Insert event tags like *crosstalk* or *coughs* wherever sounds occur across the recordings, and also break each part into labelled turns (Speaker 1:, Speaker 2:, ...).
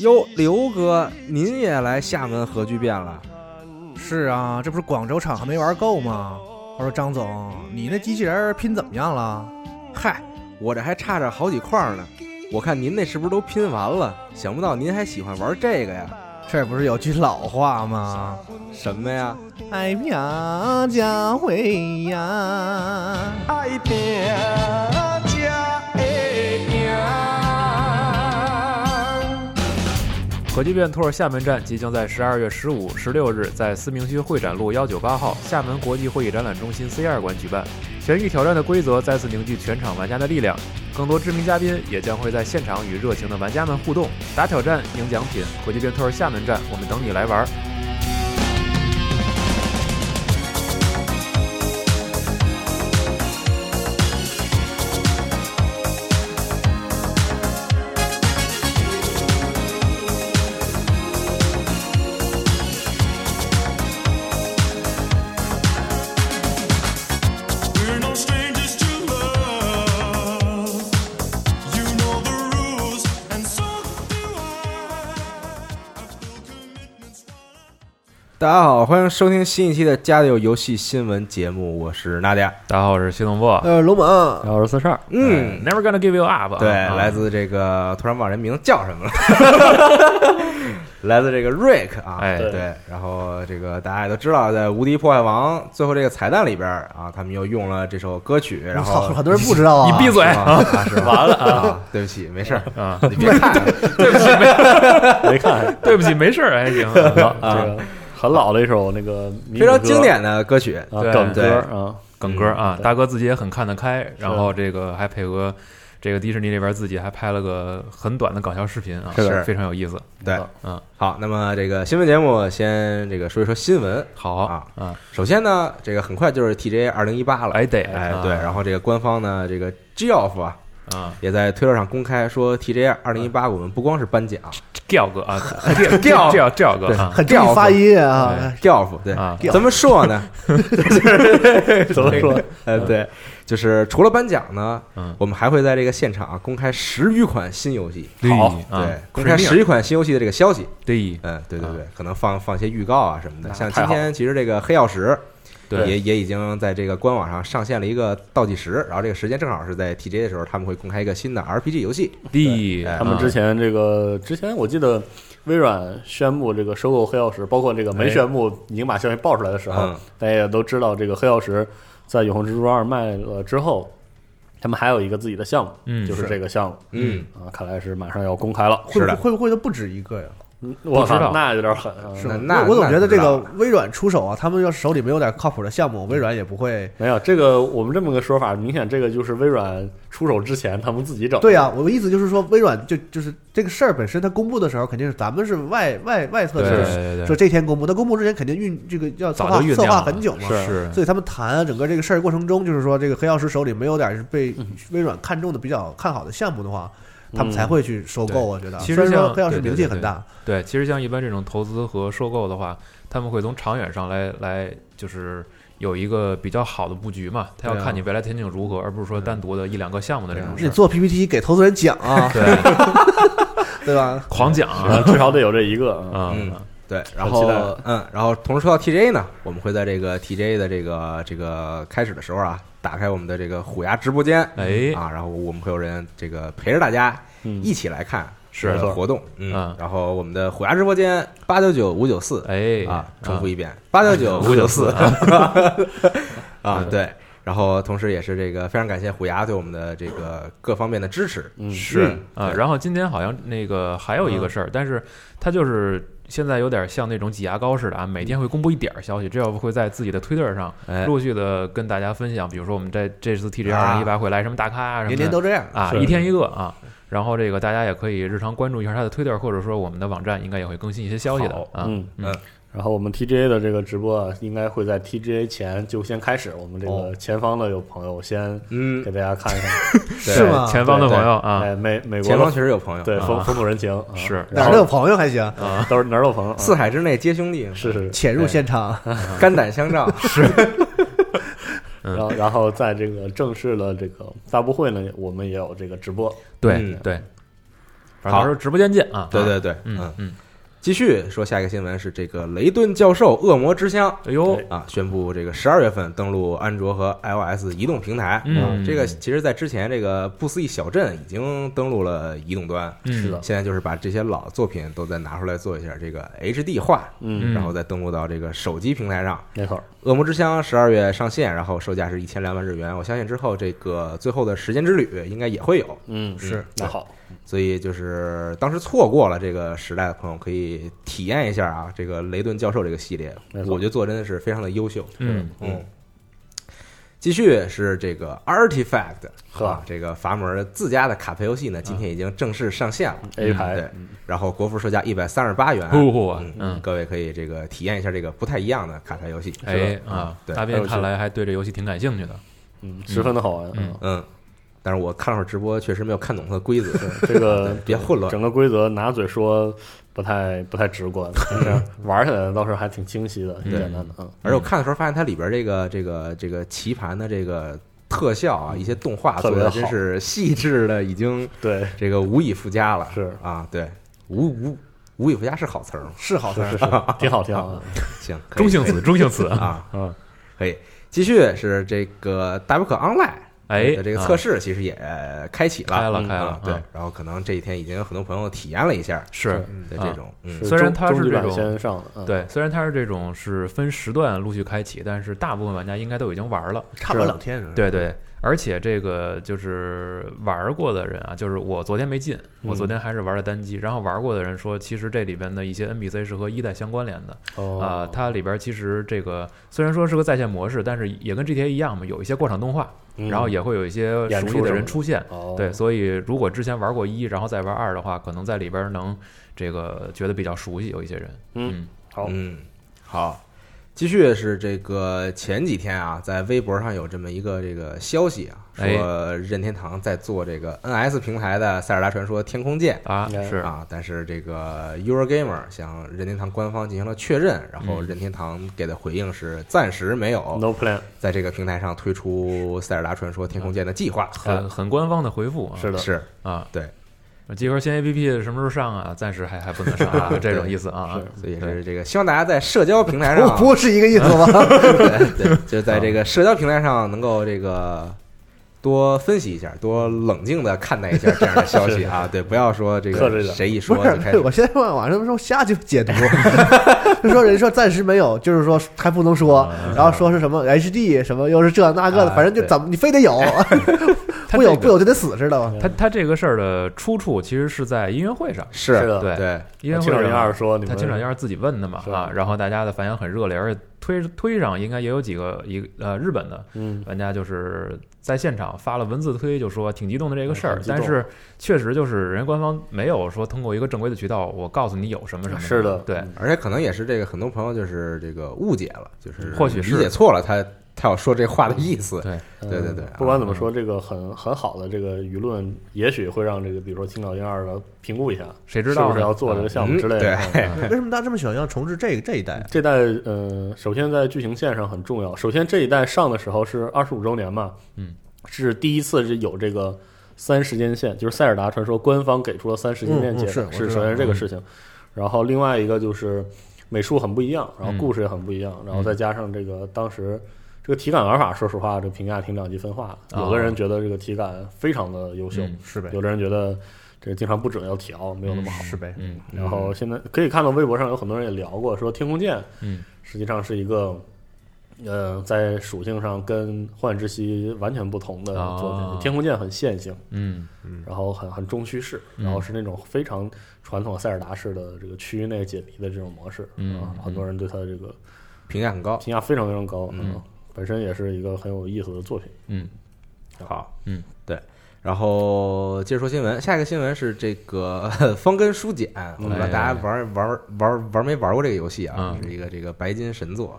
Speaker 1: 哟，刘哥，您也来厦门核聚变了？
Speaker 2: 是啊，这不是广州场还没玩够吗？我说张总，你那机器人儿拼怎么样了？
Speaker 1: 嗨，我这还差着好几块儿呢。我看您那是不是都拼完了？想不到您还喜欢玩这个呀？
Speaker 2: 这不是有句老话吗？
Speaker 1: 什么呀？
Speaker 2: 爱拼才会呀。
Speaker 3: 爱拼才会赢。
Speaker 4: 核聚变 tour 厦门站即将在十二月十五、十六日在思明区会展路幺九八号厦门国际会议展览中心 C 二馆举办。全域挑战的规则再次凝聚全场玩家的力量，更多知名嘉宾也将会在现场与热情的玩家们互动，打挑战、赢奖品。核聚变 tour 厦门站，我们等你来玩儿。
Speaker 5: We're no strangers to love. You know the rules, and so do I. I've still commitments.
Speaker 1: 大家好，欢迎收听新一期的《家里有游戏新闻》节目，我是娜迪亚。
Speaker 4: 大家好，我是西东波，
Speaker 2: 呃，龙猛，
Speaker 4: 我是四十二。
Speaker 1: 嗯
Speaker 4: 哎，Never gonna give you up 啊。
Speaker 1: 对，
Speaker 4: 啊
Speaker 1: 来自这个突然忘人名字叫什么了，
Speaker 4: *laughs*
Speaker 1: 来自这个 Rick 啊，
Speaker 4: 哎
Speaker 1: 对，然后这个大家也都知道，在《无敌破坏王》最后这个彩蛋里边儿啊，他们又用了这首歌曲，然
Speaker 2: 操，
Speaker 1: 后
Speaker 2: 很多人不知道啊。
Speaker 4: 你闭嘴
Speaker 1: 是吗
Speaker 4: 啊！
Speaker 1: 啊，
Speaker 4: *laughs*
Speaker 1: 是完了啊，对不起，没事儿，
Speaker 4: 啊！
Speaker 1: 你别看啊，
Speaker 4: 对不起，没 *laughs*
Speaker 1: *laughs*
Speaker 6: 没看，
Speaker 4: 对不起，没事儿，还
Speaker 6: *laughs*
Speaker 4: 行。啊
Speaker 6: 老
Speaker 1: 啊
Speaker 6: 这个很老的一首那个民
Speaker 1: 非
Speaker 6: 谣
Speaker 1: 常
Speaker 6: 歌
Speaker 1: 经典的歌曲，
Speaker 6: 啊
Speaker 4: 对
Speaker 6: 梗
Speaker 1: 对
Speaker 6: 歌啊，
Speaker 4: 梗哥啊，
Speaker 6: 嗯
Speaker 4: 大哥自己也很看得开，然后这个还配合这个迪士尼这边自己还拍了个呃很短的搞笑视频啊，
Speaker 1: 是
Speaker 4: 非常有意思。
Speaker 1: 对
Speaker 6: 啊，
Speaker 4: 嗯，
Speaker 1: 好，那么这个新闻节目先这个说一说新闻。
Speaker 4: 好
Speaker 1: 啊
Speaker 4: 啊，
Speaker 1: 首先呢，这个很快就是 TGA 二零一八了，
Speaker 4: 哎得
Speaker 1: 哎
Speaker 4: 啊
Speaker 1: 对，然后这个官方呢，这个 GIF 啊，
Speaker 4: 啊，
Speaker 1: 也在推特上公开说 TGA 二零一八我们不光是颁奖
Speaker 4: 吊哥啊，
Speaker 1: 吊
Speaker 4: 吊吊哥
Speaker 1: 对
Speaker 4: 啊，
Speaker 2: 很注意发音啊。
Speaker 1: ，GIF 哎对
Speaker 4: 啊，
Speaker 1: 怎么说呢？
Speaker 6: 怎么说？
Speaker 1: *laughs* 呃，对，就是除了颁奖呢
Speaker 4: 嗯，
Speaker 1: 我们还会在这个现场啊公开十余款新游戏。
Speaker 4: 好
Speaker 1: 对，公开十余款新游戏的这个消息，
Speaker 4: 对
Speaker 1: 嗯，对对
Speaker 4: 啊
Speaker 1: 对，可能放放些预告啊什么的。像
Speaker 6: 太
Speaker 1: 今
Speaker 6: 好
Speaker 1: 天其实这个黑曜石，
Speaker 4: 对
Speaker 1: 也也已经在这个官网上上线了一个倒计时，然后这个时间正好是在 TGA 的时候，他们会公开一个新的 RPG 游戏。
Speaker 4: 对，
Speaker 1: 哎
Speaker 6: 他们之前这个之前我记得微软宣布这个收购黑曜石，包括这个没宣布已经把消息爆出来的时候
Speaker 1: 嗯，
Speaker 6: 大家也都知道这个黑曜石在《永恒蜘蛛二》卖了之后。他们还有一个自己的项目，
Speaker 4: 嗯
Speaker 6: 就是
Speaker 4: 是
Speaker 6: 这个项目
Speaker 1: 嗯，
Speaker 6: 啊，看来是马上要公开了。
Speaker 2: 会
Speaker 1: 是
Speaker 2: 不
Speaker 1: 的
Speaker 2: 会会不会都不止一个呀？
Speaker 6: 嗯我
Speaker 4: 知道
Speaker 6: 靠，那有点狠啊！
Speaker 2: 是
Speaker 1: 那
Speaker 2: 吗？
Speaker 1: 那
Speaker 2: 我我总觉得这
Speaker 1: 那
Speaker 2: 个
Speaker 1: 不知
Speaker 2: 微软出手啊，他们要是手里没有点靠谱的项目，微软也不会。
Speaker 6: 没有这个，我们这么个说法，明显这个就是微软出手之前他们自己整。
Speaker 2: 对呀、我的意思就是说，微软就就是这个事儿本身，它公布的时候肯定是咱们是外外外侧
Speaker 4: 对
Speaker 2: 是
Speaker 4: 对对，
Speaker 2: 说这天公布，它公布之前肯定运这个要策
Speaker 4: 早
Speaker 2: 划
Speaker 4: 就酝酿
Speaker 2: 策划
Speaker 4: 了
Speaker 2: 很久嘛，
Speaker 4: 是
Speaker 2: 所以他们谈整个这个事儿过程中，就是说这个黑曜石手里没有点是被嗯微软看中的比较看好的项目的话，他们才会去收购。
Speaker 4: 嗯对
Speaker 2: 我觉得，
Speaker 4: 其实
Speaker 2: 虽然说
Speaker 4: 像
Speaker 2: 黑曜石
Speaker 4: 对对
Speaker 2: 名气很大，
Speaker 4: 对。其实像一般这种投资和收购的话，他们会从长远上来来就是。有一个比较好的布局嘛，他要
Speaker 1: 对啊
Speaker 4: 看你未来前景如何，而不是
Speaker 2: 啊
Speaker 4: 说单独的一两个项目的这种
Speaker 2: 你
Speaker 4: 事儿。
Speaker 2: 做 PPT 给投资人讲啊，
Speaker 4: 对，
Speaker 2: *laughs* 对吧？ *laughs*
Speaker 4: 狂讲
Speaker 6: 啊，
Speaker 4: 啊
Speaker 6: 至少得有这一个啊。
Speaker 4: 啊！
Speaker 1: 嗯，对，然
Speaker 6: 期待
Speaker 1: 后
Speaker 6: 了
Speaker 1: 嗯，然后同时说到 TGA 呢，我们会在这个 TGA 的这个这个开始的时候啊，打开我们的这个虎牙直播间，
Speaker 4: 哎
Speaker 1: 啊，然后我们会有人这个陪着大家
Speaker 6: 嗯
Speaker 1: 一起来看
Speaker 4: 是
Speaker 1: 这
Speaker 6: 没
Speaker 1: 个
Speaker 6: 错
Speaker 1: 活动，
Speaker 4: 嗯
Speaker 1: 然后我们的虎牙直播间八九九五九四，
Speaker 4: 哎
Speaker 1: 啊，重复一遍，八九九五九四啊，对。然后，同时也是这个非常感谢虎牙对我们的这个各方面的支持。
Speaker 6: 嗯，
Speaker 4: 是
Speaker 1: 嗯
Speaker 4: 啊，
Speaker 1: 对
Speaker 4: 然后今天好像那个还有一个事儿，但是它就是现在有点像那种挤牙膏似的啊，每天会公布一点儿消息，这要不会在自己的推特上
Speaker 1: 哎
Speaker 4: 陆续的跟大家分享，比如说我们在这次 TGA 二
Speaker 1: 啊
Speaker 4: 零一八会来什么大咖啊什么的，
Speaker 2: 年年都这样。
Speaker 4: 啊，
Speaker 6: 是
Speaker 4: 一天一个啊。然后这个大家也可以日常关注一下他的推特，或者说我们的网站应该也会更新一些消息的
Speaker 1: 好
Speaker 4: 啊。
Speaker 6: 嗯
Speaker 1: 嗯
Speaker 6: 然后我们 TGA 的这个直播啊，应该会在 TGA 前就先开始。我们这
Speaker 1: 哦
Speaker 6: 个前方的有朋友先
Speaker 1: 嗯
Speaker 6: 给，大家看一看，
Speaker 4: *laughs*
Speaker 1: 对
Speaker 2: 是吗
Speaker 4: 前方的
Speaker 6: 对对
Speaker 4: 朋友啊，
Speaker 6: 哎，美美国
Speaker 1: 前方
Speaker 6: 的
Speaker 1: 确实有朋友，
Speaker 6: 对
Speaker 4: 啊
Speaker 6: 风风土人情啊
Speaker 4: 是
Speaker 2: 哪儿
Speaker 6: 然后
Speaker 2: 都有朋友还行，
Speaker 6: 都是哪儿都有朋友啊，
Speaker 1: 四海之内皆兄弟，
Speaker 6: 是是。
Speaker 2: 潜入现
Speaker 1: *laughs*
Speaker 2: 场，
Speaker 1: 肝胆相 *laughs* 照。
Speaker 4: 嗯
Speaker 6: 然后然后在这个正式的这个发布会呢，我们也有这个直播。
Speaker 4: 对
Speaker 1: 嗯
Speaker 4: 对，反正到时候直播间见啊。
Speaker 1: 对对对，
Speaker 4: 嗯嗯，
Speaker 1: 继续说下一个新闻是这个雷顿教授《恶魔之乡》
Speaker 4: 哎呦，
Speaker 1: 啊，宣布这个十二月份登陆安卓和 iOS 移动平台。啊
Speaker 4: 嗯
Speaker 1: 这个其实在之前这个不思议小镇已经登陆了移动端，
Speaker 4: 是的，
Speaker 1: 现在就是把这些老作品都再拿出来做一下这个 HD 化，
Speaker 6: 嗯，
Speaker 4: 嗯
Speaker 1: 然后再登陆到这个手机平台上。
Speaker 6: 没错儿，
Speaker 1: 《恶魔之乡》十二月上线，然后售价是一千两百日元。我相信之后这个最后的时间之旅应该也会有，
Speaker 6: 嗯，
Speaker 2: 是
Speaker 6: 那好，
Speaker 1: 所以就是当时错过了这个时代的朋友，可以体验一下啊，这个雷顿教授这个系列
Speaker 6: 没，错
Speaker 1: 我觉得做得真的是非常的优秀。
Speaker 4: 嗯
Speaker 1: 嗯，继续是这个 Artifact
Speaker 6: 呵
Speaker 1: 啊，这个阀门自家的卡牌游戏呢，今天已经正式上线了。嗯
Speaker 6: ，A 排，
Speaker 1: 对，然后国服售价一百三十八元，
Speaker 4: 呼呼啊嗯
Speaker 1: 嗯，各位可以这个体验一下这个不太一样的卡牌游戏。
Speaker 4: 哎啊，
Speaker 1: 对
Speaker 4: 大
Speaker 6: 还
Speaker 4: 斌
Speaker 6: 有
Speaker 4: 看来还对这游戏挺感兴趣的。
Speaker 6: 嗯，十分的好玩，
Speaker 4: 嗯
Speaker 1: 嗯，但是我看了会儿直播，确实没有看懂它的规则，*laughs*
Speaker 6: 这个
Speaker 1: 比较混乱。
Speaker 6: 整个规则拿嘴说不太不太
Speaker 1: *laughs*
Speaker 6: 直观，但是玩起来倒是还挺清晰的，挺简单的，嗯，
Speaker 1: 而且我看的时候发现它里边这个这个这个棋盘的这个特效啊，一些动画
Speaker 6: 特
Speaker 1: 做
Speaker 6: 别
Speaker 1: 的
Speaker 6: 好
Speaker 1: 真是细致的，已经
Speaker 6: *laughs* 对，
Speaker 1: 这个无以复加了。
Speaker 6: 是
Speaker 1: 啊，对，无无无以复加是好词儿吗？
Speaker 2: 是好词
Speaker 6: 是
Speaker 2: 儿
Speaker 6: 是，是， *laughs* 挺好挺好的，
Speaker 1: 行，可以
Speaker 4: 中性词，中性词
Speaker 1: 可以，啊，
Speaker 6: 嗯，
Speaker 1: 可以继续是这个大镖客 Online
Speaker 4: 哎，
Speaker 1: 的这个
Speaker 4: 啊
Speaker 1: 测试其实也开启了，
Speaker 4: 开了
Speaker 1: 嗯
Speaker 4: 开了
Speaker 1: 啊对
Speaker 4: 嗯，
Speaker 1: 然后可能这几天已经有很多朋友体验了一下
Speaker 4: 是
Speaker 1: 的
Speaker 4: 啊
Speaker 1: 这种，嗯
Speaker 6: 是
Speaker 4: 虽然
Speaker 6: 中
Speaker 4: 它是
Speaker 6: 中级
Speaker 4: 这
Speaker 6: 版
Speaker 4: 种
Speaker 6: 先上的，嗯，
Speaker 4: 对，虽然它是这种是分时段陆续开启，但是大部分玩家应该都已经玩了。
Speaker 2: 差不多两天是吧，
Speaker 4: 对对，而且这个就是玩过的人啊，就是我昨天没进，
Speaker 6: 嗯
Speaker 4: 我昨天还是玩了单机。然后玩过的人说，其实这里边的一些 NPC 是和一代相关联的啊、
Speaker 6: 哦，
Speaker 4: 它里边其实这个虽然说是个在线模式，但是也跟 GTA 一样嘛，有一些过场动画，
Speaker 6: 嗯
Speaker 4: 然后也会有一些
Speaker 6: 演
Speaker 4: 熟
Speaker 6: 出
Speaker 4: 悉
Speaker 6: 什
Speaker 4: 的
Speaker 6: 么
Speaker 4: 人
Speaker 6: 的
Speaker 4: 出现。
Speaker 6: 哦，
Speaker 4: 对，所以如果之前玩过一，然后再玩二的话，可能在里边能这个觉得比较熟悉，有一些人。
Speaker 6: 嗯好，
Speaker 1: 嗯，好，继续是这个前几天啊，在微博上有这么一个这个消息啊，
Speaker 4: 哎
Speaker 1: 说任天堂在做这个 NS 平台的《塞尔达传说：天空剑》。
Speaker 4: 啊，
Speaker 6: 哎
Speaker 4: 是，
Speaker 1: 啊，但是这个 Eurogamer 向任天堂官方进行了确认，然
Speaker 4: 嗯
Speaker 1: 后任天堂给的回应是暂时没有
Speaker 6: No plan，
Speaker 1: 在这个平台上推出《塞尔达传说：天空剑》的计划。
Speaker 4: 很很官方的回复啊。
Speaker 6: 是的，
Speaker 1: 是，
Speaker 4: 啊，
Speaker 1: 对，
Speaker 4: 集合新 A P P 什么时候上啊？暂时还还不能上
Speaker 1: *laughs*
Speaker 4: 啊，这种意思啊。
Speaker 1: 所以是这个希望大家在社交平台上啊
Speaker 2: *laughs* 不不是一个意思吗？
Speaker 1: *laughs*
Speaker 2: 啊
Speaker 1: 对，对，就是在这个社交平台上能够这个多分析一下，多冷静的看待一下这样的消息
Speaker 2: *laughs*
Speaker 1: 啊，对，不要说这
Speaker 6: 克制
Speaker 1: 个
Speaker 6: 一点
Speaker 1: 谁一说
Speaker 2: 不
Speaker 1: 就开
Speaker 2: 是，
Speaker 1: 始
Speaker 2: *laughs* 我现在往上说瞎就解读， *laughs* 就说人说暂时没有，就是说还不能说，然后说是什么 HD 什么又是这那个的，
Speaker 1: 啊
Speaker 2: 反正就
Speaker 1: 对
Speaker 2: 怎么你非得
Speaker 1: *laughs*
Speaker 2: 有，
Speaker 4: 他
Speaker 2: 不
Speaker 4: 这
Speaker 2: 有
Speaker 4: 个
Speaker 2: 不有就得死知道吗？
Speaker 4: 啊他他这个事儿的出处其实是在音乐会上，
Speaker 1: 是
Speaker 6: 是的
Speaker 1: 对对
Speaker 4: 音乐会
Speaker 6: 青少
Speaker 4: 上
Speaker 6: 年二说你
Speaker 4: 他
Speaker 6: 们
Speaker 4: 清场燕自己问的嘛
Speaker 6: 是
Speaker 4: 啊，然后大家的反响很热烈，而且推推上应该也有几个一个呃日本的
Speaker 6: 嗯
Speaker 4: 玩家就是在现场发了文字推，就说挺激动的这个事
Speaker 6: 嗯
Speaker 4: 儿
Speaker 6: 很，激动
Speaker 4: 但是确实就是人家官方没有说通过一个正规的渠道，我告诉你有什么什么
Speaker 6: 是的嗯
Speaker 4: 对，
Speaker 1: 而且可能也是这个很多朋友就是这个误解了，就是
Speaker 4: 或许是
Speaker 1: 理解错了他他要说这话的意思。
Speaker 4: 对
Speaker 1: 对对对，
Speaker 6: 嗯不管怎么说，这个很很好的这个舆论，也许会让这个，比如说青岛英二的评估一下，
Speaker 4: 谁知道呢
Speaker 6: 是不是要做这个项目之类的。
Speaker 1: 嗯
Speaker 6: 嗯
Speaker 2: 为什
Speaker 1: *laughs*
Speaker 2: 么大家这么喜欢要重置这这一代啊？
Speaker 6: 这代呃，首先在剧情线上很重要。首先这一代上的时候是二十五周年嘛，
Speaker 4: 嗯，
Speaker 6: 是第一次是有这个三时间线，就是《塞尔达传说》官方给出了三时间线
Speaker 2: 嗯嗯
Speaker 6: 解释，
Speaker 2: 是我知
Speaker 6: 是
Speaker 2: 道
Speaker 6: 首先是这个事情。然后另外一个就是美术很不一样，然后
Speaker 4: 嗯
Speaker 6: 故事也很不一样，然后
Speaker 2: 嗯
Speaker 6: 再加上这个当时这个体感玩法，说实话，这评价挺两极分化的。有的
Speaker 4: 哦
Speaker 6: 人觉得这个体感非常的优秀，
Speaker 4: 嗯
Speaker 2: 是呗
Speaker 6: 有的人觉得这个经常不准要调，没有那么好。
Speaker 2: 是呗，
Speaker 4: 嗯
Speaker 6: 然后现在可以看到微博上有很多人也聊过，说天空剑
Speaker 4: 嗯
Speaker 6: 实际上是一个，呃，在属性上跟《幻之息》完全不同的作品。
Speaker 4: 哦
Speaker 6: 天空剑很线性，
Speaker 4: 嗯
Speaker 6: 然后很很中叙事，
Speaker 4: 嗯
Speaker 6: 然后是那种非常传统的塞尔达式的这个区域内解谜的这种模式。
Speaker 4: 嗯
Speaker 6: 啊
Speaker 4: 嗯
Speaker 6: 很多人对它的这个
Speaker 1: 评价很高。
Speaker 6: 评价非常非常高。嗯，本身也是一个很有意思的作品。
Speaker 4: 嗯
Speaker 1: 好，
Speaker 4: 嗯，
Speaker 1: 对。然后接着说新闻，下一个新闻是这个 *laughs* 方根书简，我不知道
Speaker 4: 哎
Speaker 1: 大家玩玩玩玩没玩过这个游戏啊
Speaker 4: 嗯？
Speaker 1: 是一个这个白金神作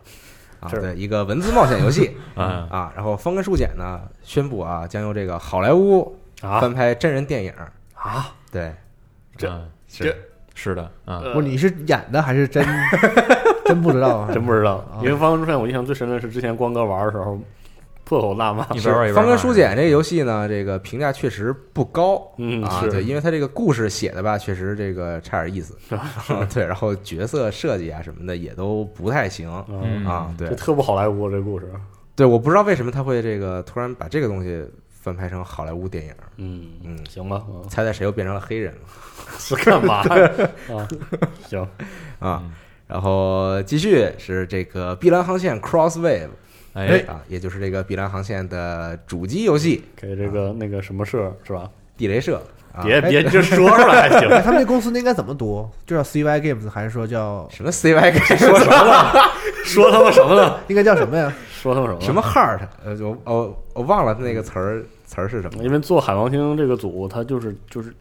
Speaker 1: 啊，
Speaker 6: 是
Speaker 1: 对，一个文字冒险游戏
Speaker 4: *laughs* 啊
Speaker 1: 啊。然后方根书简呢宣布啊，将由这个好莱坞
Speaker 6: 啊
Speaker 1: 翻拍真人电影，
Speaker 6: 啊，
Speaker 1: 对，
Speaker 6: 这
Speaker 4: 啊
Speaker 6: 这
Speaker 4: 是是的啊，
Speaker 6: 呃
Speaker 2: 不是你是演的还是
Speaker 6: *laughs*
Speaker 2: 真真不知道啊？啊
Speaker 1: 啊
Speaker 6: 真不知道。因为方舟出现，我印象最深的是之前光哥玩的时候，破口大骂。
Speaker 4: 一边玩一边骂
Speaker 1: 啊方格书简这个游戏呢，这个评价确实不高，
Speaker 6: 嗯
Speaker 1: 啊，
Speaker 6: 是
Speaker 1: 对，因为它这个故事写的吧，确实这个差点意思，啊对，然后角色设计啊什么的也都不太行
Speaker 6: 嗯，
Speaker 1: 啊，对
Speaker 6: 这特不好莱坞哎这故事。啊
Speaker 1: 对，我不知道为什么他会这个突然把这个东西翻拍成好莱坞电影，
Speaker 6: 嗯
Speaker 1: 嗯
Speaker 6: 行吧，嗯
Speaker 1: 猜猜谁又变成了黑人了
Speaker 6: *laughs* 是干嘛
Speaker 1: *laughs*
Speaker 6: 呀？啊，行，嗯
Speaker 1: 啊？然后继续是这个《碧蓝航线 Crosswave》
Speaker 4: 哎，
Speaker 1: 啊，也就是这个《碧蓝航线》的主机游戏
Speaker 6: 给这个那个什么社是吧？
Speaker 1: 《地雷社》啊，
Speaker 6: 别
Speaker 1: 哎
Speaker 6: 别就说出
Speaker 2: *laughs*
Speaker 6: 来还
Speaker 2: 哎，
Speaker 6: 行。
Speaker 2: 他们那公司那应该怎么读？就叫 CY Games 还是说叫
Speaker 1: 什么 CY 说什么？ *laughs*
Speaker 6: 说他妈什么呢？
Speaker 2: 应该叫什么呀？
Speaker 6: 说他妈什么？
Speaker 1: 什么？heart？呃，我哦，我忘了那个词儿词儿是什么。
Speaker 6: 因为做海王星这个组，他就是就是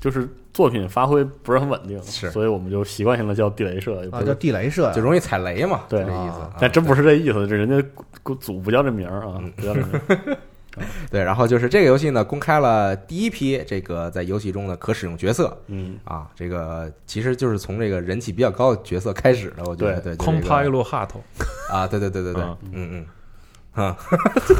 Speaker 6: 就是作品发挥不是很稳定，
Speaker 1: 是
Speaker 6: 所以我们就习惯性的叫地雷社，也不
Speaker 2: 啊，
Speaker 6: 是
Speaker 2: 叫地雷社呀。
Speaker 1: 就容易踩雷嘛，
Speaker 6: 对
Speaker 1: 就这意思。啊
Speaker 6: 但真不是这意思，这人家组不叫这名儿啊，不叫这名儿。
Speaker 1: 嗯 *laughs* 对，然后就是这个游戏呢，公开了第一批这个在游戏中的可使用角色
Speaker 6: 嗯，
Speaker 1: 啊，这个其实就是从这个人气比较高的角色开始的，我觉得对，就这
Speaker 4: 空
Speaker 1: 个
Speaker 4: 帕伊洛哈头，
Speaker 1: 啊，对对对对对
Speaker 4: 嗯，
Speaker 1: 嗯
Speaker 6: *laughs*
Speaker 1: 嗯，啊，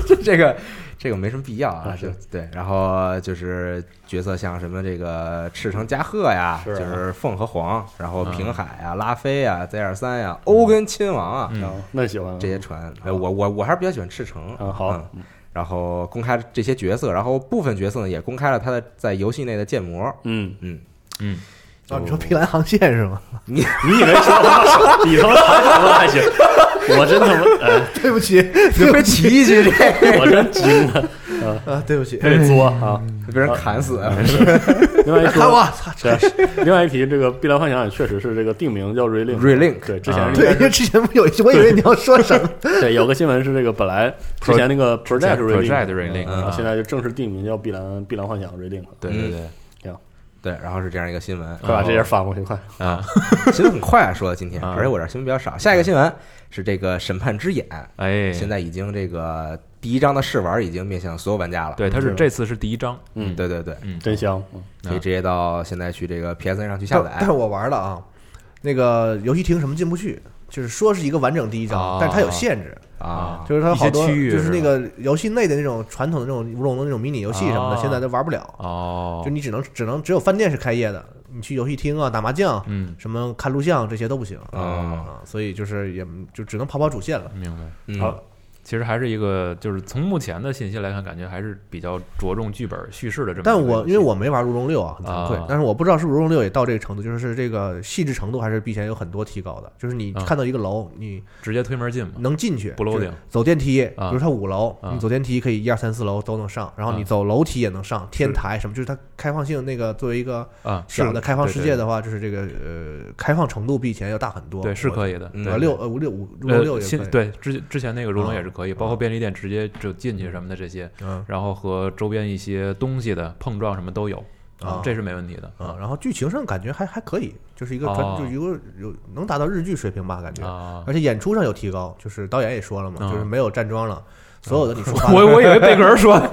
Speaker 1: 这 *laughs* 这这个这个没什么必要啊
Speaker 6: 啊，
Speaker 1: 就是对，然后就是角色像什么这个赤城加贺呀，
Speaker 6: 是啊
Speaker 1: 就是凤和黄，然后
Speaker 4: 嗯
Speaker 1: 平海啊、拉菲啊、Z 二三呀、欧根亲王啊，
Speaker 4: 嗯
Speaker 6: 啊，那喜欢啊
Speaker 1: 这些船，呃我我我还是比较喜欢赤城
Speaker 6: 啊，好，
Speaker 1: 嗯然后公开这些角色，然后部分角色呢也公开了他的在游戏内的建模。
Speaker 6: 嗯，
Speaker 1: 嗯，
Speaker 4: 嗯，
Speaker 2: 哦，你说碧蓝航线是吗？
Speaker 6: *laughs* 你以为说他妈 *laughs* 你他妈谈什么还行？ *laughs* 我真他妈，哎，
Speaker 2: 对不起，
Speaker 1: *laughs* 就被骑一骑，这
Speaker 6: 我真惊了，
Speaker 2: *laughs* 啊，对不起，
Speaker 6: 还得作啊！
Speaker 1: 被人砍死。啊
Speaker 6: 另外
Speaker 4: *laughs*
Speaker 6: 一
Speaker 2: 看
Speaker 6: 说，
Speaker 2: 我，操，
Speaker 6: 对，另外一提，这个《碧蓝幻想》也确实是这个定名叫 Relink。
Speaker 1: Relink
Speaker 6: 对，之前
Speaker 4: 啊
Speaker 6: 应
Speaker 2: 对，
Speaker 6: 该
Speaker 2: 因为
Speaker 6: 是
Speaker 2: 之前不有一期，我以为你要说什么，
Speaker 6: 对有个新闻是这个本
Speaker 4: *laughs*
Speaker 6: 来之前那个 Project Relink，
Speaker 4: Project Relink，
Speaker 6: 嗯然后
Speaker 4: 啊
Speaker 6: 现在就正式定名叫《碧蓝碧蓝幻想 Relink》了。嗯
Speaker 4: 对对对，
Speaker 1: 对，然后是这样一个新闻，
Speaker 6: 快把这页发过去，快！
Speaker 4: 啊，
Speaker 1: *laughs* 新闻很快啊，说的今天，
Speaker 4: 啊
Speaker 1: 而且我这儿新闻比较少。下一个新闻是这个《审判之眼》，
Speaker 4: 哎，
Speaker 1: 现在已经这个第一章的试玩已经面向所有玩家了。
Speaker 4: 对，它
Speaker 6: 对
Speaker 4: 是这次是第一章，
Speaker 6: 嗯
Speaker 1: 对对对，
Speaker 4: 嗯，
Speaker 6: 真香，嗯
Speaker 1: 可以直接到现在去这个 PSN 上去下
Speaker 2: 但
Speaker 1: 载
Speaker 2: 但是。我玩了啊，那个游戏厅什么进不去，就是说是一个完整第一章
Speaker 4: 哦，
Speaker 2: 但是它有限制，
Speaker 1: 啊
Speaker 2: 就是它有好多
Speaker 4: 一些区域
Speaker 2: 就是那
Speaker 4: 是吧
Speaker 2: 个游戏内的那种传统的那种乌龙的那种迷你游戏什么的，
Speaker 4: 哦
Speaker 2: 现在都玩不了，
Speaker 4: 哦
Speaker 2: 就，你只能只能只有饭店是开业的，你去游戏厅啊打麻将。
Speaker 4: 嗯，
Speaker 2: 什么看录像这些都不行
Speaker 1: 哦
Speaker 2: 啊，所以就是也就只能跑跑主线了。
Speaker 4: 明白。
Speaker 1: 嗯
Speaker 6: 好
Speaker 4: 其实还是一个，就是从目前的信息来看，感觉还是比较着重剧本叙事的这么一个
Speaker 2: 但
Speaker 4: 游戏。
Speaker 2: 我因为我没玩《如龙六》啊，很惭愧
Speaker 4: 啊，
Speaker 2: 但是我不知道是不是《如龙六》也到这个程度，就是这个细致程度还是比以前有很多提高的。就是你
Speaker 4: 啊
Speaker 2: 看到一个楼，你
Speaker 4: 直接推门进嘛，
Speaker 2: 能进去，
Speaker 4: 不楼顶，
Speaker 2: 走电梯，比
Speaker 4: 啊
Speaker 2: 如它五楼，
Speaker 4: 啊
Speaker 2: 你走电梯可以一二三四楼都能上，然后你
Speaker 4: 啊
Speaker 2: 走楼梯也能上，天台什么，就是它开放性那个作为一个
Speaker 4: 啊，
Speaker 2: 小
Speaker 4: 是
Speaker 2: 的开放世界，
Speaker 4: 对
Speaker 2: 的话，就是这个呃开放程度比以前要大很多。
Speaker 4: 对对，是可以的。
Speaker 1: 嗯
Speaker 4: 对
Speaker 2: 啊，六呃五六五如
Speaker 4: 呃
Speaker 2: 龙六也可
Speaker 4: 新
Speaker 2: 以，
Speaker 4: 对之之前那个如龙也是可以，
Speaker 2: 啊
Speaker 4: 包括便利店直接就进去什么的这些，
Speaker 2: 嗯
Speaker 4: 然后和周边一些东西的碰撞什么都有，
Speaker 2: 啊
Speaker 4: 这是没问题的
Speaker 2: 啊，然后剧情上感觉还还可以，就是一个传
Speaker 4: 哦
Speaker 2: 就是一个有能达到日剧水平吧，感觉。
Speaker 4: 啊。
Speaker 2: 而且演出上有提高，就是导演也说了嘛，
Speaker 4: 嗯
Speaker 2: 就是没有站桩了，所有的你触发的，
Speaker 4: 我我以为贝格尔说
Speaker 2: *laughs*
Speaker 4: 的，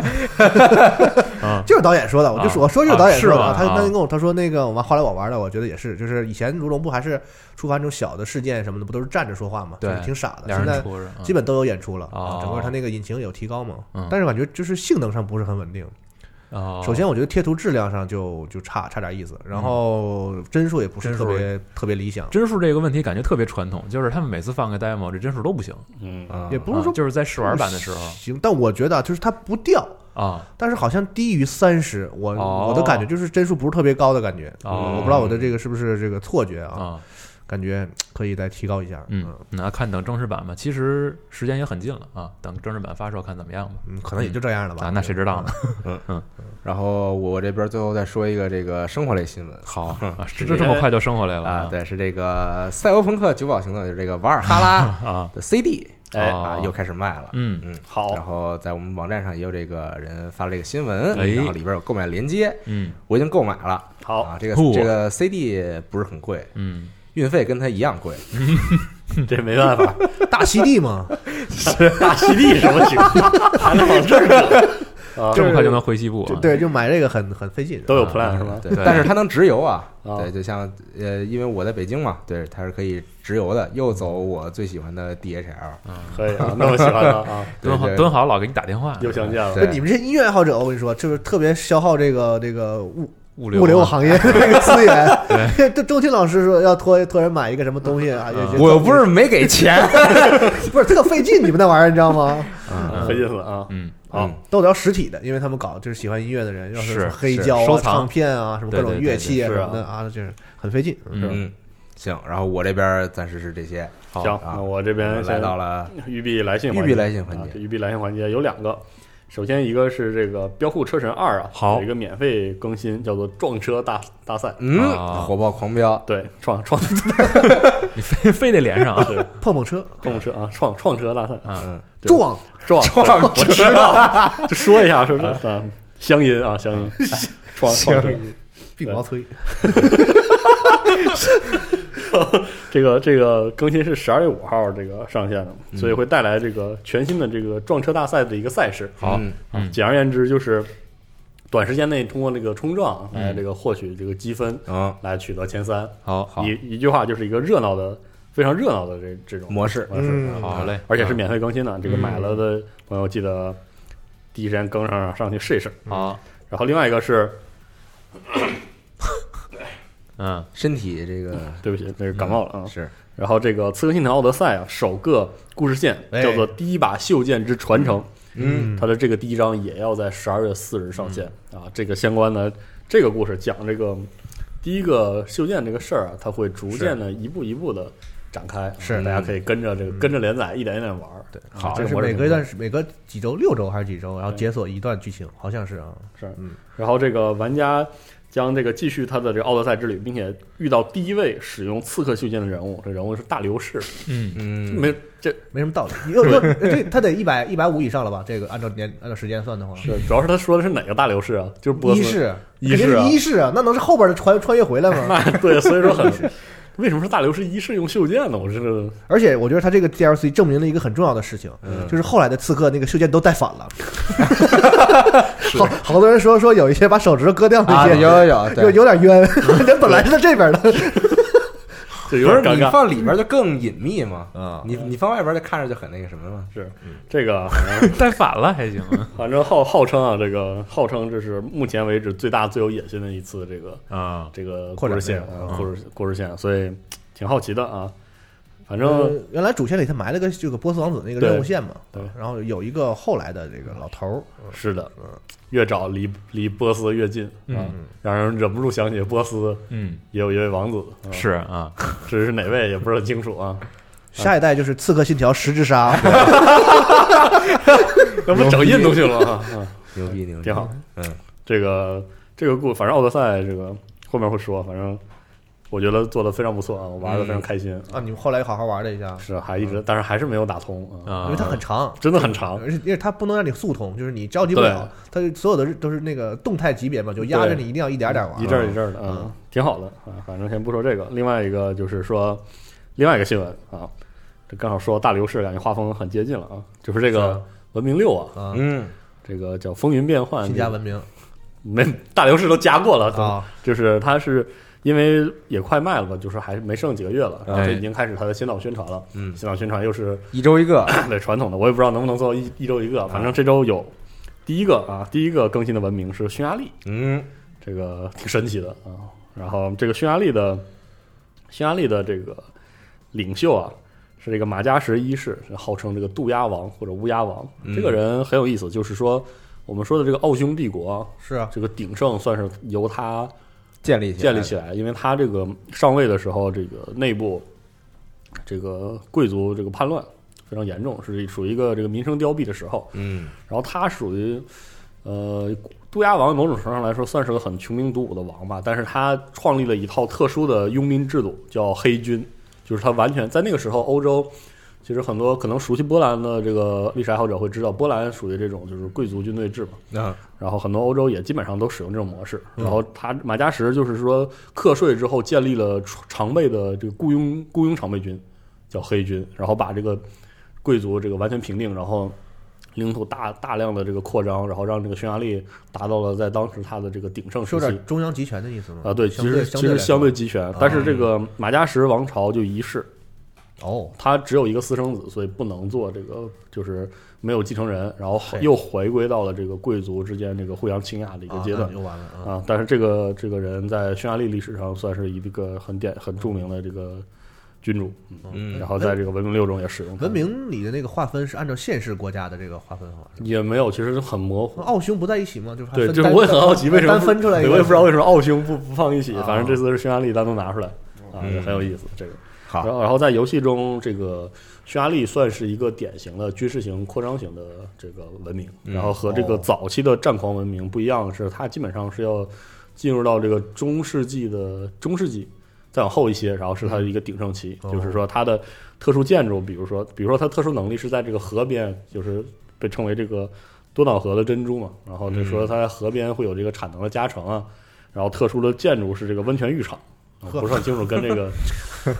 Speaker 4: 嗯
Speaker 2: 就是导演说的，我就说我说就是导演说的，
Speaker 4: 啊
Speaker 2: 他
Speaker 4: 是吗啊
Speaker 2: 他跟我他说那个我玩后来我玩的，我觉得也是，就是以前如龙不还是触发那种小的事件什么的，不都是站着说话嘛，就
Speaker 4: 对
Speaker 2: 是挺傻的，
Speaker 4: 两
Speaker 2: 现
Speaker 4: 人
Speaker 2: 在
Speaker 4: 戳着，嗯
Speaker 2: 基本都有演出了，啊
Speaker 4: 哦
Speaker 2: 整个它那个引擎有提高嘛
Speaker 4: 嗯，
Speaker 2: 但是感觉就是性能上不是很稳定。
Speaker 4: 哦嗯
Speaker 2: 首先我觉得贴图质量上就就差差点意思，然后帧数也不是
Speaker 4: 帧
Speaker 2: 特
Speaker 4: 数
Speaker 2: 别特别理想，
Speaker 4: 帧数这个问题感觉特别传统，就是他们每次放个 demo，这帧数都不行，
Speaker 6: 嗯，
Speaker 1: 啊
Speaker 2: 也不是说
Speaker 4: 啊就是在试玩版的时候
Speaker 2: 行，但我觉得啊就是它不掉。
Speaker 4: 啊，
Speaker 2: 但是好像低于三十，我、
Speaker 4: 哦
Speaker 2: 我的感觉就是帧数不是特别高的感觉，
Speaker 4: 哦
Speaker 2: 我不知道我的这个是不是这个错觉啊，
Speaker 4: 啊，
Speaker 2: 感觉可以再提高一下，
Speaker 4: 嗯，那看等正式版吧。其实时间也很近了啊，等正式版发售看怎么样吧。
Speaker 2: 嗯，可能也就这样了吧，嗯
Speaker 4: 啊，那谁知道呢？
Speaker 1: 嗯
Speaker 4: 嗯
Speaker 1: 然后我这边最后再说一个这个生活类新闻。好
Speaker 4: 啊，这这这么快就升回来了
Speaker 1: 啊，，对，是这个《赛欧朋克九堡行动》，就是这个瓦尔哈拉
Speaker 4: *laughs* 啊，哦
Speaker 1: 的 CD
Speaker 6: 哎
Speaker 1: 啊，又开始卖了。
Speaker 4: 嗯
Speaker 1: 嗯，
Speaker 6: 好
Speaker 1: 然后在我们网站上也有这个人发了一个新闻，
Speaker 4: 哎
Speaker 1: 然后里边有购买链接，
Speaker 4: 嗯
Speaker 1: 我已经购买了。
Speaker 6: 好，
Speaker 1: 啊，这个
Speaker 4: 酷
Speaker 1: 这个 CD 不是很贵，
Speaker 4: 嗯，
Speaker 1: 运费跟它一样贵。
Speaker 6: *laughs* 这没
Speaker 4: *laughs*
Speaker 6: 办法， *laughs*
Speaker 2: 大西地嘛，
Speaker 6: 大犀利什么情况？还能往这儿整？啊
Speaker 4: 这么快就能回西部
Speaker 2: 就
Speaker 4: 啊？
Speaker 2: 对，就买这个很很费劲，
Speaker 6: 都有
Speaker 4: 啊
Speaker 6: plan 是吧？
Speaker 1: 对
Speaker 4: 对，
Speaker 1: 但是它能直邮啊，
Speaker 6: 啊
Speaker 1: 对，就像呃，因为我在北京嘛，对，它是可以直邮的，又走我最喜欢的 DHL，
Speaker 6: 可以啊，那么喜欢他
Speaker 4: *laughs*
Speaker 6: 啊，
Speaker 4: 蹲好
Speaker 1: 对对
Speaker 4: 蹲好老给你打电话，
Speaker 6: 又相见了。
Speaker 1: 对
Speaker 2: 你们这些音乐爱好者，我跟你说，就是特别消耗这个这个物
Speaker 4: 物流
Speaker 2: 物流行业这个资 *laughs* 源。周周天老师说要托托人买一个什么东西啊，也也
Speaker 1: 我又不是没给钱，
Speaker 2: *laughs* 不是特费劲，你们那玩意儿你知道吗？
Speaker 6: 啊费劲了啊！
Speaker 4: 嗯，
Speaker 6: 好
Speaker 1: 嗯，
Speaker 2: 都得要实体的，因为他们搞就是喜欢音乐的人，要
Speaker 4: 是
Speaker 2: 什么黑
Speaker 4: 是
Speaker 2: 胶
Speaker 4: 收
Speaker 2: 啊、
Speaker 4: 藏
Speaker 2: 唱片啊，什么各
Speaker 4: 对
Speaker 2: 种
Speaker 4: 对
Speaker 2: 乐
Speaker 4: 对
Speaker 2: 器啊
Speaker 6: 对
Speaker 2: 什
Speaker 6: 是
Speaker 2: 么的啊，就是很费劲。
Speaker 4: 嗯
Speaker 1: 嗯，行，然后我这边暂时是这些，
Speaker 4: 好
Speaker 6: 行，
Speaker 1: 啊
Speaker 6: 那我这边
Speaker 1: 来
Speaker 6: 先
Speaker 1: 到了
Speaker 6: 玉璧嗯来信环节，
Speaker 1: 玉璧来信环节
Speaker 6: 啊这玉璧来信环节有两个，首先一个是这个《标酷车神二》啊，
Speaker 4: 好
Speaker 6: 有一个免费更新叫做“撞车大大赛
Speaker 1: 嗯
Speaker 4: 啊，
Speaker 1: 火爆狂飙”，，
Speaker 6: 对，撞撞，
Speaker 4: *laughs* 你非非得连上啊
Speaker 6: 对
Speaker 2: 碰碰车
Speaker 6: 撞车啊，撞撞车大赛，
Speaker 1: 嗯，
Speaker 6: 对
Speaker 2: 撞
Speaker 6: 撞
Speaker 1: 撞嗯
Speaker 6: 对我知 *laughs* 道，就说一下是不是？啊，乡音啊，
Speaker 1: *laughs*
Speaker 6: 乡音，撞撞车。
Speaker 2: 并毛推，
Speaker 6: 这个这个更新是十二月五号这个上线
Speaker 1: 嗯
Speaker 6: 的，所以会带来这个全新的这个撞车大赛的一个赛事。
Speaker 1: 好，
Speaker 4: 嗯
Speaker 6: 简而言之就是短时间内通过这个冲撞来这个获取这个积分，
Speaker 1: 嗯，
Speaker 6: 来取得前三。
Speaker 4: 好好
Speaker 6: 一一句话就是一个热闹的、非常热闹的这这种
Speaker 1: 模式
Speaker 6: 模式，
Speaker 2: 嗯
Speaker 6: 啊
Speaker 4: 好嘞，
Speaker 6: 而且是免费更新的。这个买了的朋友记得第一时间更上啊上去试一试。
Speaker 4: 好，
Speaker 6: 然后另外一个是，
Speaker 4: 嗯
Speaker 1: 身体这个
Speaker 6: *coughs* 对不起，这个感冒了啊。
Speaker 1: 是
Speaker 6: 然后这个《刺客信条：奥德赛》啊，首个故事线
Speaker 2: 哎
Speaker 6: 叫做《第一把袖剑之传承》，
Speaker 1: 嗯，
Speaker 6: 它的这个第一章也要在十二月四日上线、啊。这个相关的这个故事讲这个第一个袖剑这个事儿啊，它会逐渐的一步一步的展开，
Speaker 2: 是
Speaker 6: 大家可以跟着这个、跟着连载一点一点玩儿。对，啊
Speaker 1: 好
Speaker 2: 这
Speaker 6: 这
Speaker 2: 是
Speaker 6: 个模式
Speaker 2: 每
Speaker 6: 挺
Speaker 2: 隔一
Speaker 6: 好
Speaker 2: 段时每隔几周六周还是几周，然后
Speaker 6: 对
Speaker 2: 解锁一段剧情，好像是啊。
Speaker 6: 是，
Speaker 2: 嗯。
Speaker 6: 然后这个玩家将这个继续他的这个奥德赛之旅，并且遇到第一位使用刺客袖剑的人物，这人物是大流士，
Speaker 4: 嗯，
Speaker 1: 嗯，
Speaker 6: 没这
Speaker 2: 没什么道
Speaker 6: *laughs*
Speaker 2: 理，又又这他得一百一百五以上了吧？这个按照年按照时间算的话，
Speaker 6: 是主要是他说的是哪个大流士啊？就是波斯
Speaker 2: 一世
Speaker 6: 一
Speaker 2: 肯定
Speaker 6: 世
Speaker 2: 是
Speaker 6: 啊
Speaker 2: 一世啊，那能是后边的穿穿越回来吗？
Speaker 6: *laughs* 那对，所以
Speaker 2: *laughs*
Speaker 6: 说很为什么是大流士一世用袖剑呢？我是
Speaker 2: 而且我觉得他这个 DLC 证明了一个很重要的事情，*laughs*
Speaker 1: 嗯
Speaker 2: 就是后来的刺客那个袖剑都带反
Speaker 6: *laughs*
Speaker 2: 了，好好多人说说有一些把手指头割掉
Speaker 1: 啊，
Speaker 2: 那
Speaker 1: 有
Speaker 2: 些，
Speaker 1: 有有，
Speaker 2: 有
Speaker 1: 对，
Speaker 2: 有点
Speaker 6: *laughs*
Speaker 2: 冤，人本来是在这边的，
Speaker 6: 就有
Speaker 1: 不是
Speaker 6: 点尴
Speaker 1: 你
Speaker 6: 尬。
Speaker 1: 放里边就更隐秘嘛，
Speaker 4: 嗯
Speaker 2: 啊
Speaker 1: 你你放外边就看着就很那个什么嘛，
Speaker 6: 是这个，反正
Speaker 4: *laughs* 带反了还行啊
Speaker 6: 反正号号称啊，这个号称这是目前为止最大最有野心的一次这个
Speaker 4: 啊，
Speaker 6: 这个
Speaker 2: 扩
Speaker 6: 故
Speaker 2: 展
Speaker 6: 事线
Speaker 2: 内
Speaker 6: 啊，故事故事线，所以挺好奇的啊。反正
Speaker 2: 呃原来主线里他埋了个这个波斯王子那个任务线嘛，
Speaker 6: 对嗯对
Speaker 2: 然后有一个后来的这个老头儿，
Speaker 6: 是的，越找离离波斯越近啊，让人忍不住想起波斯
Speaker 4: 嗯，
Speaker 6: 也有一位王子，啊
Speaker 4: 是啊，
Speaker 6: 至于是哪位也不是很清楚啊。
Speaker 2: 下一代就是刺客信条十之杀，
Speaker 6: *laughs* 那不整印度去了啊？啊
Speaker 1: 牛
Speaker 6: *laughs*
Speaker 1: 逼牛逼，
Speaker 6: 挺好，
Speaker 1: 嗯，
Speaker 6: 这个这个故，反正奥德赛这个后面会说，反正我觉得做的非常不错啊，我玩
Speaker 1: 嗯
Speaker 6: 的非常开心，
Speaker 2: 啊，你们后来好好玩了一下，
Speaker 6: 是还一直，但是还是没有打通啊，
Speaker 4: 啊
Speaker 2: 因为它很长，
Speaker 6: 真的很长，
Speaker 2: 而且因为它不能让你速通，就是你着急不了，它就所有的都是那个动态级别嘛，就压着你一定要一点点玩。嗯
Speaker 6: 一阵儿一阵儿的啊，挺好的啊，反正先不说这个，另外一个就是说另外一个新闻啊，这刚好说大流士，感觉画风很接近了啊，就是这个文明六啊，
Speaker 2: 啊，
Speaker 1: 嗯，
Speaker 6: 这个叫风云变幻，
Speaker 2: 新加文明
Speaker 6: 没大流士都加过了都
Speaker 2: 啊，
Speaker 6: 就是它是因为也快卖了吧，就是还没剩几个月了，然后
Speaker 4: 哎
Speaker 6: 就已经开始它的先导宣传了。
Speaker 1: 嗯
Speaker 6: 先导宣传又是
Speaker 1: 一周一个，啊
Speaker 6: 对传统的，我也不知道能不能做到一一周一个，反正这周有第一个啊，第一个更新的文明是匈牙利，
Speaker 1: 嗯
Speaker 6: 这个挺神奇的啊。然后这个匈牙利的匈牙利的这个领袖啊，是这个马加什一世，是号称这个渡鸦王或者乌鸦王。这个人很有意思，就是说我们说的这个奥匈帝国啊，
Speaker 2: 是啊，
Speaker 6: 这个鼎盛算是由他
Speaker 1: 建立
Speaker 6: 建立起
Speaker 1: 来，
Speaker 6: 来，因为他这个上位的时候，这个内部这个贵族这个叛乱非常严重，是属于一个这个民生凋敝的时候。
Speaker 1: 嗯
Speaker 6: 然后他属于呃杜鸦王，某种程度上来说算是个很穷兵黩武的王吧，但是他创立了一套特殊的佣兵制度，叫黑军，就是他完全在那个时候欧洲。其实很多可能熟悉波兰的这个历史爱好者会知道，波兰属于这种就是贵族军队制嘛，
Speaker 7: 嗯
Speaker 1: 啊
Speaker 6: 然后很多欧洲也基本上都使用这种模式。然后他马加什就是说课税之后建立了常备的这个雇佣雇佣常备军，叫黑军，然后把这个贵族这个完全平定，然后领土大大量的这个扩张，然后让这个匈牙利达到了在当时它的这个鼎盛
Speaker 2: 是有
Speaker 6: 时期
Speaker 2: 点。中央集权的意思吗？
Speaker 6: 啊，对，其
Speaker 2: 相
Speaker 6: 实
Speaker 2: 对啊
Speaker 6: 其实相
Speaker 2: 相
Speaker 6: 对
Speaker 2: 对
Speaker 6: 集权，但是这个马加什王朝就一世，
Speaker 2: 来说哦，
Speaker 6: 他只有一个私生子，所以不能做这个，就是没有继承人，然后
Speaker 2: 是
Speaker 6: 又回归到了这个贵族之间这个互相倾轧的一个
Speaker 2: 啊
Speaker 6: 阶
Speaker 2: 那
Speaker 6: 段
Speaker 2: 你就完了啊。
Speaker 6: 啊。但是这个这个人在匈牙利历史上算是一个很典很著名的这个君主，
Speaker 1: 嗯
Speaker 6: 然后在这个文明六中也使用它
Speaker 2: 文明里的那个划分是按照现实国家的这个划分法。
Speaker 6: 也没有，其实很模糊。
Speaker 2: 奥匈不在一起吗？就是还
Speaker 6: 对，
Speaker 2: 分
Speaker 6: 就是
Speaker 2: 单
Speaker 6: 我也很好奇为什么
Speaker 2: 单分出来一
Speaker 6: 对
Speaker 2: 个，
Speaker 6: 我也不知道为什么奥匈不不放一起，
Speaker 2: 啊
Speaker 6: 反正这次是匈牙利单独拿出来啊，
Speaker 1: 嗯
Speaker 6: 也很有意思这个。
Speaker 1: 好
Speaker 6: 然后然后在游戏中，这个匈牙利算是一个典型的军事型扩张型的这个文明，
Speaker 1: 嗯
Speaker 6: 然后和这个
Speaker 2: 哦
Speaker 6: 早期的战狂文明不一样的是，它基本上是要进入到这个中世纪的中世纪。再往后一些，然后是它的一个鼎盛期，
Speaker 1: 嗯
Speaker 2: 哦
Speaker 6: 就是说它的特殊建筑，比如说，比如说它特殊能力是在这个河边，就是被称为这个多瑙河的珍珠嘛。然后就说它在河边会有这个产能的加成啊，然后特殊的建筑是这个温泉浴场，啊
Speaker 2: 呵
Speaker 6: 不是很清楚跟这个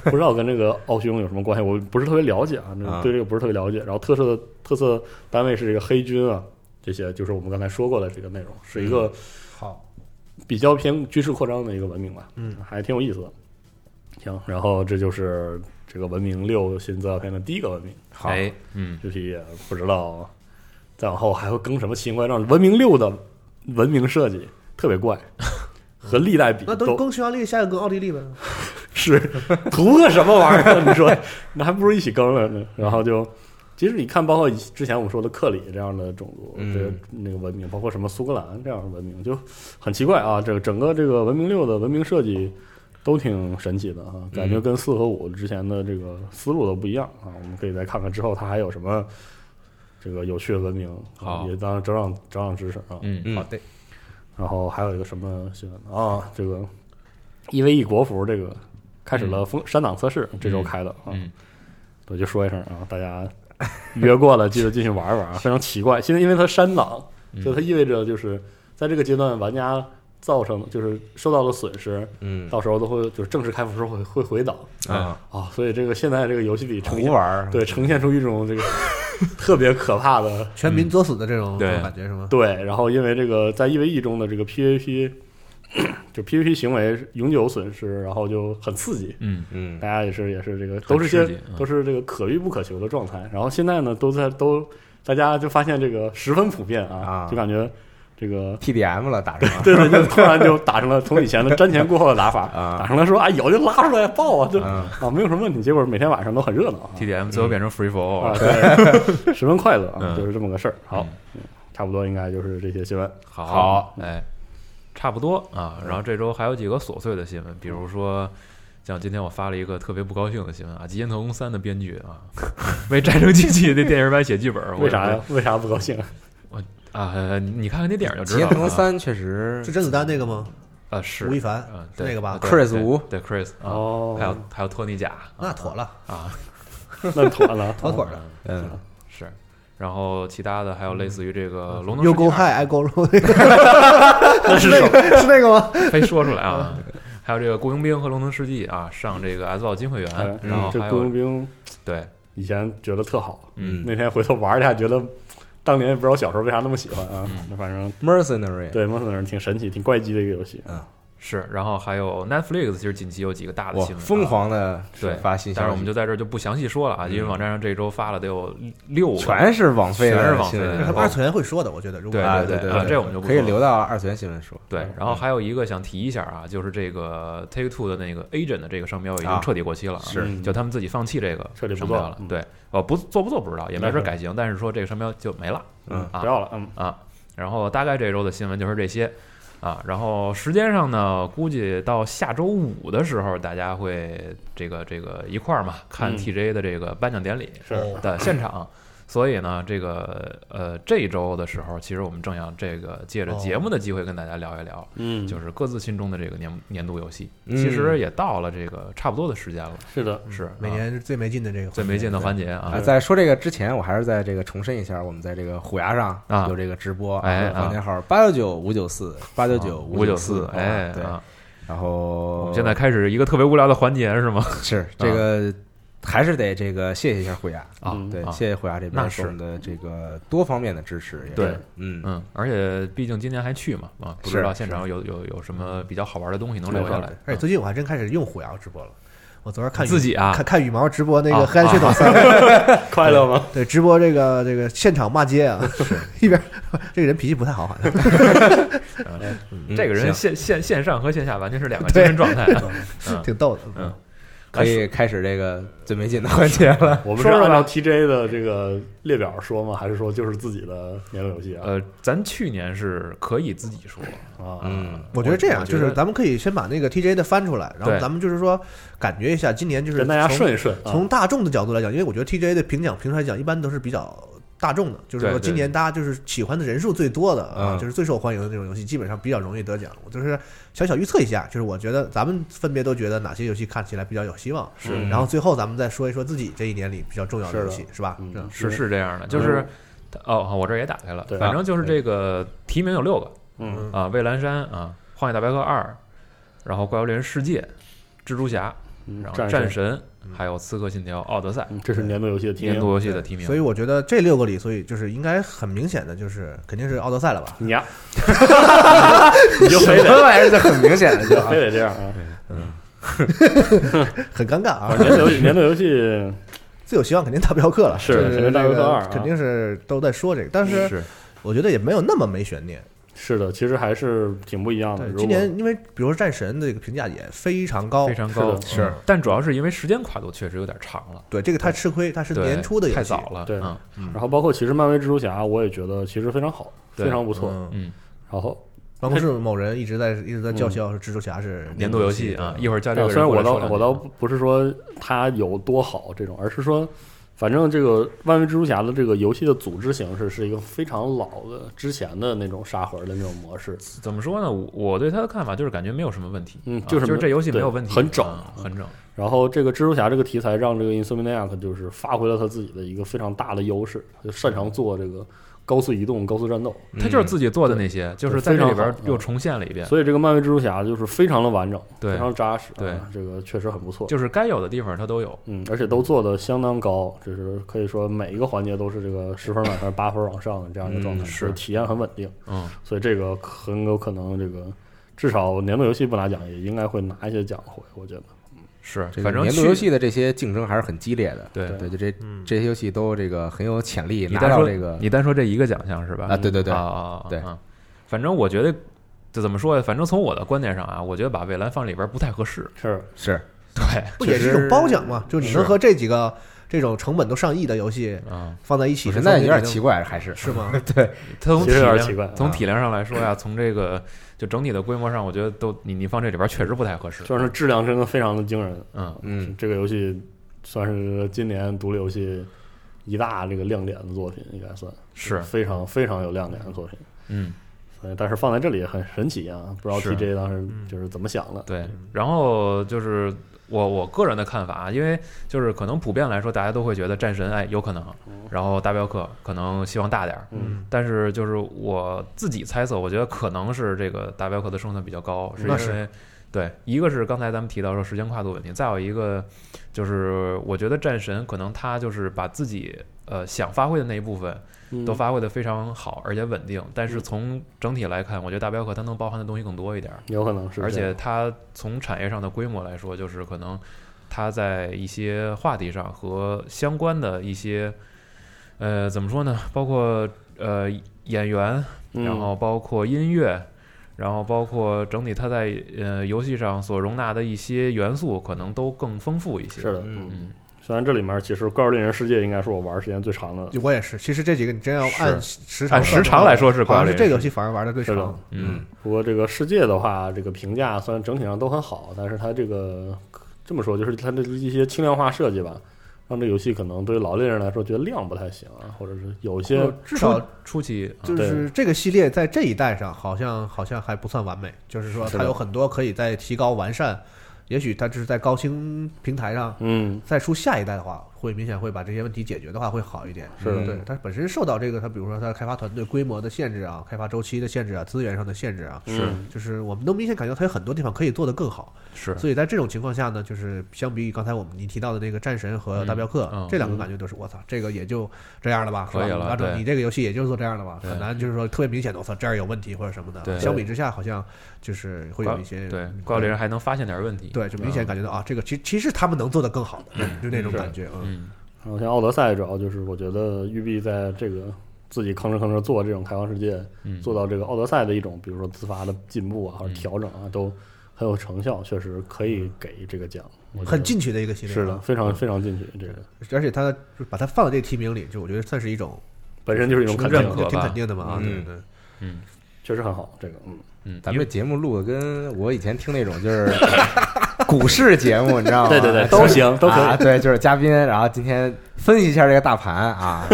Speaker 6: 不知道跟这个奥匈有什么关系，我不是特别了解啊，
Speaker 1: 啊
Speaker 6: 对这个不是特别了解。然后特色的特色单位是这个黑军啊，这些就是我们刚才说过的这个内容，是一个
Speaker 2: 好，
Speaker 6: 比较偏军事扩张的一个文明吧，
Speaker 2: 嗯，
Speaker 6: 还挺有意思的。行，然后这就是这个文明六新资料片的第一个文明，
Speaker 1: 好，
Speaker 4: 哎，嗯，
Speaker 6: 具体也不知道再往后还会更什么奇形怪状。文明六的文明设计特
Speaker 2: *laughs*
Speaker 6: 别怪，和历代比
Speaker 2: 那都更匈牙利，下一个更奥地利呗。
Speaker 6: *laughs* 是图个什么玩意儿啊？你说，那还不如一起更了呢。然后就，其实你看，包括以之前我们说的克里这样的种族，
Speaker 1: 嗯
Speaker 6: 这个那个文明，包括什么苏格兰这样的文明，就很奇怪啊。这个整个这个文明六的文明设计都挺神奇的啊，感觉跟四和五之前的这个思路都不一样啊。我们可以再看看之后它还有什么这个有趣的文明，啊
Speaker 4: 好
Speaker 6: 也当然长长长长知识啊。
Speaker 4: 嗯
Speaker 1: 嗯
Speaker 2: 好的，
Speaker 6: 然后还有一个什么新闻啊？这个 EVE 国服这个开始了封删档测试，这周开的啊，
Speaker 4: 嗯
Speaker 6: 我就说一声啊，大家约过了记得进去玩
Speaker 4: *laughs*
Speaker 6: 一玩啊，非常奇怪。现在因为它删档，
Speaker 4: 嗯
Speaker 6: 所以它意味着就是在这个阶段玩家造成就是受到了损失，
Speaker 1: 嗯
Speaker 6: 到时候都会就是正式开服时候会会回档
Speaker 1: 啊，
Speaker 6: 啊，所以这个现在这个游戏里呈
Speaker 1: 胡
Speaker 6: 现
Speaker 1: 玩儿，
Speaker 6: 对呈现出一
Speaker 1: *laughs*
Speaker 6: 种这个特别可怕的
Speaker 2: *laughs* 全
Speaker 1: 嗯
Speaker 2: 民作死的这种
Speaker 4: 对
Speaker 2: 这种感觉是吗？
Speaker 6: 对，然后因为这个在 EVE 中的这个 PVP，就 PVP 行为永久损失，然后就很刺激，
Speaker 4: 嗯，
Speaker 1: 嗯
Speaker 6: 大家也是也是这个都是些
Speaker 4: 刺激嗯
Speaker 6: 都是这个可遇不可求的状态。然后现在呢，都在都大家就发现这个十分普遍啊，
Speaker 1: 啊
Speaker 6: 就感觉这个。
Speaker 1: ，TDM 了，打什么？
Speaker 6: 对对， *laughs* 就突然就打成了从以前的瞻前顾后的打法，
Speaker 1: 啊
Speaker 6: 打成了说啊有就拉出来爆啊，就
Speaker 1: 嗯
Speaker 6: 啊没有什么问题。结果每天晚上都很热闹啊，
Speaker 4: ，TDM 最后变成 Free for
Speaker 6: 啊
Speaker 4: All，
Speaker 2: *laughs*
Speaker 6: 对， *laughs* 十分快乐啊，
Speaker 4: 哦嗯
Speaker 6: 就是这么个事儿。好，嗯差不多应该就是这些新闻。
Speaker 4: 好，哎，差不多啊。
Speaker 2: 嗯
Speaker 4: 然后这周还有几个琐碎的新闻，比如说。像今天我发了一个特别不高兴的新闻啊，《极限特工三》的编剧啊，
Speaker 6: *laughs*
Speaker 4: 为《战争机器》那电影版写剧本，我
Speaker 6: 为啥呀？？为啥不高兴？
Speaker 4: 啊、你看看那电影就知
Speaker 1: 极
Speaker 4: 道了啊。
Speaker 1: 限特工三确实
Speaker 2: 是甄子丹那个吗？
Speaker 4: 啊，是
Speaker 2: 吴亦凡
Speaker 4: 嗯，
Speaker 2: 是
Speaker 4: 对
Speaker 2: 那个吧
Speaker 4: 对
Speaker 1: Chris
Speaker 4: 对
Speaker 1: 吴
Speaker 4: 对 Chris 啊，
Speaker 6: 哦
Speaker 4: 还有还有托尼贾
Speaker 2: 那妥了，
Speaker 4: 啊，
Speaker 6: *laughs* 那妥了，
Speaker 2: *laughs* 妥妥的。
Speaker 1: 嗯
Speaker 4: 是。然后其他的还有类似于这个《龙
Speaker 2: 又
Speaker 4: 能
Speaker 2: 够
Speaker 4: 世纪
Speaker 2: 嗨，
Speaker 4: *laughs*
Speaker 6: 啊
Speaker 4: 二
Speaker 2: 爱 *laughs* 够 low，那
Speaker 6: *laughs*
Speaker 2: 是那个是那个吗？》
Speaker 4: *laughs*
Speaker 2: 嗯
Speaker 4: 非说出来啊，还有这个《雇佣兵》和《龙能世纪》啊，上这个 S 宝金会员
Speaker 6: 哎，
Speaker 4: 然后
Speaker 6: 这
Speaker 4: 还
Speaker 6: 雇佣
Speaker 4: 有
Speaker 6: 兵
Speaker 4: 对
Speaker 6: 以前觉得特好，
Speaker 1: 嗯
Speaker 6: 那天回头玩一下，觉得当年也不知道小时候为啥那么喜欢啊。
Speaker 4: 嗯
Speaker 6: 那反正
Speaker 1: ，Mercenary，
Speaker 6: 对《蒙特人》挺神奇、挺怪机的一个游戏。
Speaker 4: 嗯是，然后还有 Netflix，其实近期有几个大的
Speaker 1: 哇
Speaker 4: 新，闻，
Speaker 1: 疯。狂的
Speaker 4: 对，
Speaker 1: 发信息，嗯
Speaker 4: 但是我们就在这儿就不详细说了啊，因为网站上这一周发了得有六个，
Speaker 1: 全是网费的
Speaker 4: 全
Speaker 1: 新闻，
Speaker 4: 是网费的
Speaker 2: 他们二次元会说的，我觉得如果
Speaker 4: 对
Speaker 1: 啊，
Speaker 4: 对
Speaker 1: 对
Speaker 4: 啊这我们就不
Speaker 1: 可以
Speaker 4: 说了
Speaker 1: 留到二次元新闻说。
Speaker 4: 对，
Speaker 6: 嗯
Speaker 4: 然后还有一个想提一下啊，就是这个 Take Two 的那个 Agent 的这个商标已
Speaker 1: 啊
Speaker 4: 经彻底过期了啊，
Speaker 6: 是
Speaker 4: 就他们自己放弃这个
Speaker 6: 彻底不
Speaker 4: 商
Speaker 6: 做
Speaker 4: 标
Speaker 6: 了
Speaker 4: 了
Speaker 6: 嗯。
Speaker 4: 对，呃，不做不做不知道，也没
Speaker 6: 但是
Speaker 4: 准改型，但是说这个商标就没了。
Speaker 1: 嗯
Speaker 4: 啊
Speaker 6: 不要了，嗯，
Speaker 4: 啊，然后大概这周的新闻就是这些啊，然后时间上呢，估计到下周五的时候，大家会这个这个一块儿嘛，看
Speaker 6: 嗯
Speaker 4: TJ 的这个颁奖典礼
Speaker 6: 是
Speaker 4: 的现场。所以呢，这个呃，这一周的时候，其实我们正想这个借着节目的机会跟大家聊一聊，
Speaker 6: 嗯
Speaker 4: 就是各自心中的这个年年度游戏，
Speaker 1: 嗯
Speaker 4: 其实也到了这个差不多的时间了，
Speaker 6: 是的，
Speaker 4: 是啊
Speaker 2: 每年是最没劲的这个
Speaker 4: 最没劲的环节
Speaker 1: 啊，
Speaker 4: 啊，
Speaker 1: 在说这个之前，我还是在这个重申一下，我们在这个虎牙上
Speaker 4: 啊
Speaker 1: 有这个直播，
Speaker 4: 哎啊
Speaker 1: 房间号八九九五九四八九九
Speaker 4: 五
Speaker 1: 九
Speaker 4: 四，哎，
Speaker 1: 哎，对，
Speaker 4: 啊
Speaker 1: 然
Speaker 4: 我
Speaker 1: 后
Speaker 4: 啊们现在开始一个特别无聊的环节是吗？
Speaker 1: 是这个还是得这个谢谢一下虎牙
Speaker 4: 啊
Speaker 6: 嗯
Speaker 1: 对，
Speaker 4: 啊
Speaker 1: 谢谢虎牙这
Speaker 4: 那
Speaker 1: 边
Speaker 4: 是
Speaker 1: 给我们的这个多方面的支持，也是
Speaker 6: 对，
Speaker 1: 嗯，
Speaker 4: 嗯，而且毕竟今年还去嘛，啊，不知
Speaker 1: 是
Speaker 4: 道现场有有有什么比较好玩的东西能留
Speaker 1: 没
Speaker 4: 下
Speaker 1: 错
Speaker 4: 来。
Speaker 2: 而且最近我还真开始用虎牙直播了。我昨儿看羽
Speaker 4: 自己啊
Speaker 2: 看看羽毛直播那个
Speaker 4: 啊
Speaker 2: 《黑暗血统三》
Speaker 4: *laughs*
Speaker 6: 快乐吗？
Speaker 2: 对，直播这个这个现场骂街啊，一边 *laughs* 这个人脾气不太好，好
Speaker 4: *laughs*
Speaker 2: 像 *laughs*
Speaker 1: 嗯
Speaker 4: 这个人
Speaker 1: 行
Speaker 4: 线线线上和线下完全是
Speaker 6: *laughs*
Speaker 4: 两个精神状态。 *laughs* 嗯
Speaker 2: 挺逗的。
Speaker 4: 嗯，
Speaker 1: 可以开始这个最没劲的环节
Speaker 4: *laughs*
Speaker 1: 了。
Speaker 6: *laughs* 我们是
Speaker 4: 说说
Speaker 6: 按
Speaker 4: 吧
Speaker 6: 照 TJ 的这个列表说吗？还是说就是自己的年度游戏啊？
Speaker 4: 呃，咱去年是可以自己说，
Speaker 6: 啊，
Speaker 1: 嗯，
Speaker 2: 我觉得这样
Speaker 4: 我
Speaker 2: 就
Speaker 4: 觉
Speaker 2: 是
Speaker 4: 得
Speaker 2: 咱们可以先把那个 TJ 的翻出来，然后
Speaker 4: 对
Speaker 2: 咱们就是说感觉一下今年就是
Speaker 6: 跟大家
Speaker 2: 从
Speaker 6: 顺一顺啊。
Speaker 2: 从大众的角度来讲，因为我觉得 TJ 的评奖平时来讲一般都是比较大众的，就是
Speaker 4: 对
Speaker 2: 说
Speaker 4: 对
Speaker 2: 今年大家就是喜欢的人数最多的啊，
Speaker 1: 嗯
Speaker 2: 就是最受欢迎的那种游戏，基本上比较容易得奖。我就是小小预测一下，就是我觉得咱们分别都觉得哪些游戏看起来比较有希望，
Speaker 6: 是
Speaker 2: 然后最后咱们再说一说自己这一年里比较重要的游戏，是吧？
Speaker 6: 嗯
Speaker 2: 嗯
Speaker 4: 是是这样的，就是哦，好我这儿也打开了，
Speaker 6: 对
Speaker 4: 反正就是这个提名有六个，*laughs*
Speaker 6: 嗯，*laughs*
Speaker 4: 啊，蔚蓝山啊，荒野大白客二，然后怪物猎人世界、蜘蛛侠，
Speaker 6: 嗯
Speaker 4: 然后
Speaker 6: 战
Speaker 4: 战
Speaker 6: 神，
Speaker 4: 神，还有刺客信条、奥德赛，
Speaker 6: 嗯这是年度游戏的提
Speaker 4: 年度
Speaker 6: 名。
Speaker 4: 游戏的提名。
Speaker 2: 所以我觉得这六个里，所以就是应该很明显的就是肯定是奥德赛了吧？*laughs*
Speaker 6: 你呀，你就非得
Speaker 1: 玩意儿？这很明显的就
Speaker 6: *laughs* 非得这样啊！
Speaker 4: 嗯
Speaker 2: 很尴尬啊
Speaker 6: 啊，年度游戏，年度游戏
Speaker 2: 最有希望肯定大镖客了，
Speaker 6: 是
Speaker 2: 就是
Speaker 6: 肯定大镖客二啊
Speaker 2: 肯定是都在说这个，但是
Speaker 4: 是
Speaker 2: 我觉得也没有那么没悬念。
Speaker 6: 是的，其实还是挺不一样的。
Speaker 2: 对，
Speaker 6: 如果
Speaker 2: 今年因为比如说战神的这个评价也非常高，
Speaker 4: 非常高，嗯
Speaker 6: 是的
Speaker 1: 是
Speaker 4: 但主要是因为时间跨度确实有点长了，
Speaker 2: 对这个太吃亏，它是
Speaker 4: 对
Speaker 2: 年初的游戏，
Speaker 4: 太早了，
Speaker 6: 对
Speaker 4: 嗯
Speaker 6: 然后包括其实漫威蜘蛛侠，我也觉得其实非常好，
Speaker 4: 对
Speaker 6: 非常不错。
Speaker 2: 嗯，
Speaker 4: 嗯，
Speaker 6: 然后
Speaker 2: 办公室某人一直在一直在叫嚣，说蜘蛛侠是
Speaker 4: 年度游戏啊，一会儿叫这个人
Speaker 6: 哎虽然
Speaker 4: 过
Speaker 6: 我
Speaker 4: 来
Speaker 6: 倒
Speaker 4: 说两句
Speaker 6: 我倒不是说它有多好这种，而是说，反正这个漫威蜘蛛侠的这个游戏的组织形式是一个非常老的之前的那种沙盒的那种模式，
Speaker 4: 怎么说呢？我我对他的看法就是感觉没有什么问题，
Speaker 6: 嗯
Speaker 4: 啊
Speaker 6: 就
Speaker 4: 就是
Speaker 6: 没
Speaker 4: 这游戏没
Speaker 6: 对
Speaker 4: 有问题，
Speaker 6: 很整嗯
Speaker 4: 啊很整，
Speaker 6: 然后这个蜘蛛侠这个题材让这个 Insomniac 就是发挥了他自己的一个非常大的优势，就擅长做这个高速移动、高速战斗，
Speaker 4: 他就是自己做的那些，就是在
Speaker 6: 非
Speaker 4: 这
Speaker 6: 常
Speaker 4: 里边
Speaker 6: 好
Speaker 4: 又重现了一遍，
Speaker 6: 嗯所以这个漫威蜘蛛侠就是非常的完整，
Speaker 4: 对
Speaker 6: 非常扎实、啊，
Speaker 4: 对
Speaker 6: 这个确实很不错。
Speaker 4: 就是该有的地方他都有，
Speaker 6: 嗯，而且都做的相当高，就是可以说每一个环节都是这个十分满分、八分往上的这样一个状态，
Speaker 1: 嗯
Speaker 6: 是体验很稳定。
Speaker 4: 嗯，
Speaker 6: 所以这个很有可能，这个至少年度游戏不拿奖，也应该会拿一些奖回，我觉得。
Speaker 4: 是，
Speaker 1: 这个
Speaker 4: 反正
Speaker 1: 年度
Speaker 4: 去
Speaker 1: 游戏的这些竞争还是很激烈的，
Speaker 4: 对
Speaker 1: 对，就这
Speaker 2: 嗯
Speaker 1: 这些游戏都这个很有潜力
Speaker 4: 你
Speaker 1: 拿
Speaker 4: 单
Speaker 1: 到
Speaker 4: 说
Speaker 1: 这个
Speaker 4: 你单说这一个奖项是吧？
Speaker 1: 啊，对对对
Speaker 4: 啊，啊啊
Speaker 1: 对
Speaker 4: 啊反正我觉得，这怎么说呀？反正从我的观点上啊，我觉得把蔚蓝放里边不太合适。
Speaker 6: 是，
Speaker 1: 是
Speaker 4: 对，
Speaker 2: 不也是一
Speaker 1: 确
Speaker 2: 种
Speaker 1: 实
Speaker 2: 褒奖嘛？就你能
Speaker 4: 是
Speaker 2: 和这几个这种成本都上亿的游戏
Speaker 4: 啊，
Speaker 2: 放在一起，
Speaker 1: 那有点奇
Speaker 2: 怪，
Speaker 1: 怪，还是
Speaker 4: *laughs*
Speaker 2: 是吗？
Speaker 4: 它从
Speaker 6: 其
Speaker 4: 体
Speaker 6: 实有点
Speaker 4: 量
Speaker 6: 奇怪啊
Speaker 4: 从体量上来说呀，从这个就整体的规模上，我觉得都你你放这里边确实不太合适。
Speaker 6: 算是质量真的非常的惊人。
Speaker 4: 嗯，
Speaker 1: 嗯，
Speaker 6: 这个游戏算是今年独立游戏一大这个亮点的作品，应该算
Speaker 4: 是
Speaker 6: 非常非常有亮点的作品。
Speaker 4: 嗯，
Speaker 6: 所以，但是放在这里也很神奇啊，不知道
Speaker 4: 是嗯
Speaker 6: TJ 当时就是怎么想的。
Speaker 4: 对。然后就是我我个人的看法啊，因为就是可能普遍来说，大家都会觉得战神哎有可能，然后大镖客可能希望大点儿，
Speaker 6: 嗯，
Speaker 4: 但是就是我自己猜测，我觉得可能是这个大镖客的胜算比较高，是
Speaker 2: 那
Speaker 4: 因为对，一个是刚才咱们提到说时间跨度问题，再有一个就是我觉得战神可能他就是把自己呃想发挥的那一部分
Speaker 6: 嗯
Speaker 4: 都发挥的非常好，而且稳定。但是从整体来看，我觉得大镖客它能包含的东西更多一点儿，
Speaker 6: 有可能是这样，
Speaker 4: 而且它从产业上的规模来说，就是可能它在一些话题上和相关的一些，呃，怎么说呢？包括呃演员，
Speaker 6: 嗯
Speaker 4: 然后包括呃音乐，然后包括整体它在呃游戏上所容纳的一些元素，可能都更丰富一些。
Speaker 6: 是的，
Speaker 1: 嗯
Speaker 6: 嗯。虽然这里面其实《怪物猎人世界》应该是我玩儿时间最长的，
Speaker 2: 我也是，其实这几个你真要按时长
Speaker 4: 按
Speaker 2: 算
Speaker 4: 时
Speaker 2: 的话
Speaker 4: 长来，说是
Speaker 2: 好
Speaker 4: 怪猎
Speaker 2: 像是
Speaker 4: 人
Speaker 2: 这个游戏反而玩的最
Speaker 6: 是
Speaker 2: 长
Speaker 6: 的。
Speaker 4: 嗯，
Speaker 6: 不过这个世界的话，这个评价虽然整体上都很好，但是它这个这么说，就是它的一些轻量化设计吧，让这游戏可能对老猎人来说觉得量不太行啊，或者是有一些
Speaker 4: 就
Speaker 2: 哦至少
Speaker 4: 初初期啊
Speaker 2: 就是这个系列在这一代上，好像好像还不算完美，就是说
Speaker 6: 是
Speaker 2: 它
Speaker 6: 的
Speaker 2: 有很多可以再提高完善。也许它就是在高清平台上
Speaker 6: 嗯
Speaker 2: 再出下一代的话，会明显会把这些问题解决的话，会好一点。嗯
Speaker 1: 是的
Speaker 2: 对，它本身受到这个它比如说它开发团队规模的限制啊，开发周期的限制啊，资源上的限制啊，
Speaker 6: 是
Speaker 2: 就是我们能明显感觉到它有很多地方可以做得更好。
Speaker 4: 是
Speaker 2: 所以在这种情况下呢，就是相比于刚才我们您提到的那个战神和大镖客、
Speaker 4: 嗯嗯
Speaker 2: 这两个，感觉都是我操，这个也就这样了吧，
Speaker 4: 可以
Speaker 2: 是吧
Speaker 4: 了
Speaker 2: 阿
Speaker 4: 对
Speaker 2: 正，你这个游戏也就是做这样了吧，
Speaker 4: 对
Speaker 2: 很难就是说特别明显的我操这儿有问题或者什么
Speaker 4: 对
Speaker 2: 的。相比之下，好像就是会有一些
Speaker 4: 对
Speaker 2: 嗯
Speaker 4: 怪物猎人还能发现点问题，嗯
Speaker 2: 对，就明显感觉到啊，这个其其实他们能做得更好的，就那种感觉，嗯，
Speaker 4: 嗯，
Speaker 6: 然后像奥德赛，主要就是我觉得育碧在这个自己吭哧吭哧做这种开放世界，
Speaker 4: 嗯
Speaker 6: 做到这个奥德赛的一种，比如说自发的进步啊，或者调整啊，都很有成效，确实可以给这个奖。我觉得
Speaker 2: 很进取的一个系列，啊
Speaker 6: 是的，，非常非常进取，这个
Speaker 2: 而且他就把它放在这个提名里，就我觉得算是一种
Speaker 6: 本身就是一种肯
Speaker 4: 认
Speaker 6: 定
Speaker 4: 可，
Speaker 2: 就挺
Speaker 4: 吧
Speaker 2: 肯定的嘛啊，对
Speaker 1: 嗯
Speaker 2: 对对。
Speaker 6: 确实很好。这个嗯，
Speaker 4: 嗯，
Speaker 1: 咱们这节目录的跟我以前听那种就是
Speaker 6: *laughs*
Speaker 1: 股市节目，你知道吗？
Speaker 6: 对对对都行都可以
Speaker 1: 啊对，就是嘉宾，然后今天分析一下这个大盘
Speaker 6: *laughs*
Speaker 1: 啊，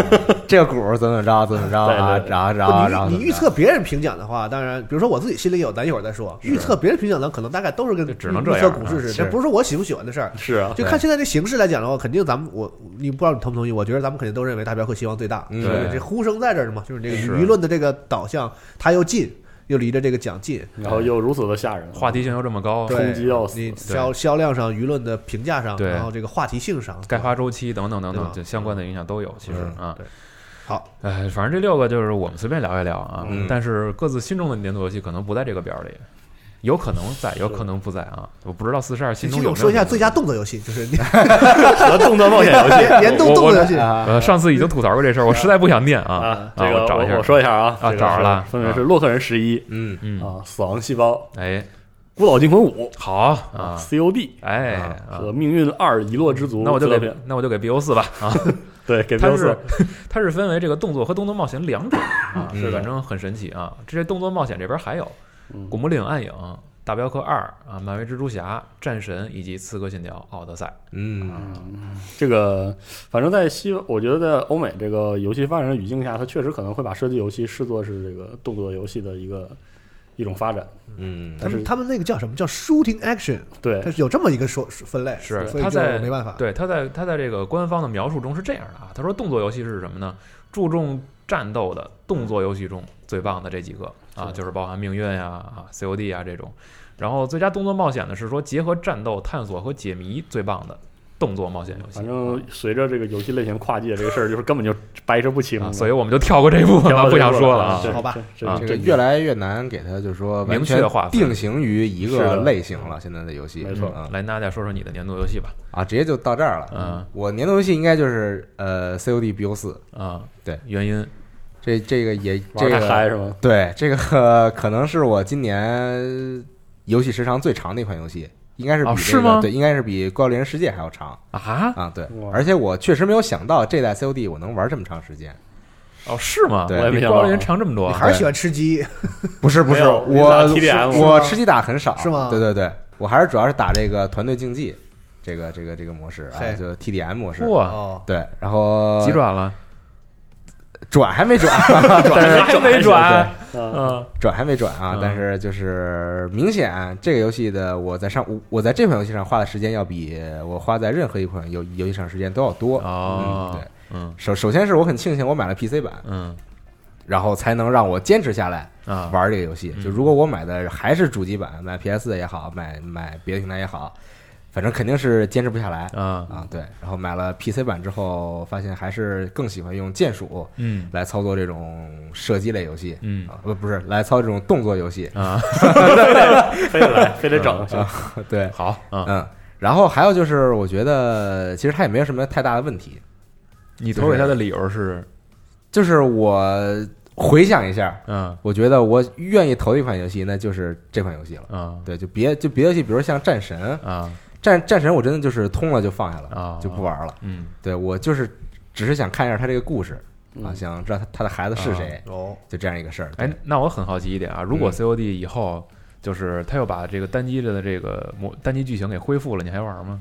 Speaker 1: 这个股怎么着怎么着啊，
Speaker 6: 对对对
Speaker 1: 然后然
Speaker 2: 不
Speaker 1: 后
Speaker 2: 你
Speaker 1: 然后
Speaker 2: 你
Speaker 1: 怎么
Speaker 2: 预
Speaker 1: 着
Speaker 2: 测别人评奖的话，当然，比如说我自己心里有，咱一会儿再说。预测别人评奖咱可能大概都是跟
Speaker 4: 就只能
Speaker 2: 预
Speaker 4: 这
Speaker 2: 测
Speaker 4: 样啊
Speaker 2: 股市似的，
Speaker 1: 是
Speaker 2: 这不是说我喜不喜欢的事儿。
Speaker 6: 是啊，
Speaker 2: 就看现在这形势来讲的话，肯定咱们我你不知道你同不同意？我觉得咱们肯定都认为大镖客希望最大，
Speaker 1: 嗯
Speaker 2: 所以
Speaker 4: 对
Speaker 2: 这呼声在这儿嘛，就是这个
Speaker 4: 是
Speaker 2: 舆论的这个导向，它又近又离着这个奖近，
Speaker 6: 然后又如此的吓人，
Speaker 4: 话题性又这么高，
Speaker 2: 对
Speaker 6: 冲击要死
Speaker 2: 你
Speaker 6: 对
Speaker 2: 销销量上、舆论的评价上，
Speaker 4: 对
Speaker 2: 然后这个话题性上，
Speaker 4: 开发周期等等等
Speaker 2: 对
Speaker 4: 等，
Speaker 2: 吧
Speaker 4: 就相关的影响都有。其实
Speaker 1: 嗯
Speaker 4: 啊
Speaker 2: 对，好，
Speaker 4: 哎，反正这六个就是我们随便聊一聊啊
Speaker 1: 嗯，
Speaker 4: 但是各自心中的年度游戏可能不在这个表里，有可能在，有可能不在啊，我不知道四十二心
Speaker 2: 秦
Speaker 4: 中有
Speaker 2: 总
Speaker 4: 没有
Speaker 2: 说一下
Speaker 4: 年度
Speaker 2: 最佳动作游戏，就是你
Speaker 6: *laughs* 和动作冒险游戏 *laughs*
Speaker 2: 年度
Speaker 4: 我
Speaker 2: 动
Speaker 4: 我
Speaker 2: 作游戏，
Speaker 4: 呃，上次已经吐槽过这事儿，我实在不想念啊
Speaker 6: 啊，，这个
Speaker 4: 我找一下，
Speaker 6: 我我说一下啊，
Speaker 4: 啊
Speaker 6: 这个
Speaker 4: 找着了
Speaker 6: 是分别是洛克人十一
Speaker 1: 嗯
Speaker 4: 嗯，
Speaker 6: 啊，死亡细胞、
Speaker 4: 哎，
Speaker 6: 孤岛惊魂五
Speaker 4: 好啊，
Speaker 6: COD
Speaker 4: 哎，啊
Speaker 6: 和命运二遗落之族，
Speaker 4: 那我就
Speaker 6: 资料
Speaker 4: 给
Speaker 6: 片
Speaker 4: 那我就给 BO 四吧啊，
Speaker 6: *laughs* 对给
Speaker 4: 它
Speaker 6: BO
Speaker 4: 是
Speaker 6: *laughs* 四，
Speaker 4: 它是分为这个动作和动作冒险两种啊，
Speaker 6: 是的
Speaker 4: 反正很神奇啊。这些动作冒险这边还有
Speaker 6: 嗯
Speaker 4: 《古墓丽影：暗影》《大镖客二》啊，《漫威蜘蛛侠》《战神》以及《刺客信条：奥德赛》。
Speaker 1: 嗯
Speaker 6: 啊这个，反正在西，我觉得在欧美这个游戏发展的语境下，它确实可能会把射击游戏视作是这个动作游戏的一个一种发展。
Speaker 1: 嗯
Speaker 2: 他
Speaker 6: 但
Speaker 2: 们
Speaker 6: 是
Speaker 2: 他们那个叫什么叫 shooting action，
Speaker 6: 对
Speaker 2: 它，是有这么一个说分类，
Speaker 4: 是
Speaker 2: 所以
Speaker 4: 他
Speaker 2: 就
Speaker 4: 在
Speaker 2: 没办法，
Speaker 4: 对，他在他在这个官方的描述中是这样的啊，他说动作游戏是什么呢？注重战斗的动作游戏中最棒的这几个啊，就是包含命运呀、啊、COD 啊这种。然后最佳动作冒险呢是说结合战斗、探索和解谜最棒的动作冒险游戏。
Speaker 6: 反
Speaker 1: 啊
Speaker 6: 正随着这个游戏类型跨界这个事儿，就是根本就掰扯不清
Speaker 4: 啊，
Speaker 6: 了
Speaker 4: 所以我们就跳过这一
Speaker 6: *laughs*
Speaker 4: 部分
Speaker 6: 天花
Speaker 4: 了，
Speaker 6: 乱坠
Speaker 4: 不想说了啊。
Speaker 6: 是
Speaker 2: 好吧
Speaker 6: 是
Speaker 4: 啊
Speaker 1: 这
Speaker 6: 是
Speaker 1: 个
Speaker 6: 这
Speaker 1: 越来越难给他就是说完
Speaker 4: 明确
Speaker 1: 全
Speaker 4: 划分
Speaker 1: 定型于一个
Speaker 6: 是的
Speaker 1: 类型了，现在的游戏
Speaker 6: 没错
Speaker 1: 嗯
Speaker 4: 来，娜姐说说你的年度游戏吧。
Speaker 1: 啊，直接就到这儿了。
Speaker 4: 嗯，
Speaker 1: 我年度游戏应该就是呃 COD BO 四，
Speaker 4: 啊，
Speaker 1: 对，
Speaker 4: 原因
Speaker 1: 这这个也这
Speaker 6: 玩太嗨
Speaker 1: 个
Speaker 6: 是吗？
Speaker 1: *laughs* 对这个 *laughs* 可能是我今年游戏时长最长的一款游戏，应该是比
Speaker 4: 哦
Speaker 1: 这个
Speaker 4: 是吗
Speaker 1: 对，应该是比《怪物猎人世界》还要长
Speaker 4: 啊，
Speaker 1: 啊。对
Speaker 6: 哇，
Speaker 1: 而且我确实没有想到这代 COD 我能玩这么长时间。
Speaker 4: 哦，是吗？
Speaker 1: 对
Speaker 6: 我也
Speaker 4: 比
Speaker 6: 没
Speaker 4: 《
Speaker 6: 想
Speaker 4: 光
Speaker 6: 到
Speaker 4: 人》长这么
Speaker 2: 你
Speaker 4: 多。
Speaker 2: 还是喜欢吃鸡，
Speaker 1: 不是不是，
Speaker 6: 没有你
Speaker 1: 我
Speaker 6: 打 TDM
Speaker 1: 我
Speaker 2: 是吗
Speaker 1: 吃鸡打很少，
Speaker 2: 是吗
Speaker 1: 对对对，我还是主要是打这个团队竞技，这个这个这个模式啊
Speaker 2: 嘿，
Speaker 1: 就 TDM 模式。
Speaker 4: 哇，
Speaker 2: 哦，
Speaker 1: 对，然后
Speaker 4: 急转了，
Speaker 1: 转还没
Speaker 4: *laughs*
Speaker 1: 转，
Speaker 4: 但是还没转
Speaker 6: 转，啊，
Speaker 4: 嗯，
Speaker 1: 转还没转啊
Speaker 4: 嗯！
Speaker 1: 但是就是明显这个游戏的我在上我我在这款游戏上花的时间要比我花在任何一款游游戏上时间都要多。
Speaker 4: 哦
Speaker 1: 嗯对，
Speaker 4: 嗯
Speaker 1: 首首先是我很庆幸我买了 PC 版，
Speaker 4: 嗯
Speaker 1: 然后才能让我坚持下来
Speaker 4: 啊，
Speaker 1: 玩这个游戏
Speaker 4: 嗯。
Speaker 1: 就如果我买的还是主机版，买 PS 也好，买
Speaker 4: 嗯
Speaker 1: 买别的平台也好，反正肯定是坚持不下来
Speaker 4: 啊，
Speaker 1: 啊。对，然后买了 PC 版之后，发现还是更喜欢用键鼠
Speaker 4: 嗯
Speaker 1: 来操作这种射击类游戏。
Speaker 4: 嗯
Speaker 1: 啊，不不是来操这种动作游戏， *laughs* 啊
Speaker 4: 啊，
Speaker 6: 非得来，非得整，
Speaker 1: 对，
Speaker 4: 好啊，
Speaker 1: 嗯，然后还有就是，我觉得其实它也没有什么太大的问题，
Speaker 4: 你投给他的理由是，
Speaker 1: 就是我回想一下，
Speaker 4: 嗯
Speaker 1: 我觉得我愿意投一款游戏，那就是这款游戏了。
Speaker 4: 啊
Speaker 1: 对，就别就别的游戏，比如像战神，
Speaker 4: 啊
Speaker 1: 战战神我真的就是通了就放下了，
Speaker 4: 啊，
Speaker 1: 就不玩了。
Speaker 4: 嗯
Speaker 1: 对我就是只是想看一下他这个故事啊，
Speaker 6: 嗯
Speaker 1: 想知道他他的孩子是谁，
Speaker 2: 哦，
Speaker 1: 就这样一个事儿。对
Speaker 4: 哎，，那我很好奇一点啊，如果
Speaker 1: 嗯
Speaker 4: COD 以后就是他又把这个单机的这个模单机剧情给恢复了，你还玩吗？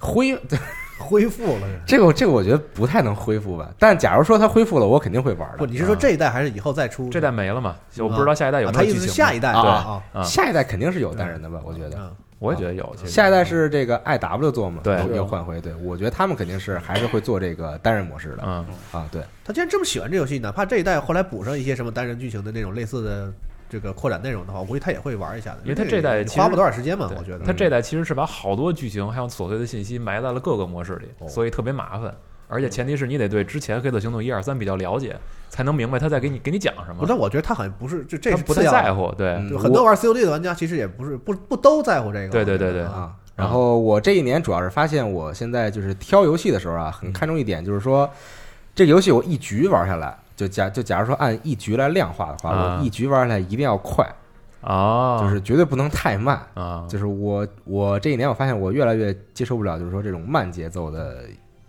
Speaker 1: 恢 *laughs*
Speaker 2: 恢复了。
Speaker 1: 这个这个我觉得不太能恢复吧，但假如说他恢复了，我肯定会玩
Speaker 2: 不，
Speaker 1: 的。
Speaker 2: 你是说这一代还是以后再出？
Speaker 4: 嗯这代没了嘛？我不知道下一代有
Speaker 2: 啊
Speaker 4: 没
Speaker 2: 他
Speaker 4: 有
Speaker 2: 意
Speaker 4: 剧
Speaker 2: 思是
Speaker 4: 情。
Speaker 2: 下一代
Speaker 1: 啊
Speaker 2: 啊
Speaker 1: 下一代肯定是有单人的吧？我觉得
Speaker 2: 啊，
Speaker 4: 我也觉得有。
Speaker 7: 嗯
Speaker 4: 其实
Speaker 1: 下一代是这个 I W 做嘛？
Speaker 4: 对
Speaker 1: 要要换回。对，我觉得他们肯定是还是会做这个单人模式的
Speaker 4: 嗯，
Speaker 1: 啊。对，
Speaker 2: 他既然这么喜欢这游戏，哪怕这一代后来补上一些什么单人剧情的那种类似的这个扩展内容的话，我估计他也会玩一下的，
Speaker 4: 因为他这代
Speaker 2: 你
Speaker 4: 其实
Speaker 2: 花不多少时间嘛
Speaker 4: 对，
Speaker 2: 我觉得
Speaker 4: 他这代其实是把好多剧情还有琐碎的信息埋在了各个模式
Speaker 2: 哦
Speaker 4: 里，所以特别麻烦。而且前提是你得对之前《黑色行动》一二三比较了解，才能明白他在给你给你讲什么
Speaker 2: 嗯不，。但我觉得他好像不是，就这
Speaker 4: 他
Speaker 2: 是
Speaker 4: 不
Speaker 2: 次
Speaker 4: 太
Speaker 2: 要的
Speaker 4: 在乎，对
Speaker 1: 嗯
Speaker 2: 就很多玩 COD 的玩家其实也不是不不都在乎这个。
Speaker 4: 对对对对嗯
Speaker 2: 啊，
Speaker 1: 啊。然后我这一年主要是发现，我现在就是挑游戏的时候啊，很看重一点，就是说这个游戏我一局玩下来，就假就假如说按一局来量化的话，
Speaker 4: 啊
Speaker 1: 我一局玩下来一定要快，
Speaker 4: 啊，
Speaker 1: 就是绝对不能太慢。
Speaker 4: 啊，
Speaker 1: 就是我我这一年我发现我越来越接受不了，就是说这种慢节奏的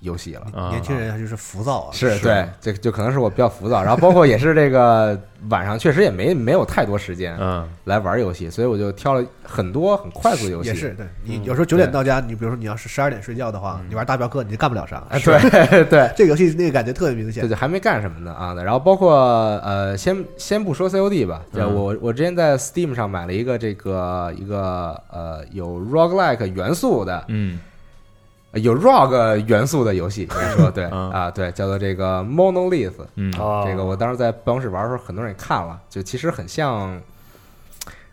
Speaker 1: 游戏了。
Speaker 4: 啊
Speaker 2: 年轻人就是浮躁啊，
Speaker 1: 是对，这就可能是我比较浮躁，然后包括也是这个晚上确实也没没有太多时间
Speaker 4: 嗯
Speaker 1: 来玩游戏，所以我就挑了很多很快速的游戏。嗯
Speaker 2: 也是，对你有时候九点到家，你比如说你要是十二点睡觉的话，你玩大镖客你就干不了啥。
Speaker 1: 啊，嗯对对，
Speaker 2: 这个游戏那个感觉特别明
Speaker 1: 对
Speaker 2: 显，
Speaker 1: 对，还没干什么呢啊。然后包括呃，先先不说 COD 吧，
Speaker 4: 嗯
Speaker 1: 就我我之前在 Steam 上买了一个这个一个呃有 roguelike 元素的
Speaker 4: 嗯
Speaker 1: 有 rog 元素的游戏，应该说对
Speaker 4: 嗯
Speaker 1: 啊对，叫做这个 Monolith。
Speaker 4: 嗯
Speaker 6: 啊，
Speaker 1: 这个我当时在办公室玩的时候，很多人也看了，就其实很像，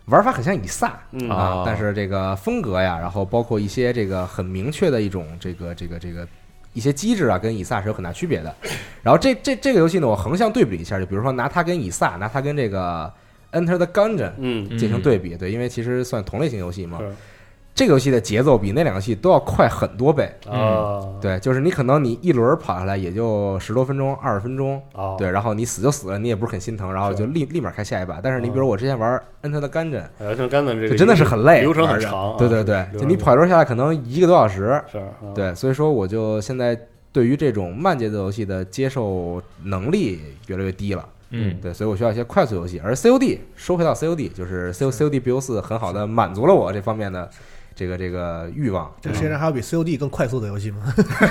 Speaker 1: 玩法很像以撒
Speaker 6: 嗯
Speaker 1: 啊
Speaker 4: 哦，
Speaker 1: 但是这个风格呀，然后包括一些这个很明确的一种这个这个这个一些机制啊，跟以撒是有很大区别的。然后这这这个游戏呢，我横向对比一下，就比如说拿它跟以撒，拿它跟这个 Enter the Gungeon
Speaker 6: 嗯
Speaker 1: 进行对比，对，因为其实算同类型游戏嘛
Speaker 6: 是。
Speaker 1: 这个游戏的节奏比那两个游戏都要快很多倍，
Speaker 2: 嗯
Speaker 6: 啊，
Speaker 1: 对，就是你可能你一轮跑下来也就十多分钟、二十分钟，
Speaker 2: 哦
Speaker 6: 啊，
Speaker 1: 对，然后你死就死了，你也不是很心疼，然后就立立马开下一把。但是你
Speaker 6: 嗯
Speaker 1: 比
Speaker 2: 哦
Speaker 1: 如我之前玩《恩特的甘蔗》，
Speaker 6: 哎，像甘南这
Speaker 1: 就
Speaker 6: 个
Speaker 1: 真的是很累，
Speaker 6: 流程很
Speaker 1: 玩着
Speaker 6: 长啊，
Speaker 1: 对对对，
Speaker 6: 流
Speaker 1: 就
Speaker 6: 程
Speaker 1: 你跑一轮下来可能一个多小时。
Speaker 6: 是，啊，
Speaker 1: 对，所以说我就现在对于这种慢节奏游戏的接受能力越来越低了。
Speaker 4: 嗯
Speaker 1: 对，所以我需要一些快速游戏。而 COD 说回到 COD，就是 C COD BO 四很好的满足了我这方面的这个这个欲望。
Speaker 2: 这个世界上还有比 COD 更快速的游戏吗？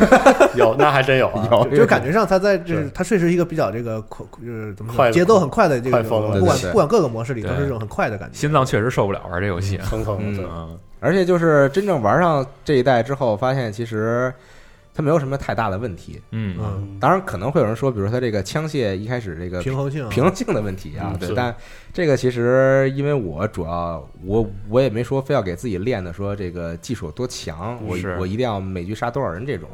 Speaker 6: *laughs* 有那还真有啊，
Speaker 1: 哦有
Speaker 2: *laughs* 就就感觉上他在就是
Speaker 6: 是
Speaker 2: 他确实是一个比较这个快就是怎么说
Speaker 6: 快的
Speaker 2: 节奏很快的这个
Speaker 6: 快风了
Speaker 2: 不管
Speaker 1: 对对对
Speaker 2: 不管各个模式里
Speaker 4: 对
Speaker 2: 都是这种很快的感觉。
Speaker 4: 心脏确实受不了玩这游戏，
Speaker 6: 坑坑的，
Speaker 4: 嗯
Speaker 1: 而且就是真正玩上这一代之后，发现其实它没有什么太大的问题。
Speaker 4: 嗯
Speaker 2: 嗯，
Speaker 1: 当然可能会有人说，比如它这个枪械一开始这个
Speaker 2: 平衡性啊
Speaker 1: 平衡性的问题啊，
Speaker 6: 嗯
Speaker 1: 对，
Speaker 6: 是
Speaker 1: 但这个其实因为我主要我我也没说非要给自己练的说这个技术有多强，
Speaker 6: 嗯
Speaker 1: 我
Speaker 4: 是
Speaker 1: 我一定要每局杀多少人这种，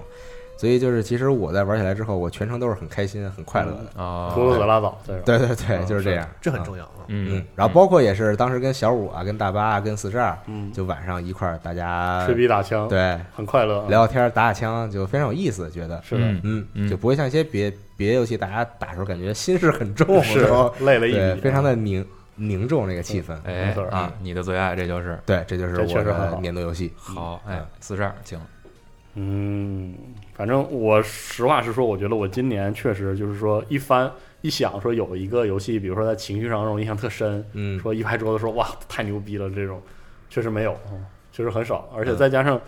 Speaker 1: 所以就是其实我在玩起来之后，我全程都是很开心、很快乐的。
Speaker 6: 嗯
Speaker 4: 啊，
Speaker 6: 除了可拉倒，对吧
Speaker 1: 对对对，
Speaker 6: 嗯
Speaker 1: 就是这样，
Speaker 2: 这很
Speaker 1: 要。
Speaker 2: 重要啊。
Speaker 1: 嗯
Speaker 4: 嗯，，
Speaker 1: 然后包括也是当时跟小五啊、跟大巴啊、跟四十二，
Speaker 6: 嗯，
Speaker 1: 就晚上一块儿大家
Speaker 6: 吹逼打枪，，
Speaker 1: 对
Speaker 6: 很快乐啊，
Speaker 1: 聊聊天儿、打打枪，就非常有意思，觉得
Speaker 6: 是的，
Speaker 1: 嗯
Speaker 4: 嗯，
Speaker 1: 就不会像一些别别游戏，大家打的时候感觉心事很重，
Speaker 6: 是
Speaker 1: 然后
Speaker 6: 累了一
Speaker 1: 对
Speaker 6: 笔，，
Speaker 1: 非常的凝凝重那个气氛。嗯
Speaker 4: 哎
Speaker 6: 没错
Speaker 4: 啊，你的最爱这就是
Speaker 1: 对，这就是
Speaker 6: 这确
Speaker 1: 我
Speaker 6: 实很
Speaker 1: 的
Speaker 6: 好
Speaker 1: 年度游戏。
Speaker 4: 好，哎，四十二，请
Speaker 6: 嗯，反正我实话实说，我觉得我今年确实就是说一翻一想，说有一个游戏，比如说在情绪上让我印象特深，
Speaker 1: 嗯，
Speaker 6: 说一拍桌子说哇太牛逼了这种，确实没有，嗯确实很少，
Speaker 1: 嗯
Speaker 6: 而且再加上。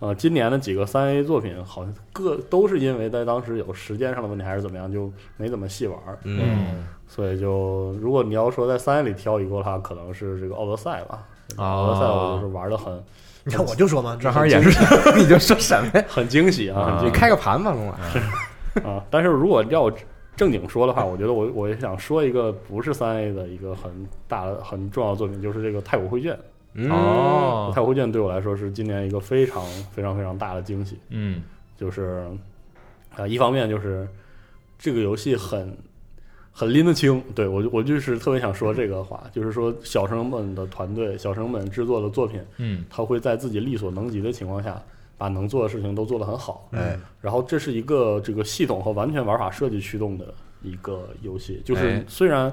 Speaker 6: 呃，今年的几个三 A 作品好像各都是因为在当时有时间上的问题还是怎么样，就没怎么细玩儿。
Speaker 1: 嗯，
Speaker 6: 所以就如果你要说在三 A 里挑一个的话，可能是这个奥德赛吧。
Speaker 4: 哦
Speaker 6: 奥德赛我就是玩的很
Speaker 2: 你看我就说嘛，
Speaker 4: 正好也是，
Speaker 1: *laughs* 你就说什么呀？
Speaker 6: 很惊喜啊，
Speaker 1: 你
Speaker 6: 很惊
Speaker 1: 开个盘吧，龙马。
Speaker 6: 喜啊！但是如果要我正经说的话，我觉得我我也想说一个不是三 A 的一个很大的很重要的作品，就是这个《太古绘卷》。
Speaker 1: 嗯，
Speaker 6: 《
Speaker 4: 哦，
Speaker 6: 太古绘卷》对我来说是今年一个非常非常非常大的惊喜，
Speaker 4: 嗯
Speaker 6: 就是啊，一方面就是这个游戏很很拎得清，对我就我就是特别想说这个话，就是说小成本的团队、小成本制作的作品，
Speaker 4: 嗯
Speaker 6: 他会在自己力所能及的情况下，把能做的事情都做得很好。
Speaker 1: 哎，
Speaker 6: 然后这是一个这个系统和完全玩法设计驱动的一个游戏，就
Speaker 4: 哎
Speaker 6: 是虽然、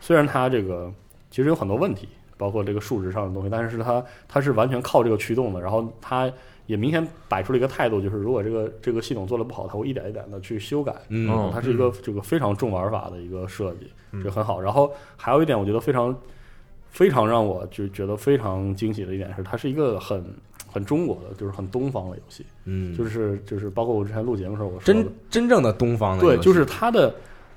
Speaker 6: 虽然它这个其实有很多问题，包括这个数值上的东西，但是它它是完全靠这个驱动的，然后它也明显摆出了一个态度，就是如果这个这个系统做的不好，它会一点一点的去修改。
Speaker 1: 嗯
Speaker 6: 它是一个这个非常重玩法的一个设计，这很好。然后还有一点，我觉得非常非常让我就觉得非常惊喜的一点是，它是一个很很中国的，就是很东方的游戏，
Speaker 1: 嗯，
Speaker 6: 就是就是包括我之前录节目的时候我说的
Speaker 1: 真真正的东方的游
Speaker 6: 对，
Speaker 1: 戏
Speaker 6: 就是它的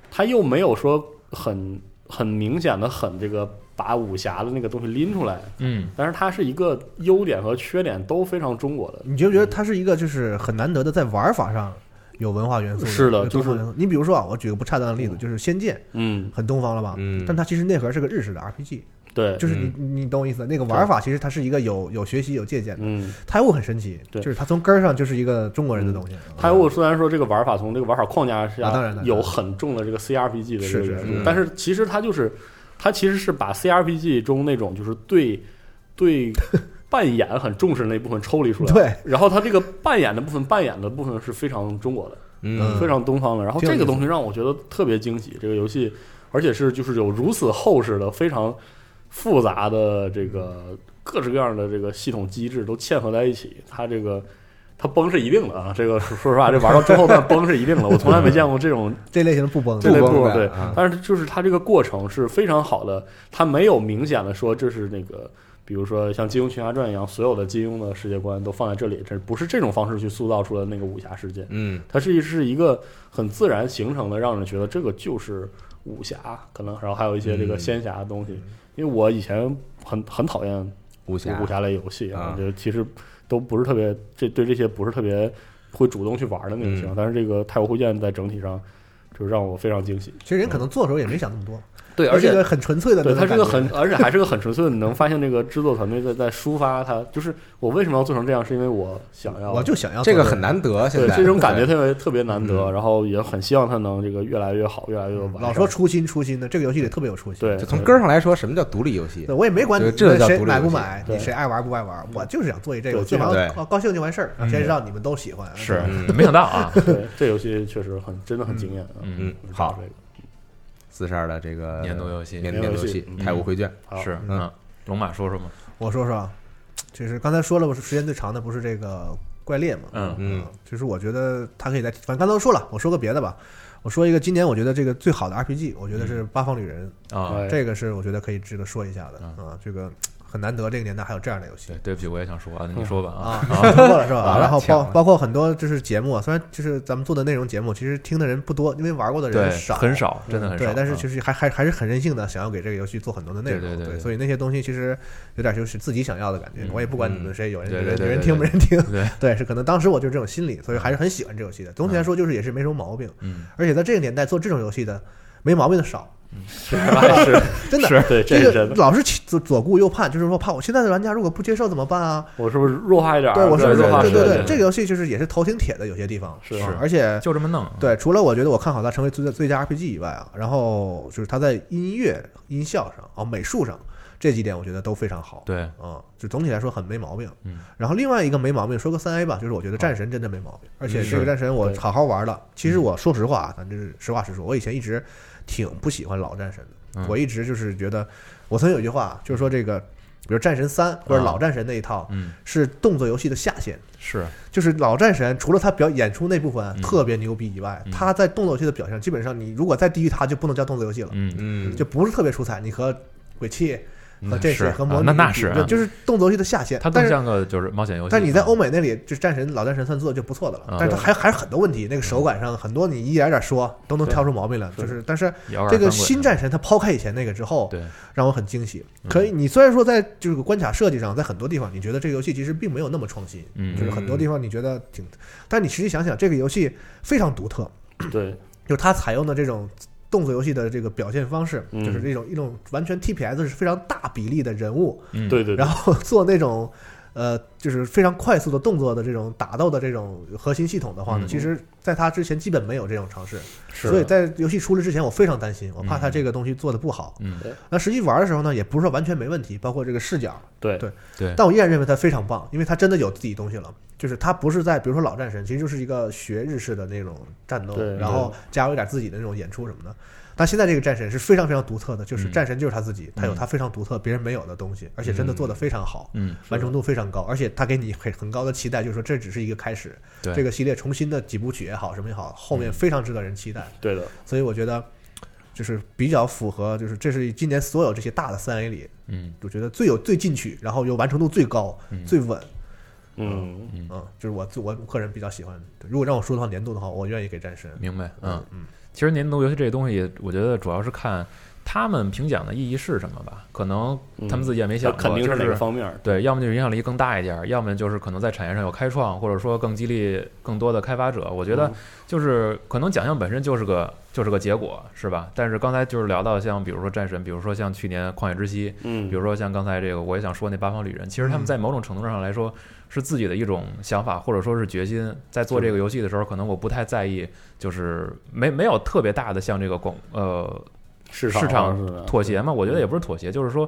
Speaker 6: 它又没有说很很明显的很这个把武侠的那个东西拎出来，
Speaker 4: 嗯，
Speaker 6: 但是它是一个优点和缺点都非常中国的。
Speaker 2: 你觉不觉得它是一个就是很难得的在玩法上有文化元素？
Speaker 6: 是的
Speaker 2: 有东方
Speaker 6: 就是
Speaker 2: 元素你比如说啊，我举个不恰当的例子，就是《仙剑》
Speaker 6: 嗯，
Speaker 2: 很东方了吧？
Speaker 1: 嗯
Speaker 2: 但它其实内核是个日式的 RPG，
Speaker 6: 对，
Speaker 2: 就是你你懂我意思？那个玩法其实它是一个有有学习有借鉴的，
Speaker 6: 嗯，
Speaker 2: 它又很神奇，
Speaker 6: 对嗯
Speaker 2: 就是它从根儿上就是一个中国人的东西。
Speaker 6: 它如果虽然说这个玩法从这个玩法框架
Speaker 2: 啊当
Speaker 6: 下
Speaker 2: 然的
Speaker 6: 有很重的这个 CRPG 的这个
Speaker 2: 是
Speaker 6: 元素
Speaker 2: 是，
Speaker 6: 但是其实它就是它其实是把 CRPG 中那种就是对对扮演很重视的那部分抽离出来，
Speaker 2: 对，
Speaker 6: 然后它这个扮演的部分扮演的部分是非常中国的，
Speaker 1: 嗯
Speaker 6: 非常东方的。然后
Speaker 2: 挺有
Speaker 6: 这
Speaker 2: 意
Speaker 6: 个
Speaker 2: 思
Speaker 6: 东西让我觉得特别惊喜，这个游戏，而且是就是有如此厚实的、非常复杂的这个各式各样的这个系统机制都嵌合在一起，它这个。它崩是一定的啊，这个 *laughs* 说说实话，这玩到最后它崩是一定的，我从来没见过这种
Speaker 2: *laughs* 这类型的不崩
Speaker 6: 这
Speaker 2: 的，
Speaker 6: 类
Speaker 1: 嗯不
Speaker 6: 部
Speaker 1: 崩
Speaker 6: 分
Speaker 1: 的
Speaker 6: 对
Speaker 1: 啊，
Speaker 6: 但是就是它这个过程是非常好的，它没有明显的说这是那个，比如说像《金庸群侠传》一样，所有的金庸的世界观都放在这里，这不是这种方式去塑造出来的那个武侠世界，
Speaker 1: 嗯
Speaker 6: 它是是一个很自然形成的，让人觉得这个就是武侠，可能然后还有一些这个
Speaker 1: 嗯
Speaker 6: 仙侠的东西，因为我以前很很讨厌
Speaker 1: 武侠
Speaker 6: 武侠类游戏
Speaker 1: 啊
Speaker 6: 我觉得其实都不是特别，这对这些不是特别会主动去玩的
Speaker 1: 嗯
Speaker 6: 那种情况。但是这个《太湖会剑》在整体上就是让我非常惊喜。
Speaker 2: 其实人可能做的时候也没想那么多，
Speaker 6: 嗯对
Speaker 2: 它是一个很纯粹的那
Speaker 6: 对
Speaker 2: 种
Speaker 6: 它
Speaker 2: 感觉，
Speaker 6: 是个很，而且还是个很纯粹的，你能发现这个制作团队在在抒发它。就是我为什么要做成这样，是因为我想要，
Speaker 2: 我就想要
Speaker 1: 这个
Speaker 2: 做嗯
Speaker 1: 很难得，现
Speaker 6: 对
Speaker 1: 在
Speaker 6: 这种感觉
Speaker 1: 对
Speaker 6: 特别特别难得，然后也很希望它能这个越来越好，越来越完善。
Speaker 2: 老说初心初心的，这个游戏里特别有初心。
Speaker 6: 对，
Speaker 1: 就从根儿上来说，什么叫独立游戏
Speaker 6: *laughs*
Speaker 2: 对，？我也没管你
Speaker 1: 这这叫
Speaker 2: 谁
Speaker 1: 独立
Speaker 2: 买不
Speaker 1: 游戏
Speaker 2: 买，
Speaker 6: 对
Speaker 2: 你谁爱玩不爱玩，我就是想做一这个，
Speaker 6: 对
Speaker 2: 我最
Speaker 6: 就
Speaker 2: 好
Speaker 1: 是
Speaker 2: 高高兴就完事儿，谁知道你们都喜欢。
Speaker 4: 是
Speaker 1: 嗯
Speaker 4: 没想到啊，
Speaker 6: 对这游戏确实很真的很惊艳。啊
Speaker 4: 嗯
Speaker 1: 嗯，好，，四十二的这个
Speaker 4: 年度游戏
Speaker 1: 年年度游戏
Speaker 6: 年度游戏
Speaker 1: 《太武绘卷》
Speaker 6: 嗯好
Speaker 4: 是
Speaker 1: 嗯
Speaker 4: 嗯，龙马说说嘛，
Speaker 2: *laughs* 我说说啊，就是刚才说了，我是时间最长的不是这个怪猎嘛？
Speaker 4: 嗯
Speaker 1: 嗯
Speaker 2: 就是我觉得它可以在，反正刚才都说了，我说个别的吧。我说一个今年我觉得这个最好的 RPG，我觉得是《八方旅人》，
Speaker 4: 嗯啊，嗯
Speaker 6: 哎
Speaker 2: 这个是我觉得可以值得说一下的啊，这个很难得这个年代还有这样的游戏
Speaker 4: 对，。对不起，我也想说
Speaker 1: 嗯
Speaker 4: 啊，那你说吧啊，
Speaker 2: *laughs* 啊，说过了是
Speaker 1: 完
Speaker 2: 吧？
Speaker 1: 了
Speaker 2: 然后
Speaker 1: 抢
Speaker 2: 包
Speaker 1: 了
Speaker 2: 包括很多就是节目啊，虽然就是咱们做的内容节目，其实听的人不多，因为玩过的
Speaker 4: 对
Speaker 2: 人，少，
Speaker 4: 很少，真的很少
Speaker 2: 对，，但是
Speaker 4: 实
Speaker 2: 其实还还还是很任性的，想要给这个游戏做很多的内容，
Speaker 4: 对对对对
Speaker 2: 所以那些东西其实有点就是自己想要的感觉。
Speaker 4: 嗯
Speaker 2: 我也不管你们谁，有人
Speaker 4: 对
Speaker 2: 有
Speaker 4: 对
Speaker 2: 人
Speaker 4: 对
Speaker 2: 有人
Speaker 4: 对
Speaker 2: 听没
Speaker 4: 对
Speaker 2: 人听，
Speaker 4: 对，
Speaker 2: *laughs* 对，是可能当时我就是这种心理，所以还是很喜欢这游戏的。总体来说，就是也是没什么毛病，
Speaker 4: 嗯，
Speaker 2: 而且在这个年代做这种游戏的没毛病的少，
Speaker 6: *laughs*
Speaker 1: *laughs*
Speaker 6: 是
Speaker 2: 真的。
Speaker 6: 是，对，
Speaker 2: 这
Speaker 6: 这是
Speaker 2: 个
Speaker 6: 真的。
Speaker 2: 老是起左左顾右盼，就是说怕我现在的玩家如果不接受怎么办啊？
Speaker 6: 我是不是弱化一点儿？
Speaker 2: 我是
Speaker 4: 对
Speaker 2: 不是
Speaker 6: 弱化
Speaker 2: 对
Speaker 6: 设
Speaker 2: 对
Speaker 6: 计
Speaker 2: 对，这个游戏就是也是头挺铁的，有些地方
Speaker 6: 是
Speaker 2: 啊而且
Speaker 4: 就这么弄，
Speaker 2: 对，除了我觉得我看好它成为最佳最佳 RPG 以外啊，然后就是它在音乐、音效上啊、美术上这几点，我觉得都非常好。
Speaker 4: 对，
Speaker 2: 啊、就总体来说很没毛病。
Speaker 4: 嗯，
Speaker 2: 然后另外一个没毛病，说个三 A 吧，就是我觉得
Speaker 4: 啊
Speaker 2: 战神真的没毛病，而且
Speaker 6: 嗯
Speaker 2: 这个
Speaker 6: 是
Speaker 2: 战神我
Speaker 6: 对
Speaker 2: 好好玩了。其
Speaker 4: 嗯
Speaker 2: 实我说实话啊，咱这是实话实说，我以前一直挺不喜欢老战神的，
Speaker 4: 嗯
Speaker 2: 我一直就是觉得，我曾经有一句话就是说这个，比如战神三或者老战神那一套、
Speaker 4: 嗯，
Speaker 2: 是动作游戏的下限。
Speaker 4: 是
Speaker 2: 就是老战神，除了他表演出那部分啊
Speaker 4: 嗯
Speaker 2: 特别牛逼以外，
Speaker 4: 嗯
Speaker 2: 他在动作游戏的表现，基本上你如果再低于他，就不能叫动作游戏了，
Speaker 4: 嗯
Speaker 1: 嗯，
Speaker 2: 就不是特别出彩。你和鬼泣、和这
Speaker 4: 是
Speaker 2: 些、和魔女
Speaker 4: 啊那那是啊
Speaker 2: 就就是动作游戏的下限。
Speaker 4: 它更
Speaker 2: 但是
Speaker 4: 像个就是冒险游戏，
Speaker 2: 但是你在欧美那里，就战神老战神算做的就不错的
Speaker 4: 啊嗯
Speaker 2: 了，但是它还还是很多问题，那个手感上很多你一点点说都能挑出毛病来，就是但是。
Speaker 4: 摇杆
Speaker 2: 这
Speaker 4: 翻
Speaker 2: 个
Speaker 4: 滚
Speaker 2: 新战神，它抛开以前那个之后，
Speaker 4: 对，嗯
Speaker 2: 让我很惊喜。可以，你虽然说在这个关卡设计上，在很多地方，你觉得这个游戏其实并没有那么创新，
Speaker 4: 嗯
Speaker 2: 就是很多地方你觉得挺，但你实际想想，这个游戏非常独特，
Speaker 6: 嗯对，
Speaker 2: 就是它采用的这种动作游戏的这个表现方式，
Speaker 6: 嗯
Speaker 2: 就是这种一种完全 TPS 是非常大比例的人物，
Speaker 4: 嗯
Speaker 6: 对对，
Speaker 2: 然后做那种。呃，就是非常快速的动作的这种打斗的这种核心系统的话呢，
Speaker 4: 嗯
Speaker 2: 其实在它之前基本没有这种尝试，
Speaker 6: 是
Speaker 2: 所以在游戏出来之前，我非常担心，我怕它这个东西做的不好。
Speaker 4: 嗯
Speaker 2: 那实际玩的时候呢，也不是说完全没问题，包括这个视角，
Speaker 6: 对
Speaker 2: 对
Speaker 4: 对
Speaker 2: 但我依然认为它非常棒，因为它真的有自己东西了。就是它不是在，比如说老战神，其实就是一个学日式的那种战斗
Speaker 6: 对，
Speaker 2: 然后加入一点自己的那种演出什么的。但现在这个战神是非常非常独特的，就是
Speaker 4: 嗯
Speaker 2: 战神就是他自己，他有他非常独特、别人没有的东西，而且真的做得非常好，
Speaker 4: 嗯
Speaker 2: 完成度非常高，而且他给你很很高的期待，就是说这只是一个开始，
Speaker 4: 对嗯
Speaker 2: 这个系列重新的几部曲也好，什么也好，后面非常值得人期待。
Speaker 6: 对的，
Speaker 2: 所以我觉得就是比较符合，就是这是今年所有这些大的三 A 里，
Speaker 4: 嗯
Speaker 2: 我觉得最有最进取，然后又完成度最高、最稳，
Speaker 6: 嗯，
Speaker 2: 嗯，就是我自我个人比较喜欢。对如果让我说的话，年度的话，我愿意给战神。
Speaker 4: 明白，嗯嗯。其实年度游戏这些东西，我觉得主要是看他们评奖的意义是什么吧？可能他们自己也没想
Speaker 6: 想
Speaker 4: 过，
Speaker 6: 嗯肯定
Speaker 4: 就是
Speaker 6: 哪个方面儿，
Speaker 4: 对，要么就是影响力更大一点儿，要么就是可能在产业上有开创，或者说更激励更多的开发者。我觉得
Speaker 6: 嗯
Speaker 4: 就是可能奖项本身就是个就是个结果，是吧？但是刚才就是聊到像比如说战神，比如说像去年旷野之息，
Speaker 6: 嗯，
Speaker 4: 比如说像刚才这个我也想说那八方旅人，其实他们在某种程度上来说是自己的一种想法或者说是决心，在做这个游戏的时候，可能我不太在意，就是没没有特别大的像这个广呃
Speaker 6: 市
Speaker 4: 市
Speaker 6: 场啊
Speaker 4: 场
Speaker 6: 是嗯的
Speaker 4: 妥协嘛？我觉得也不是妥协，就是说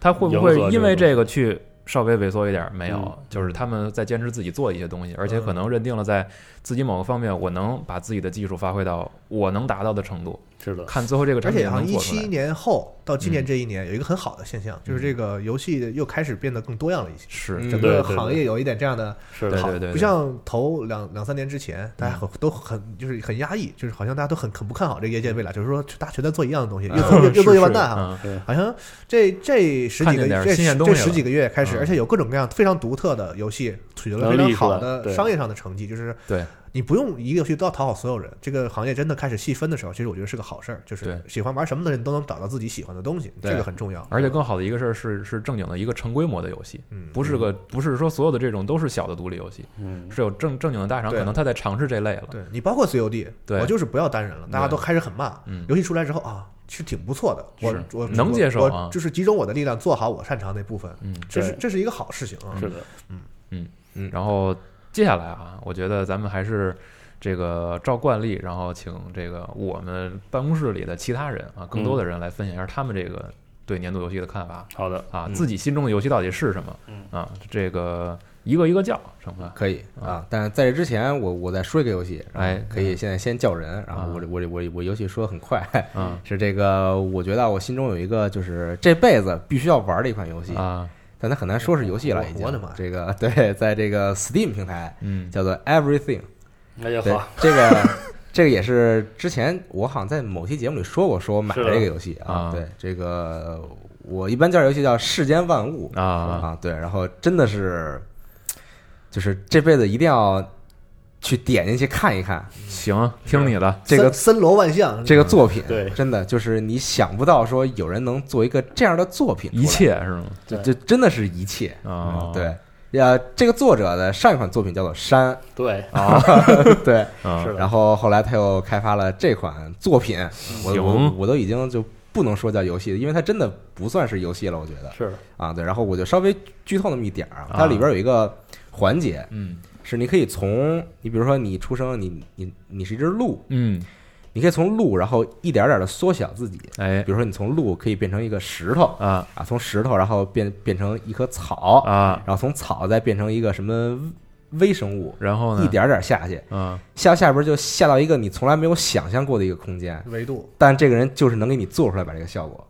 Speaker 4: 他会不
Speaker 6: 迎合这
Speaker 4: 会
Speaker 6: 个
Speaker 4: 因为
Speaker 6: 东西
Speaker 4: 这个去稍微萎缩一点儿？没有
Speaker 6: 嗯，
Speaker 4: 就是他们在坚持自己做一些
Speaker 2: 嗯
Speaker 4: 东西，而且可能认定了在自己某个方面，我能把自己的技术发挥到我能达到的程度，
Speaker 6: 是的，
Speaker 4: 看最后这个
Speaker 2: 而
Speaker 4: 产品
Speaker 2: 且好
Speaker 4: 能
Speaker 2: 像一
Speaker 4: 做出
Speaker 2: 七
Speaker 4: 来。嗯
Speaker 2: 年后到今年这一年，有一个很好的现象，就是这个游戏又开始变得更多样了一些。
Speaker 4: 是，
Speaker 1: 嗯
Speaker 2: 整
Speaker 6: 对
Speaker 2: 个
Speaker 6: 对对
Speaker 2: 行业有一点这样的
Speaker 6: 是
Speaker 4: 对
Speaker 6: 的，
Speaker 2: 好，
Speaker 4: 对对对
Speaker 2: 不像头两两三年之前，大家
Speaker 4: 嗯
Speaker 2: 很都很就是很压抑，就是好像大家都很很不看好这个业界未来，就是说大家全在做一样的东
Speaker 6: 嗯
Speaker 2: 西，又做又又做
Speaker 4: 是
Speaker 2: 又完蛋啊！
Speaker 4: 嗯
Speaker 2: 好像这这十几
Speaker 4: 看见
Speaker 2: 个
Speaker 4: 点
Speaker 2: 这
Speaker 4: 新鲜东西
Speaker 2: 这
Speaker 4: 了
Speaker 2: 十几个月开始，
Speaker 4: 嗯
Speaker 2: 而且有各种各样非常独特的游戏取得了
Speaker 6: 能
Speaker 2: 非常
Speaker 6: 立出
Speaker 2: 好
Speaker 6: 来
Speaker 2: 的
Speaker 6: 对
Speaker 2: 商业上的成绩，就是
Speaker 4: 对
Speaker 2: 你不用一个游戏都要讨好所有人。这个行业真的开始细分的时候，其实我觉得是个好事儿，就是
Speaker 4: 对
Speaker 2: 喜欢玩什么的人都能找到自己喜欢的东西，这
Speaker 1: 对
Speaker 2: 个很重要。
Speaker 4: 而且更好的一个事儿是是正经的一个成规模的游戏，
Speaker 2: 嗯
Speaker 4: 不是个不是说所有的这种都是小的独立游戏，
Speaker 6: 嗯，
Speaker 4: 是有正正经的大厂，
Speaker 2: 对
Speaker 4: 可能他在尝试这类了。
Speaker 2: 对你包括 COD，
Speaker 4: 对
Speaker 2: 我就是不要单人了，大家都开始很骂
Speaker 4: 嗯，
Speaker 2: 游戏出来之后啊，其实挺不错的，我
Speaker 4: 是
Speaker 2: 我
Speaker 4: 能接受
Speaker 2: 我
Speaker 4: 啊
Speaker 2: 我就是集中我的力量做好我擅长那部分，
Speaker 4: 嗯，
Speaker 2: 这是
Speaker 6: 对
Speaker 2: 这是一个好事情啊，
Speaker 6: 是的，
Speaker 4: 然后接下来啊，我觉得咱们还是这个照惯例，然后请这个我们办公室里的其他人啊，更多的人来分享一下他们这个对年度游戏的看法
Speaker 6: 嗯好的，
Speaker 4: 啊，
Speaker 1: 嗯
Speaker 4: 自己心中的游戏到底是什么
Speaker 6: 嗯
Speaker 4: 啊？这个一个一个叫，成吧？
Speaker 1: 可以啊，但是在这之前，我我再说一个游戏，然后
Speaker 4: 哎啊
Speaker 1: 可以现在先叫人，然后我我我我游戏说的很快，
Speaker 4: 嗯
Speaker 1: *laughs* 是这个，我觉得我心中有一个就是这辈子必须要玩的一款游戏，
Speaker 4: 啊，
Speaker 1: 但它很难说是游戏了，已经。
Speaker 2: 我我的妈呀
Speaker 1: 这个对，在这个 Steam 平台
Speaker 4: 嗯
Speaker 1: 叫做 Everything，
Speaker 6: 那就
Speaker 1: 对
Speaker 6: 好，，
Speaker 1: 这个这个也是之前我好像在某期节目里说过，说我买
Speaker 6: 是
Speaker 1: 了
Speaker 6: 的
Speaker 1: 这个游戏啊
Speaker 4: 啊，
Speaker 1: 对，这个我一般叫这游戏叫《世间万物》
Speaker 4: 啊，
Speaker 1: 啊，对，然后真的是，就是这辈子一定要去点进去看一看
Speaker 4: 行，听你的，
Speaker 1: 这个
Speaker 2: 森森罗万象，
Speaker 1: 这个作品，
Speaker 6: 对
Speaker 1: 真的就是你想不到说有人能做一个这样的作品出来，
Speaker 4: 一切是吗？
Speaker 1: 就
Speaker 6: 对
Speaker 1: 就真的是一切
Speaker 4: 哦
Speaker 1: 嗯对。呃，这个作者的上一款作品叫做《山
Speaker 6: 对，》， *laughs*
Speaker 1: 对，
Speaker 4: 啊
Speaker 6: 是的
Speaker 1: 然后后来他又开发了这款作品，我我
Speaker 4: 嗯行
Speaker 1: 我都已经就不能说叫游戏，因为它真的不算是游戏了，我觉得
Speaker 6: 是的，
Speaker 1: 啊，对，然后我就稍微剧透那么一点儿啊，
Speaker 4: 啊
Speaker 1: 它里边有一个环节
Speaker 4: 嗯
Speaker 1: 是你可以从你比如说你出生，你你你是一只鹿， *laughs*
Speaker 4: 嗯，
Speaker 1: 你可以从鹿，然后一点点的缩小自己，
Speaker 4: 哎
Speaker 1: 比如说你从鹿可以变成一个石头
Speaker 4: 啊
Speaker 1: 啊，从石头然后变变成一棵草，
Speaker 4: 啊，
Speaker 1: 然后从草再变成一个什么微生物，
Speaker 4: 然后呢？
Speaker 1: 一点点下去，
Speaker 4: 啊，
Speaker 1: 下下边就下到一个你从来没有想象过的一个空间，
Speaker 2: 维
Speaker 4: *laughs*
Speaker 2: 度，
Speaker 1: 但这个人就是能给你做出来把这个效果，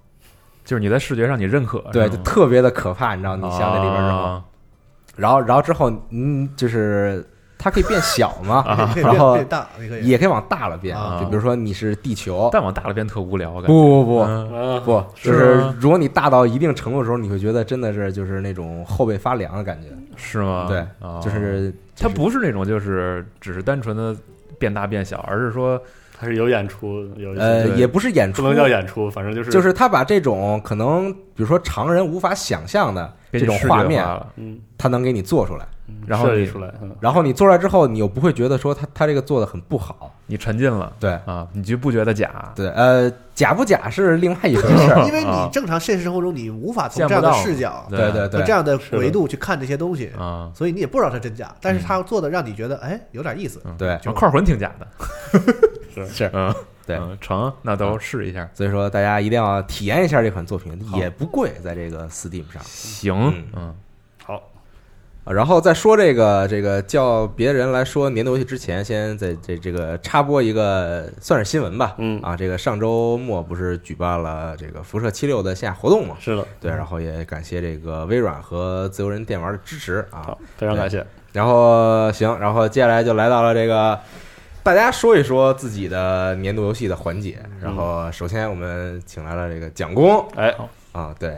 Speaker 4: 就是你在视觉上你认可，
Speaker 1: 对，
Speaker 4: 是
Speaker 1: 就
Speaker 4: 吗
Speaker 1: 特别的可怕，你知道？你想在里边之后，
Speaker 4: 啊
Speaker 1: 然后然后之后，嗯，就是它可以变小
Speaker 4: *laughs*
Speaker 1: 嘛，
Speaker 4: 啊
Speaker 2: 你可以
Speaker 1: 然
Speaker 2: 变
Speaker 1: 后
Speaker 2: 变大，你可以
Speaker 1: 也可以往大了变，
Speaker 2: 啊
Speaker 1: 就比如说你是地球，
Speaker 4: 但往大了变特无聊，我感觉
Speaker 1: 不不不
Speaker 4: 嗯
Speaker 6: 嗯，
Speaker 1: 不，就是是
Speaker 4: 吗
Speaker 1: 如果你大到一定程度的时候，你会觉得真的是就是那种后背发凉的感觉，
Speaker 4: 是吗？
Speaker 1: 对
Speaker 4: 哦，
Speaker 1: 就是
Speaker 4: 它不是那种就是只是单纯的变大变小，而是说
Speaker 6: 它是有演出，有
Speaker 1: 呃
Speaker 4: 对
Speaker 1: 也不是演
Speaker 6: 不
Speaker 1: 出，
Speaker 6: 能叫演出，反正就是
Speaker 1: 就是他把这种可能比如说常人无法想象的
Speaker 4: 变
Speaker 1: 这种
Speaker 4: 视觉
Speaker 1: 画
Speaker 4: 化
Speaker 1: 面，
Speaker 4: 了，
Speaker 6: 嗯，
Speaker 1: 他能给你做出来。
Speaker 6: 嗯
Speaker 4: 然后
Speaker 6: 设计
Speaker 4: 你
Speaker 6: 出来，嗯，
Speaker 1: 然后你做出来之后，你又不会觉得说他他这个做的很不好，
Speaker 4: 你沉浸了
Speaker 1: 对
Speaker 4: 啊，你就不觉得假？
Speaker 1: 对，呃，假不假是另外一回事儿，
Speaker 2: *laughs* 因为
Speaker 4: 啊
Speaker 2: 你正常现实生活中你无法从
Speaker 4: 见
Speaker 2: 这
Speaker 4: 不
Speaker 2: 样的
Speaker 4: 到
Speaker 2: 视角
Speaker 1: 对对
Speaker 2: 和
Speaker 1: 对，
Speaker 2: 这样的
Speaker 6: 是的
Speaker 2: 维度去看这些东西，
Speaker 4: 啊，
Speaker 2: 所以你也不知道它真假，但是它做的让你觉得哎有点意思，
Speaker 4: 嗯
Speaker 1: 对
Speaker 4: 反正块魂挺假的，
Speaker 1: 是
Speaker 4: 嗯，
Speaker 1: 对啊
Speaker 4: 嗯成，那都试一下，
Speaker 1: 所以说大家一定要体验一下这款作品，也不贵，在这个 Steam 上。
Speaker 4: 行，嗯
Speaker 6: 好，
Speaker 1: 啊然后在说这个这个叫别人来说年度游戏之前，先在这这个插播一个算是新闻吧，
Speaker 6: 嗯
Speaker 1: 啊，这个上周末不是举办了这个辐射七六的线下活动嘛？
Speaker 6: 是的，
Speaker 1: 对，然后也感谢这个微软和自由人电玩的支持啊
Speaker 6: 好，，非常感谢，
Speaker 1: 然后行，然后接下来就来到了这个大家说一说自己的年度游戏的环节。然后首先我们请来了这个蒋工
Speaker 6: 嗯哎，
Speaker 1: 啊，对，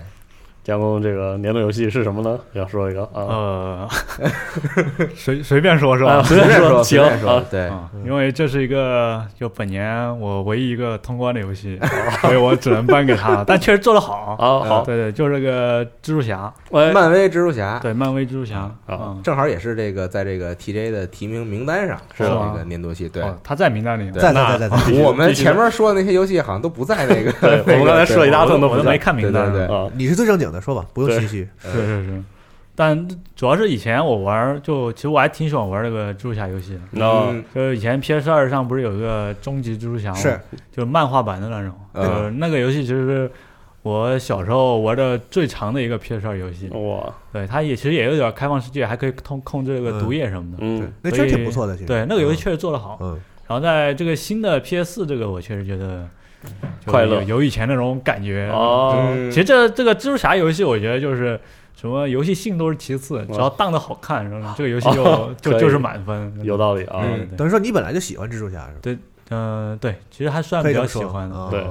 Speaker 6: 加工这个年度游戏是什么呢？要说
Speaker 1: *laughs*
Speaker 6: 一个啊，
Speaker 8: 呃，随随便说是吧？
Speaker 6: 啊随便
Speaker 1: 随便说，随
Speaker 6: 行
Speaker 1: 便说
Speaker 6: 啊，，
Speaker 1: 对，嗯
Speaker 8: 啊，因为这是一个就本年我唯一一个通关的游
Speaker 1: *laughs*
Speaker 8: 戏，所以我只能颁给他了。但确实做得好
Speaker 6: 啊
Speaker 8: 呃
Speaker 6: 好
Speaker 8: 对对，就是这个蜘蛛侠，
Speaker 6: 喂，
Speaker 1: 漫威蜘蛛侠，
Speaker 8: 对，漫威蜘蛛侠
Speaker 6: 啊，
Speaker 1: 正好也是这个在这个 TJ 的提名名单上，
Speaker 8: 是吗
Speaker 1: 这个年度游戏，对。
Speaker 8: 哦，他在名单里呢，
Speaker 2: 在在在在在，
Speaker 1: 我们前面说的那些游戏好像都不在
Speaker 8: *laughs*
Speaker 6: *laughs*
Speaker 1: 那个，
Speaker 6: 对我们刚才说一大
Speaker 8: 我
Speaker 6: 顿
Speaker 8: 都
Speaker 6: 都
Speaker 8: 我
Speaker 6: 不
Speaker 8: 都
Speaker 6: 在
Speaker 8: 没看名单，
Speaker 1: 对对对
Speaker 6: 啊，
Speaker 2: 你是最正经的，说吧，不用
Speaker 6: 对
Speaker 2: 谦虚。
Speaker 8: 是是是。但主要是以前我玩儿，就其实我还挺喜欢玩儿这个蜘蛛侠游戏的。
Speaker 6: 那
Speaker 1: 嗯
Speaker 8: 就是以前 PS 二上不是有一个终极蜘蛛侠吗？
Speaker 2: 是，
Speaker 8: 就是漫画版的那种。
Speaker 1: 嗯
Speaker 8: 就是那个游戏其实是我小时候玩的最长的一个 PS 二游戏。
Speaker 6: 哇，
Speaker 8: 对，它也其实也有点开放世界，还可以控控制这个毒液什么的。
Speaker 2: 对
Speaker 6: 嗯，，
Speaker 2: 那确实挺不错的，其实。
Speaker 8: 对，那个游戏确实做得好。
Speaker 2: 嗯，
Speaker 8: 然后在这个新的 PS 四，这个我确实觉得就
Speaker 6: 快乐
Speaker 8: 有有以前那种感觉。
Speaker 6: 哦，
Speaker 1: 嗯
Speaker 8: 其实这这个蜘蛛侠游戏，我觉得就是什么游戏性都是其次，只要荡的好看，然后这个游
Speaker 6: *laughs*
Speaker 8: 戏就、就
Speaker 6: 哦可以
Speaker 8: 就是满分。嗯
Speaker 6: 有道理啊，
Speaker 8: 对对对，
Speaker 2: 嗯等于说你本来就喜欢蜘蛛侠，是吧？
Speaker 8: 嗯、对，其实还算
Speaker 2: 可
Speaker 8: 比
Speaker 2: 以这
Speaker 8: 较
Speaker 2: 么
Speaker 8: 喜
Speaker 2: 说。
Speaker 8: 欢的，
Speaker 2: 啊
Speaker 6: 对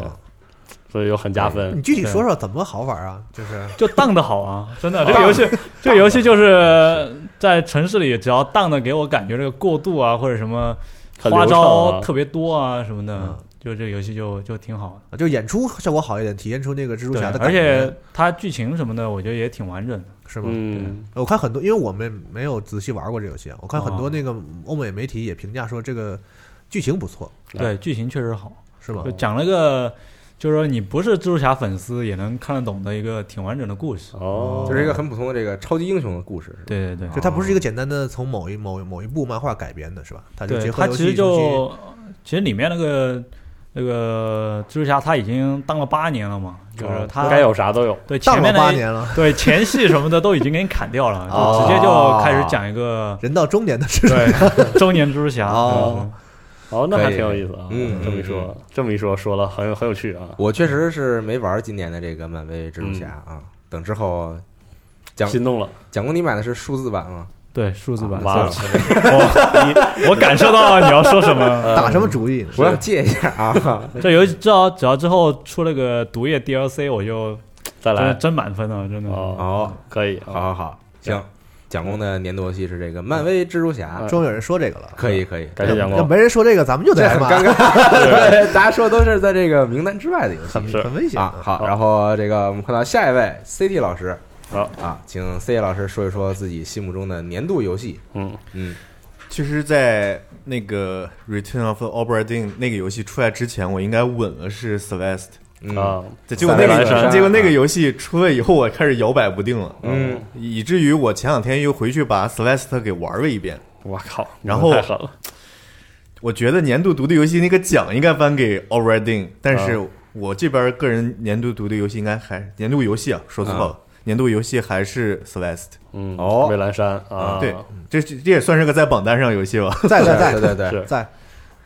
Speaker 6: 所以又很加分
Speaker 2: 你。具体说说怎么好玩啊？就是
Speaker 8: *laughs* 就荡的好啊，真的。这个游戏，这个游戏就是在城市里，只要荡的给我感觉这个过渡啊，或者什么
Speaker 6: 很
Speaker 8: 花
Speaker 6: 流畅啊
Speaker 8: 招特别多啊什么的，
Speaker 2: 嗯
Speaker 8: 就这个游戏就就挺好的。
Speaker 2: 就演出效果好一点，体现出那个蜘蛛
Speaker 8: 对
Speaker 2: 侠的，感
Speaker 8: 而
Speaker 2: 觉，
Speaker 8: 且它剧情什么的，我觉得也挺完整的。
Speaker 2: 是吗？
Speaker 6: 嗯，
Speaker 2: 我看很多，因为我们没有仔细玩过这游戏，我看很
Speaker 8: 哦
Speaker 2: 多那个欧美媒体也评价说这个剧情不错，
Speaker 6: 对
Speaker 8: 对，剧情确实好。
Speaker 2: 是吗
Speaker 8: 就？讲了个，就是说你不是蜘蛛侠粉丝也能看得懂的一个挺完整的故事。
Speaker 6: 哦，
Speaker 1: 就是一个很普通的这个超级英雄的故事，是吧
Speaker 8: 对对
Speaker 2: 就它不是一个简单的从某一某某一部漫画改编的，是吧？它
Speaker 8: 对，
Speaker 2: 就
Speaker 8: 对
Speaker 2: 结
Speaker 8: 它
Speaker 2: 合
Speaker 8: 其
Speaker 2: 游
Speaker 8: 实
Speaker 2: 戏中
Speaker 8: 就其实里面那个那个蜘蛛侠他已经当了八年了嘛，就是他
Speaker 6: 该有啥都有，
Speaker 8: 对
Speaker 2: 心哦当
Speaker 8: 前面
Speaker 2: 了
Speaker 8: 那
Speaker 2: 八年了，
Speaker 8: 对前戏什么的都已经给你砍掉了，就
Speaker 6: 哦
Speaker 8: 直接就开始讲一
Speaker 2: *laughs*
Speaker 8: 个
Speaker 2: 人到中年的蜘蛛， *laughs*
Speaker 8: 对周年蜘蛛侠。
Speaker 2: 哦
Speaker 6: 哦，那还
Speaker 1: 可以
Speaker 6: 挺有意思啊。
Speaker 1: 嗯
Speaker 6: 这么一
Speaker 1: 嗯
Speaker 6: 说，这么一说，说了很有很有趣啊。
Speaker 1: 我确实是没玩今年的这个漫威蜘蛛侠啊，等之后讲
Speaker 6: 嗯心动了，
Speaker 1: 讲过你买的是数字版吗？啊
Speaker 8: 对数字版，
Speaker 6: 完了，
Speaker 8: 我我感受到了你要说
Speaker 1: *laughs*
Speaker 8: 什么。
Speaker 2: *laughs* 打
Speaker 6: 嗯
Speaker 2: 什么主意呢？
Speaker 1: 呃我想借一下
Speaker 8: *laughs*
Speaker 1: 啊，
Speaker 8: 这游戏只要只要之后出了个毒液 DLC，我就
Speaker 6: 再
Speaker 8: 真的
Speaker 6: 来
Speaker 8: 真满分了，真的。
Speaker 6: 哦，
Speaker 1: 哦，
Speaker 6: 可以，
Speaker 1: 好好好，行，蒋工的年度游戏是这个漫威蜘蛛侠，
Speaker 2: 终于有人说这个了，
Speaker 1: 可以可以，
Speaker 6: 感谢蒋
Speaker 2: 要
Speaker 6: 工，
Speaker 2: 嗯没人说这个，咱们就得
Speaker 1: 这
Speaker 2: 挨
Speaker 1: 很
Speaker 2: 骂，*laughs*
Speaker 1: 尴尬，大家说都是在这个名单之外的游戏
Speaker 6: 是
Speaker 2: 很危险
Speaker 1: 啊。好，然后这个我们看到下一位 CT 老师，
Speaker 6: 好
Speaker 1: 啊，请 CT 老师说一说自己心目中的年度游戏，
Speaker 6: 嗯
Speaker 1: 嗯，
Speaker 9: 其实，在那个《Return of the Obra Dinn》那个游戏出来之前，我应该稳了是 Celeste，
Speaker 1: 嗯
Speaker 6: 啊，
Speaker 9: 结果那个
Speaker 1: 萨维兰山
Speaker 9: 结果那个游戏出了以后，我开始摇摆不定了，
Speaker 1: 嗯，
Speaker 9: 以至于我前两天又回去把 Celeste 给玩了一遍。
Speaker 6: 我靠，
Speaker 9: 然后
Speaker 6: 太狠了，
Speaker 9: 我觉得年度独立游戏那个奖应该颁给 Obra Dinn，但
Speaker 6: 啊
Speaker 9: 是我这边个人年度独立游戏应该还年度游戏啊，说错了，年度游戏还是 Celeste。
Speaker 6: 嗯，
Speaker 1: 哦
Speaker 6: 蔚蓝山啊，
Speaker 9: 对，这这也算是个在榜单上游戏
Speaker 1: *laughs*
Speaker 9: 吧。
Speaker 2: 在在在
Speaker 1: 对对对，
Speaker 6: 是
Speaker 2: 在，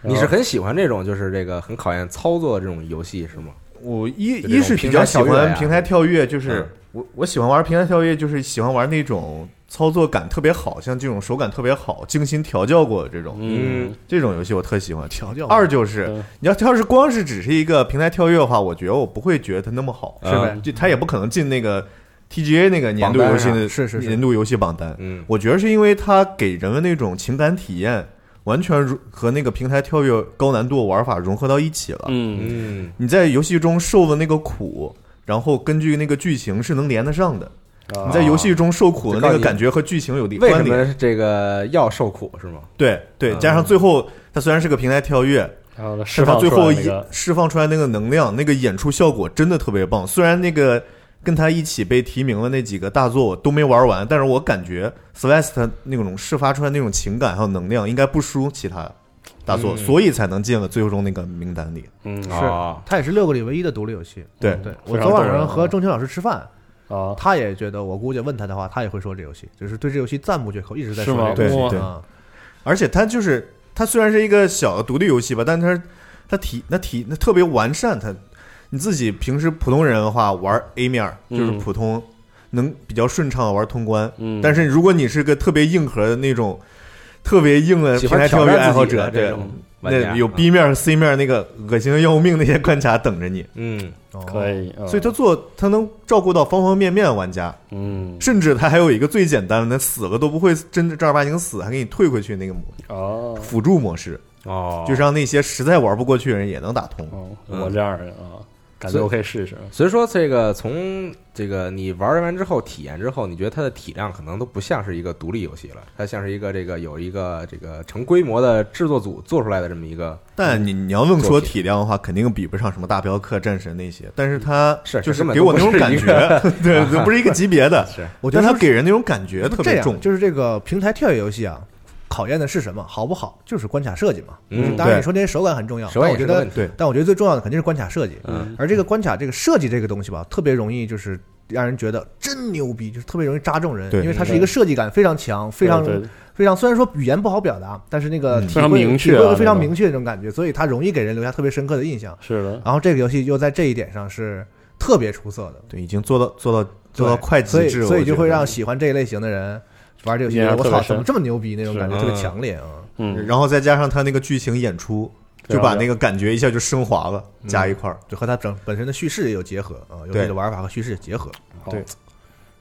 Speaker 1: 你是很喜欢这种就是这个很考验操作这种游戏是吗？
Speaker 9: 我一
Speaker 1: 就这种
Speaker 9: 一是比较喜
Speaker 1: 平台跳跃
Speaker 9: 欢
Speaker 1: 呀
Speaker 9: 平台跳跃，就是、
Speaker 1: 嗯
Speaker 9: 我我喜欢玩平台跳跃，就是喜欢玩那种操作感特别好，像这种手感特别好，精心调教过这种、
Speaker 6: 嗯，
Speaker 9: 这种游戏我特喜欢。
Speaker 2: 调教
Speaker 9: 二就是
Speaker 6: 嗯
Speaker 9: 你要要是光是只是一个平台跳跃的话，我觉得我不会觉得它那么好，
Speaker 1: 是呗
Speaker 9: 嗯就它也不可能进那个 TGA 那个年度游戏
Speaker 1: 榜单
Speaker 9: 的
Speaker 2: 是是是
Speaker 9: 年度游戏榜单。
Speaker 1: 嗯
Speaker 9: 我觉得是因为它给人的那种情感体验，完全如和那个平台跳跃高难度玩法融合到一起了。
Speaker 6: 嗯，
Speaker 1: 嗯
Speaker 9: 你在游戏中受的那个苦，然后根据那个剧情是能连得上的。
Speaker 6: 啊
Speaker 9: 你在游戏中受苦的那
Speaker 1: 就告诉
Speaker 9: 个
Speaker 1: 你
Speaker 9: 感觉和剧情有
Speaker 1: 为什
Speaker 9: 关联。
Speaker 1: 么这个要受苦是吗？
Speaker 9: 对对，
Speaker 1: 嗯
Speaker 9: 加上最后它虽然是个平台跳跃，
Speaker 6: 然后呢释
Speaker 9: 但它
Speaker 6: 放
Speaker 9: 最
Speaker 6: 出
Speaker 9: 后
Speaker 6: 来那
Speaker 9: 一
Speaker 6: 个
Speaker 9: 释放出来那个能量，那个演出效果真的特别棒。虽然那个跟他一起被提名的那几个大作我都没玩完，但是我感觉 Celeste 那种释发出来那种情感还有能量，应该不输其他大作，
Speaker 1: 嗯
Speaker 9: 所以才能进了最终那个名单里。
Speaker 6: 嗯
Speaker 1: 啊，
Speaker 2: 它也是六个里唯一的独立游戏。嗯
Speaker 9: 对
Speaker 2: 对
Speaker 6: 非
Speaker 2: 我
Speaker 6: 常
Speaker 2: 昨晚
Speaker 6: 动人
Speaker 2: 上
Speaker 6: 啊
Speaker 2: 和钟情老师吃饭，
Speaker 6: 啊，
Speaker 2: 他也觉得，我估计问他的话，他也会说这游戏，就是对这游戏赞不绝口，一直在
Speaker 6: 是吗
Speaker 2: 说这个游戏
Speaker 9: 对
Speaker 2: 啊。
Speaker 9: 而且它就是它虽然是一个小的独立游戏吧，但它它体那体那特别完善。它你自己平时普通人的话玩 A 面儿就是
Speaker 6: 嗯
Speaker 9: 普通，能比较顺畅的玩通关。
Speaker 6: 嗯，
Speaker 9: 但是如果你是个特别硬核的那种，特别硬的
Speaker 1: 喜
Speaker 9: 平
Speaker 1: 欢
Speaker 9: 台
Speaker 1: 挑
Speaker 9: 跳跃
Speaker 1: 战
Speaker 9: 爱好
Speaker 1: 自己的
Speaker 9: 者，
Speaker 1: 这
Speaker 9: 对，
Speaker 1: 种玩家
Speaker 9: 那有
Speaker 1: 啊
Speaker 9: B 面、C 面那个恶心的要命那些关卡等着你，哦
Speaker 1: 嗯，
Speaker 6: 可以，嗯
Speaker 9: 所以他做他能照顾到方方面面玩家，
Speaker 6: 嗯
Speaker 9: 甚至他还有一个最简单的，死了都不会真正正儿八经死，还给你退回去那个模
Speaker 6: 哦
Speaker 9: 辅助模式，
Speaker 1: 哦，
Speaker 9: 就是让那些实在玩不过去的人也能打通。
Speaker 6: 哦，
Speaker 1: 嗯
Speaker 6: 我这样的啊，感
Speaker 1: 所
Speaker 6: 觉
Speaker 1: 以
Speaker 6: 我可以试试。
Speaker 1: 所以说，这个从这个你玩完之后、体验之后，你觉得它的体量可能都不像是一个独立游戏了，它像是一个这个有一个这个成规模的制作组做出来的这么一个，
Speaker 9: 但你你要愣
Speaker 1: 作
Speaker 9: 说
Speaker 1: 品
Speaker 9: 体量的话，肯定比不上什么大镖客、战神那些，但是他
Speaker 1: 是
Speaker 9: 就
Speaker 1: 根本
Speaker 9: 给
Speaker 1: 都
Speaker 9: 我
Speaker 1: 不
Speaker 9: 那种
Speaker 1: 是
Speaker 9: 感
Speaker 1: 一
Speaker 9: 觉
Speaker 1: 个，
Speaker 9: *laughs* 对，都不是一个级别的。
Speaker 1: 是
Speaker 9: 我
Speaker 2: 觉得
Speaker 9: 他
Speaker 2: 是
Speaker 9: 给人那种感觉特
Speaker 2: 这
Speaker 9: 别
Speaker 2: 样
Speaker 9: 重，
Speaker 2: 就是这个平台跳跃游戏啊，考验的是什么？好不好？就是关卡设计嘛。
Speaker 1: 嗯
Speaker 2: 当然
Speaker 9: 对
Speaker 2: 你说这些手感很重要，
Speaker 1: 手
Speaker 2: 但
Speaker 1: 感
Speaker 2: 我
Speaker 1: 也
Speaker 2: 觉
Speaker 1: 是个
Speaker 2: 得
Speaker 1: 问，题，
Speaker 9: 对
Speaker 2: 但我觉得最重要的肯定是关卡设计。
Speaker 1: 嗯
Speaker 2: 而这个关卡这个设计这个东西吧，特别容易就是让人觉得真牛逼，就是特别容易扎中人，
Speaker 9: 对
Speaker 2: 因为它是一个设计感非常强，非常
Speaker 6: 对对
Speaker 2: 非常虽然说语言不好表达，但是那个
Speaker 9: 嗯
Speaker 2: 体
Speaker 6: 非常
Speaker 2: 会
Speaker 6: 明确
Speaker 2: 体会
Speaker 6: 啊
Speaker 2: 会非常
Speaker 6: 那种
Speaker 2: 明确的这种感觉，所以它容易给人留下特别深刻的印象。
Speaker 6: 是的，
Speaker 2: 然后这个游戏又在这一点上是特别出色的，
Speaker 9: 对，已经做到做到做到
Speaker 2: 对
Speaker 9: 快极
Speaker 2: 所
Speaker 9: 致，
Speaker 2: 以所以就会让
Speaker 9: 我
Speaker 2: 喜欢这一类型的人玩这游戏，
Speaker 6: 印象
Speaker 2: 我
Speaker 6: 特别
Speaker 2: 操，
Speaker 6: 深
Speaker 2: 怎么这么牛逼那种
Speaker 6: 是
Speaker 2: 感觉特别
Speaker 1: 嗯
Speaker 2: 强烈啊！
Speaker 9: 觉得
Speaker 6: 嗯，
Speaker 9: 然后再加上他那个剧情演出，
Speaker 6: 对
Speaker 9: 就
Speaker 6: 啊
Speaker 9: 把那个感觉一下就升华了，
Speaker 1: 嗯
Speaker 9: 加一块儿。
Speaker 2: 就和它整本身的叙事也有结合啊，游戏
Speaker 9: 对
Speaker 2: 的玩法和叙事结合，
Speaker 6: 好
Speaker 9: 对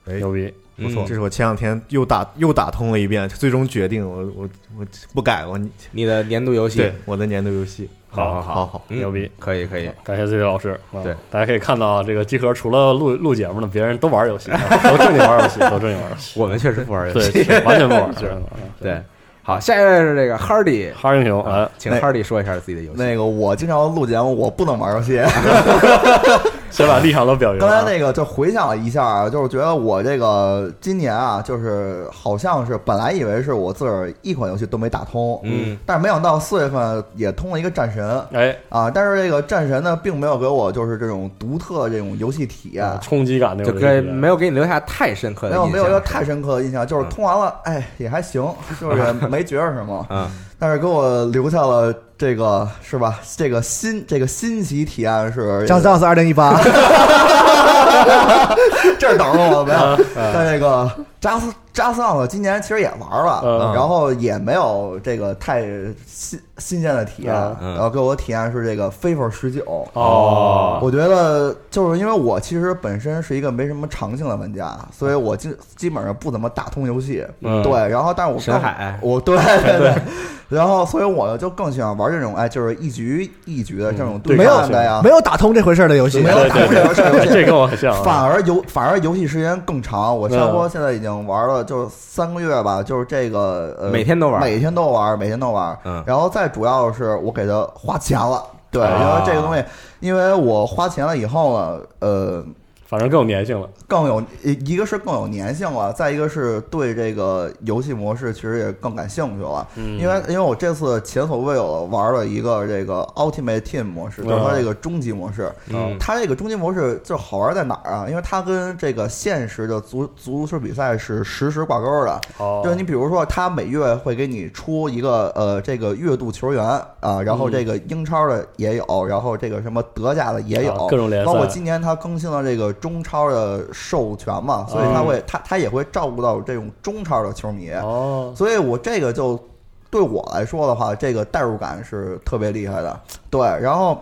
Speaker 2: 哎
Speaker 6: 牛逼，
Speaker 1: 不
Speaker 2: 错
Speaker 9: 这是我前两天又打又打通了一遍，最终决定我我我不改了，你
Speaker 1: 你的年度游戏
Speaker 9: 对，我的年度游戏，
Speaker 1: 好好
Speaker 9: 好好，
Speaker 1: 嗯
Speaker 6: 牛逼
Speaker 1: 可以可以，
Speaker 6: 感谢 Z 老师。啊
Speaker 1: 对，
Speaker 6: 大家可以看到啊，这个集合除了录录节目呢，别人都玩游戏，啊
Speaker 1: *laughs*
Speaker 6: 都正经玩游戏，都正 *laughs* 经玩游戏，
Speaker 1: 我们确实不玩游
Speaker 6: 对，
Speaker 1: 戏，
Speaker 6: 是完全不玩，
Speaker 1: *laughs*
Speaker 6: 完全不玩。
Speaker 1: 对，好，下一位是这个 Hardy，啊
Speaker 6: 哈英雄，哎，
Speaker 1: 请
Speaker 10: 那
Speaker 1: Hardy 说一下自己的游戏，
Speaker 10: 那个我经常录节目，我不能玩游戏。
Speaker 6: 先把立场都表
Speaker 10: *laughs*
Speaker 6: 明
Speaker 10: 刚才
Speaker 6: 了。
Speaker 10: 那个就回想了一下啊，就是觉得我这个今年啊，就是好像是本来以为是我自个儿一款游戏都没打通，
Speaker 1: 嗯，
Speaker 10: 但是没想到四月份也通了一个战神
Speaker 6: 哎，
Speaker 10: 啊，但是这个战神呢，并没有给我就是这种独特这种游戏体验，
Speaker 6: 冲击感那
Speaker 1: 就
Speaker 6: 种
Speaker 1: 给
Speaker 6: 东西
Speaker 1: 没有给你留下太深刻的
Speaker 10: 没
Speaker 1: 啊印
Speaker 10: 有
Speaker 1: 象，，
Speaker 10: 没有一个太深刻的印象，就是通完了，哎，也还行，就是也没觉着什么
Speaker 1: 嗯
Speaker 10: *laughs* 但是给我留下了这个是吧？这个新这个新奇体验是
Speaker 2: 张张是二零一八，
Speaker 10: *laughs* 这儿等着我没有？
Speaker 6: 嗯
Speaker 10: 但那个扎斯扎斯奥克今年其实也玩了
Speaker 6: 嗯，
Speaker 10: 然后也没有这个太新新鲜的体验，
Speaker 6: 嗯
Speaker 1: 嗯
Speaker 10: 然后给我体验是这个 FIFA 十九。
Speaker 6: 哦，
Speaker 10: 我觉得就是因为我其实本身是一个没什么长性的玩家，所以我基基本上不怎么打通游戏。
Speaker 6: 嗯
Speaker 10: 对，然后但是我
Speaker 1: 深
Speaker 10: 更
Speaker 1: 海
Speaker 10: 我对对对，然后所以我就更喜欢玩这种哎，就是一局一局的这种
Speaker 6: 对
Speaker 10: 对
Speaker 6: 抗
Speaker 10: 战的呀
Speaker 2: 没，有打通这回事儿的游戏
Speaker 10: 没，有
Speaker 6: 对
Speaker 10: 打通这回事儿游戏
Speaker 6: 对， *laughs* 这跟我很像啊。
Speaker 10: 反而游反而游戏时间更长。我
Speaker 6: 嗯
Speaker 10: 差不多现在已经玩了就三个月吧，就是这个呃，
Speaker 1: 每天都玩
Speaker 10: 每天都玩，每天都玩。
Speaker 1: 嗯
Speaker 10: 然后再主要是我给他花钱了，对，因
Speaker 1: 啊
Speaker 10: 为这个东西，因为我花钱了以后呢，呃，
Speaker 6: 反正更有粘性了。
Speaker 10: 更有一一个是更有粘性了，再一个是对这个游戏模式其实也更感兴趣了。
Speaker 6: 嗯
Speaker 10: 因为因为我这次前所未有的玩了一个这个 Ultimate Team 模式，就是它这个终极模式。
Speaker 1: 嗯
Speaker 10: 它这个终极模式就好玩在哪儿啊？因为它跟这个现实的足足球比赛是实时挂钩的。
Speaker 6: 哦，
Speaker 10: 就是你比如说，它每月会给你出一个呃这个月度球员啊，然后这个英超的也有，然后这个什么德甲的也有
Speaker 6: 嗯啊，各种联赛
Speaker 10: 包括今年它更新了这个中超的授权嘛，所以
Speaker 6: 嗯
Speaker 10: 它会它它也会照顾到这种中超的球迷。
Speaker 6: 哦，
Speaker 10: 所以我这个就对我来说的话，这个代入感是特别厉害的。对，然后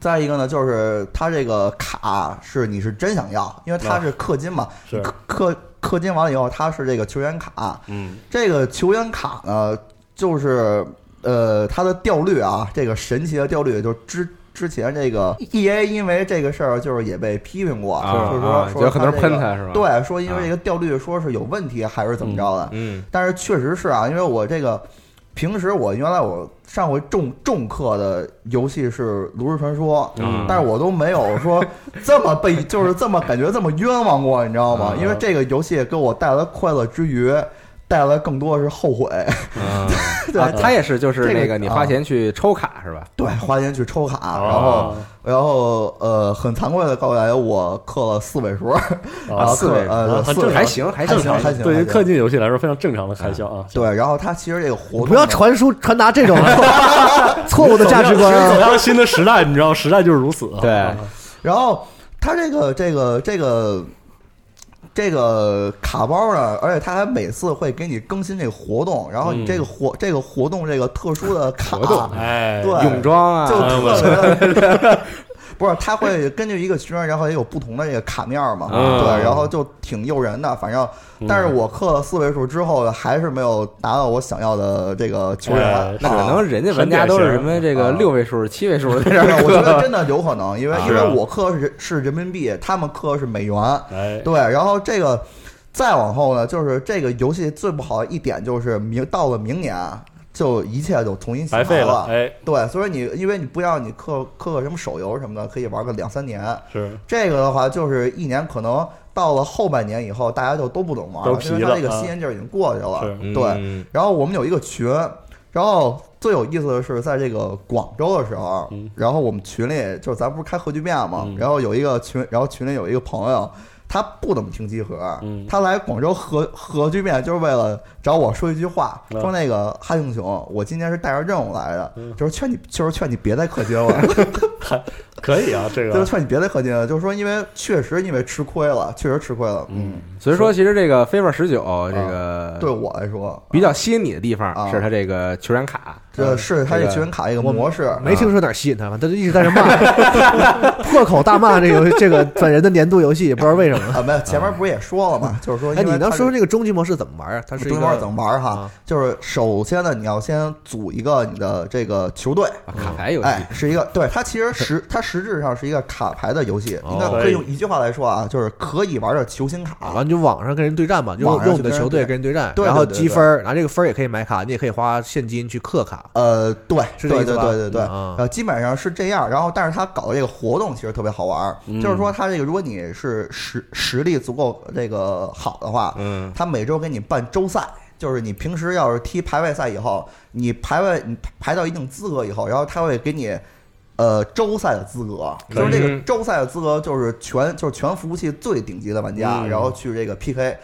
Speaker 10: 再一个呢，就是它这个卡是你是真想要，因为它是氪金嘛，
Speaker 6: 是
Speaker 10: 氪氪氪金完了以后，它是这个球员卡，
Speaker 6: 嗯，
Speaker 10: 这个球员卡呢，就是呃，它的掉率啊，这个神奇的掉率，就之之前这个 E A 因为这个事儿，就是也被批评过，
Speaker 1: 啊
Speaker 10: 就是
Speaker 1: 啊
Speaker 10: 说说
Speaker 1: 有很多人
Speaker 10: 它这
Speaker 1: 喷
Speaker 10: 个
Speaker 1: 他是吧
Speaker 10: 对，说因为这个掉率说是有问题还是怎么着的，
Speaker 1: 嗯
Speaker 10: 但是确实是啊，因为我这个平时我原来我上回重重氪的游戏是《炉石传说》
Speaker 1: 嗯
Speaker 10: 但是我都没有说这么被 *laughs* 就是这么感觉这么冤枉过，你知道
Speaker 1: 啊
Speaker 10: 吗？因为这个游戏给我带来快乐之余，带来更多的是后悔。 *laughs*
Speaker 6: 嗯
Speaker 1: 啊，
Speaker 10: 对
Speaker 1: 啊他也是就是
Speaker 10: 这个
Speaker 1: 那个你花
Speaker 10: 啊
Speaker 1: 钱
Speaker 6: *laughs*
Speaker 1: 去抽卡是吧？
Speaker 10: 对，花钱去抽卡，然后
Speaker 6: 哦
Speaker 10: 然后呃，很惭愧的告诉大家，我氪了四位数，然后
Speaker 1: 四
Speaker 10: *laughs*
Speaker 1: 位
Speaker 10: 氪呃
Speaker 6: 啊
Speaker 10: 四
Speaker 6: 正
Speaker 10: 位
Speaker 6: 常
Speaker 10: 数
Speaker 1: 还行
Speaker 10: 还
Speaker 1: 还
Speaker 10: 行
Speaker 1: 行，
Speaker 10: 还行，
Speaker 6: 对于
Speaker 10: 还行
Speaker 6: 氪金游戏来说非常正常的开销啊。
Speaker 10: 对，然后它其实这个活动
Speaker 2: 不要
Speaker 10: 呢
Speaker 2: 传输传达这种错误的价值观
Speaker 6: 其实走
Speaker 2: 啊。
Speaker 6: 向新的时代，你知道，时代就是如此啊。
Speaker 1: 对
Speaker 6: 啊
Speaker 10: 然后他这个这个这个这个卡包呢，而且它还每次会给你更新这个活动，然后你这个活、这个活动这个特殊的卡，
Speaker 1: 活动
Speaker 6: 嗯哎，
Speaker 10: 对，
Speaker 1: 泳装啊，
Speaker 10: 就
Speaker 6: 哎呦
Speaker 10: 特别的， *laughs* 不是，它会根据一个学生，然后也有不同的这个卡面嘛，
Speaker 6: 嗯
Speaker 10: 对，然后就挺诱人的。反正，但是我氪了四位数之后，还是没有拿到我想要的这个球员。
Speaker 6: 哎
Speaker 1: 那
Speaker 10: 啊
Speaker 1: 可能人家玩家都是什么这个
Speaker 10: 很典型
Speaker 1: 六位数、七位
Speaker 10: *laughs*
Speaker 1: 数的在这
Speaker 10: 对
Speaker 1: 儿
Speaker 10: 我觉得
Speaker 1: 氪，
Speaker 10: 真的有可能，因为
Speaker 6: 啊
Speaker 10: 因为我氪是是人民币，他们氪是美元，
Speaker 6: 哎，
Speaker 10: 对。然后这个再往后呢，就是这个游戏最不好的一点就是明到了明年就一切就重新洗牌
Speaker 6: 白费了，哎，
Speaker 10: 对，所以你因为你不要你氪氪个什么手游什么的，可以玩个两三年。
Speaker 6: 是
Speaker 10: 这个的话，就是一年可能到了后半年以后，大家就都不怎么玩
Speaker 6: 都
Speaker 10: 了，
Speaker 6: 疲
Speaker 10: 因为它这个
Speaker 6: 了啊
Speaker 10: 新鲜劲儿已经过去了。
Speaker 6: 是，
Speaker 1: 嗯
Speaker 10: 对，然后我们有一个群，然后最有意思的是在这个广州的时候
Speaker 6: 嗯，
Speaker 10: 然后我们群里就是咱不是开核聚变嘛
Speaker 6: 嗯，
Speaker 10: 然后有一个群，然后群里有一个朋友。他不怎么听集合
Speaker 6: 嗯，
Speaker 10: 他来广州核核聚变就是为了找我说一句话，
Speaker 6: 嗯
Speaker 10: 说那个哈英雄，我今天是带着任务来的，就是劝你，就是劝你别再氪金了，
Speaker 6: *laughs* *laughs* 可以啊，这
Speaker 10: 就是
Speaker 6: 个
Speaker 10: 劝你别再氪金了，就是说因为确实因为吃亏了，确实吃亏了，嗯，
Speaker 1: 所以说其实这个 FIFA 十九这
Speaker 2: 嗯
Speaker 1: 个
Speaker 10: 啊对我来说，
Speaker 1: 比较吸引你的地方
Speaker 10: 啊
Speaker 1: 是它这个球员卡，
Speaker 10: 这是他
Speaker 1: 这
Speaker 10: 这
Speaker 1: 个
Speaker 10: 群卡一个模式，
Speaker 2: 嗯没听说哪儿吸引他，反正他就一直
Speaker 10: *laughs*
Speaker 2: 在这骂，破口大骂这个游戏这个本人的年度游戏，也不知道为什么。
Speaker 10: 啊，没有，前面不是也说了嘛，就是说，
Speaker 2: 哎，你能说说
Speaker 10: 这
Speaker 2: 这个终极模式怎么玩啊？它是一
Speaker 10: 中
Speaker 2: 个
Speaker 10: 间怎么玩哈
Speaker 2: 啊？
Speaker 10: 就是首先呢，你要先组一个你的这个球队，
Speaker 1: 啊卡牌游戏，
Speaker 10: 哎，是一个对它其实实它实质上是一个卡牌的游戏，
Speaker 2: 哦
Speaker 10: 应该可以用一句话来说啊，就是可以玩的球星
Speaker 2: 啊，
Speaker 10: 卡。
Speaker 2: 完就网上跟人对战嘛，用
Speaker 10: 网上
Speaker 2: 用
Speaker 10: 去
Speaker 2: 你的
Speaker 10: 跟人
Speaker 2: 球
Speaker 10: 对
Speaker 2: 队跟人对战，
Speaker 10: 对
Speaker 2: 然后
Speaker 10: 对对
Speaker 2: 积
Speaker 10: 对
Speaker 2: 分儿，然后这个分儿也可以买卡，你也可以花现金去
Speaker 10: *laughs*
Speaker 2: 氪卡。
Speaker 10: 呃，对，
Speaker 2: 是
Speaker 10: 对
Speaker 2: 这意
Speaker 10: 对
Speaker 2: 思
Speaker 10: 对
Speaker 2: 吧
Speaker 10: 对对，
Speaker 2: 嗯啊
Speaker 10: 呃，基本上是这样。然后，但是他搞的这个活动其实特别好玩儿，
Speaker 2: 嗯
Speaker 10: 就是说他这个，如果你是实实力足够这个好的话，
Speaker 1: 嗯，
Speaker 10: 他每周给你办周赛，就是你平时要是踢排位赛以后，你排位你排到一定资格以后，然后他会给你。呃，周赛的资格就是这个
Speaker 1: 嗯
Speaker 10: 周赛的资格，就是全就是全服务器最顶级的玩家，
Speaker 6: 嗯
Speaker 10: 然后去这个 PK，PK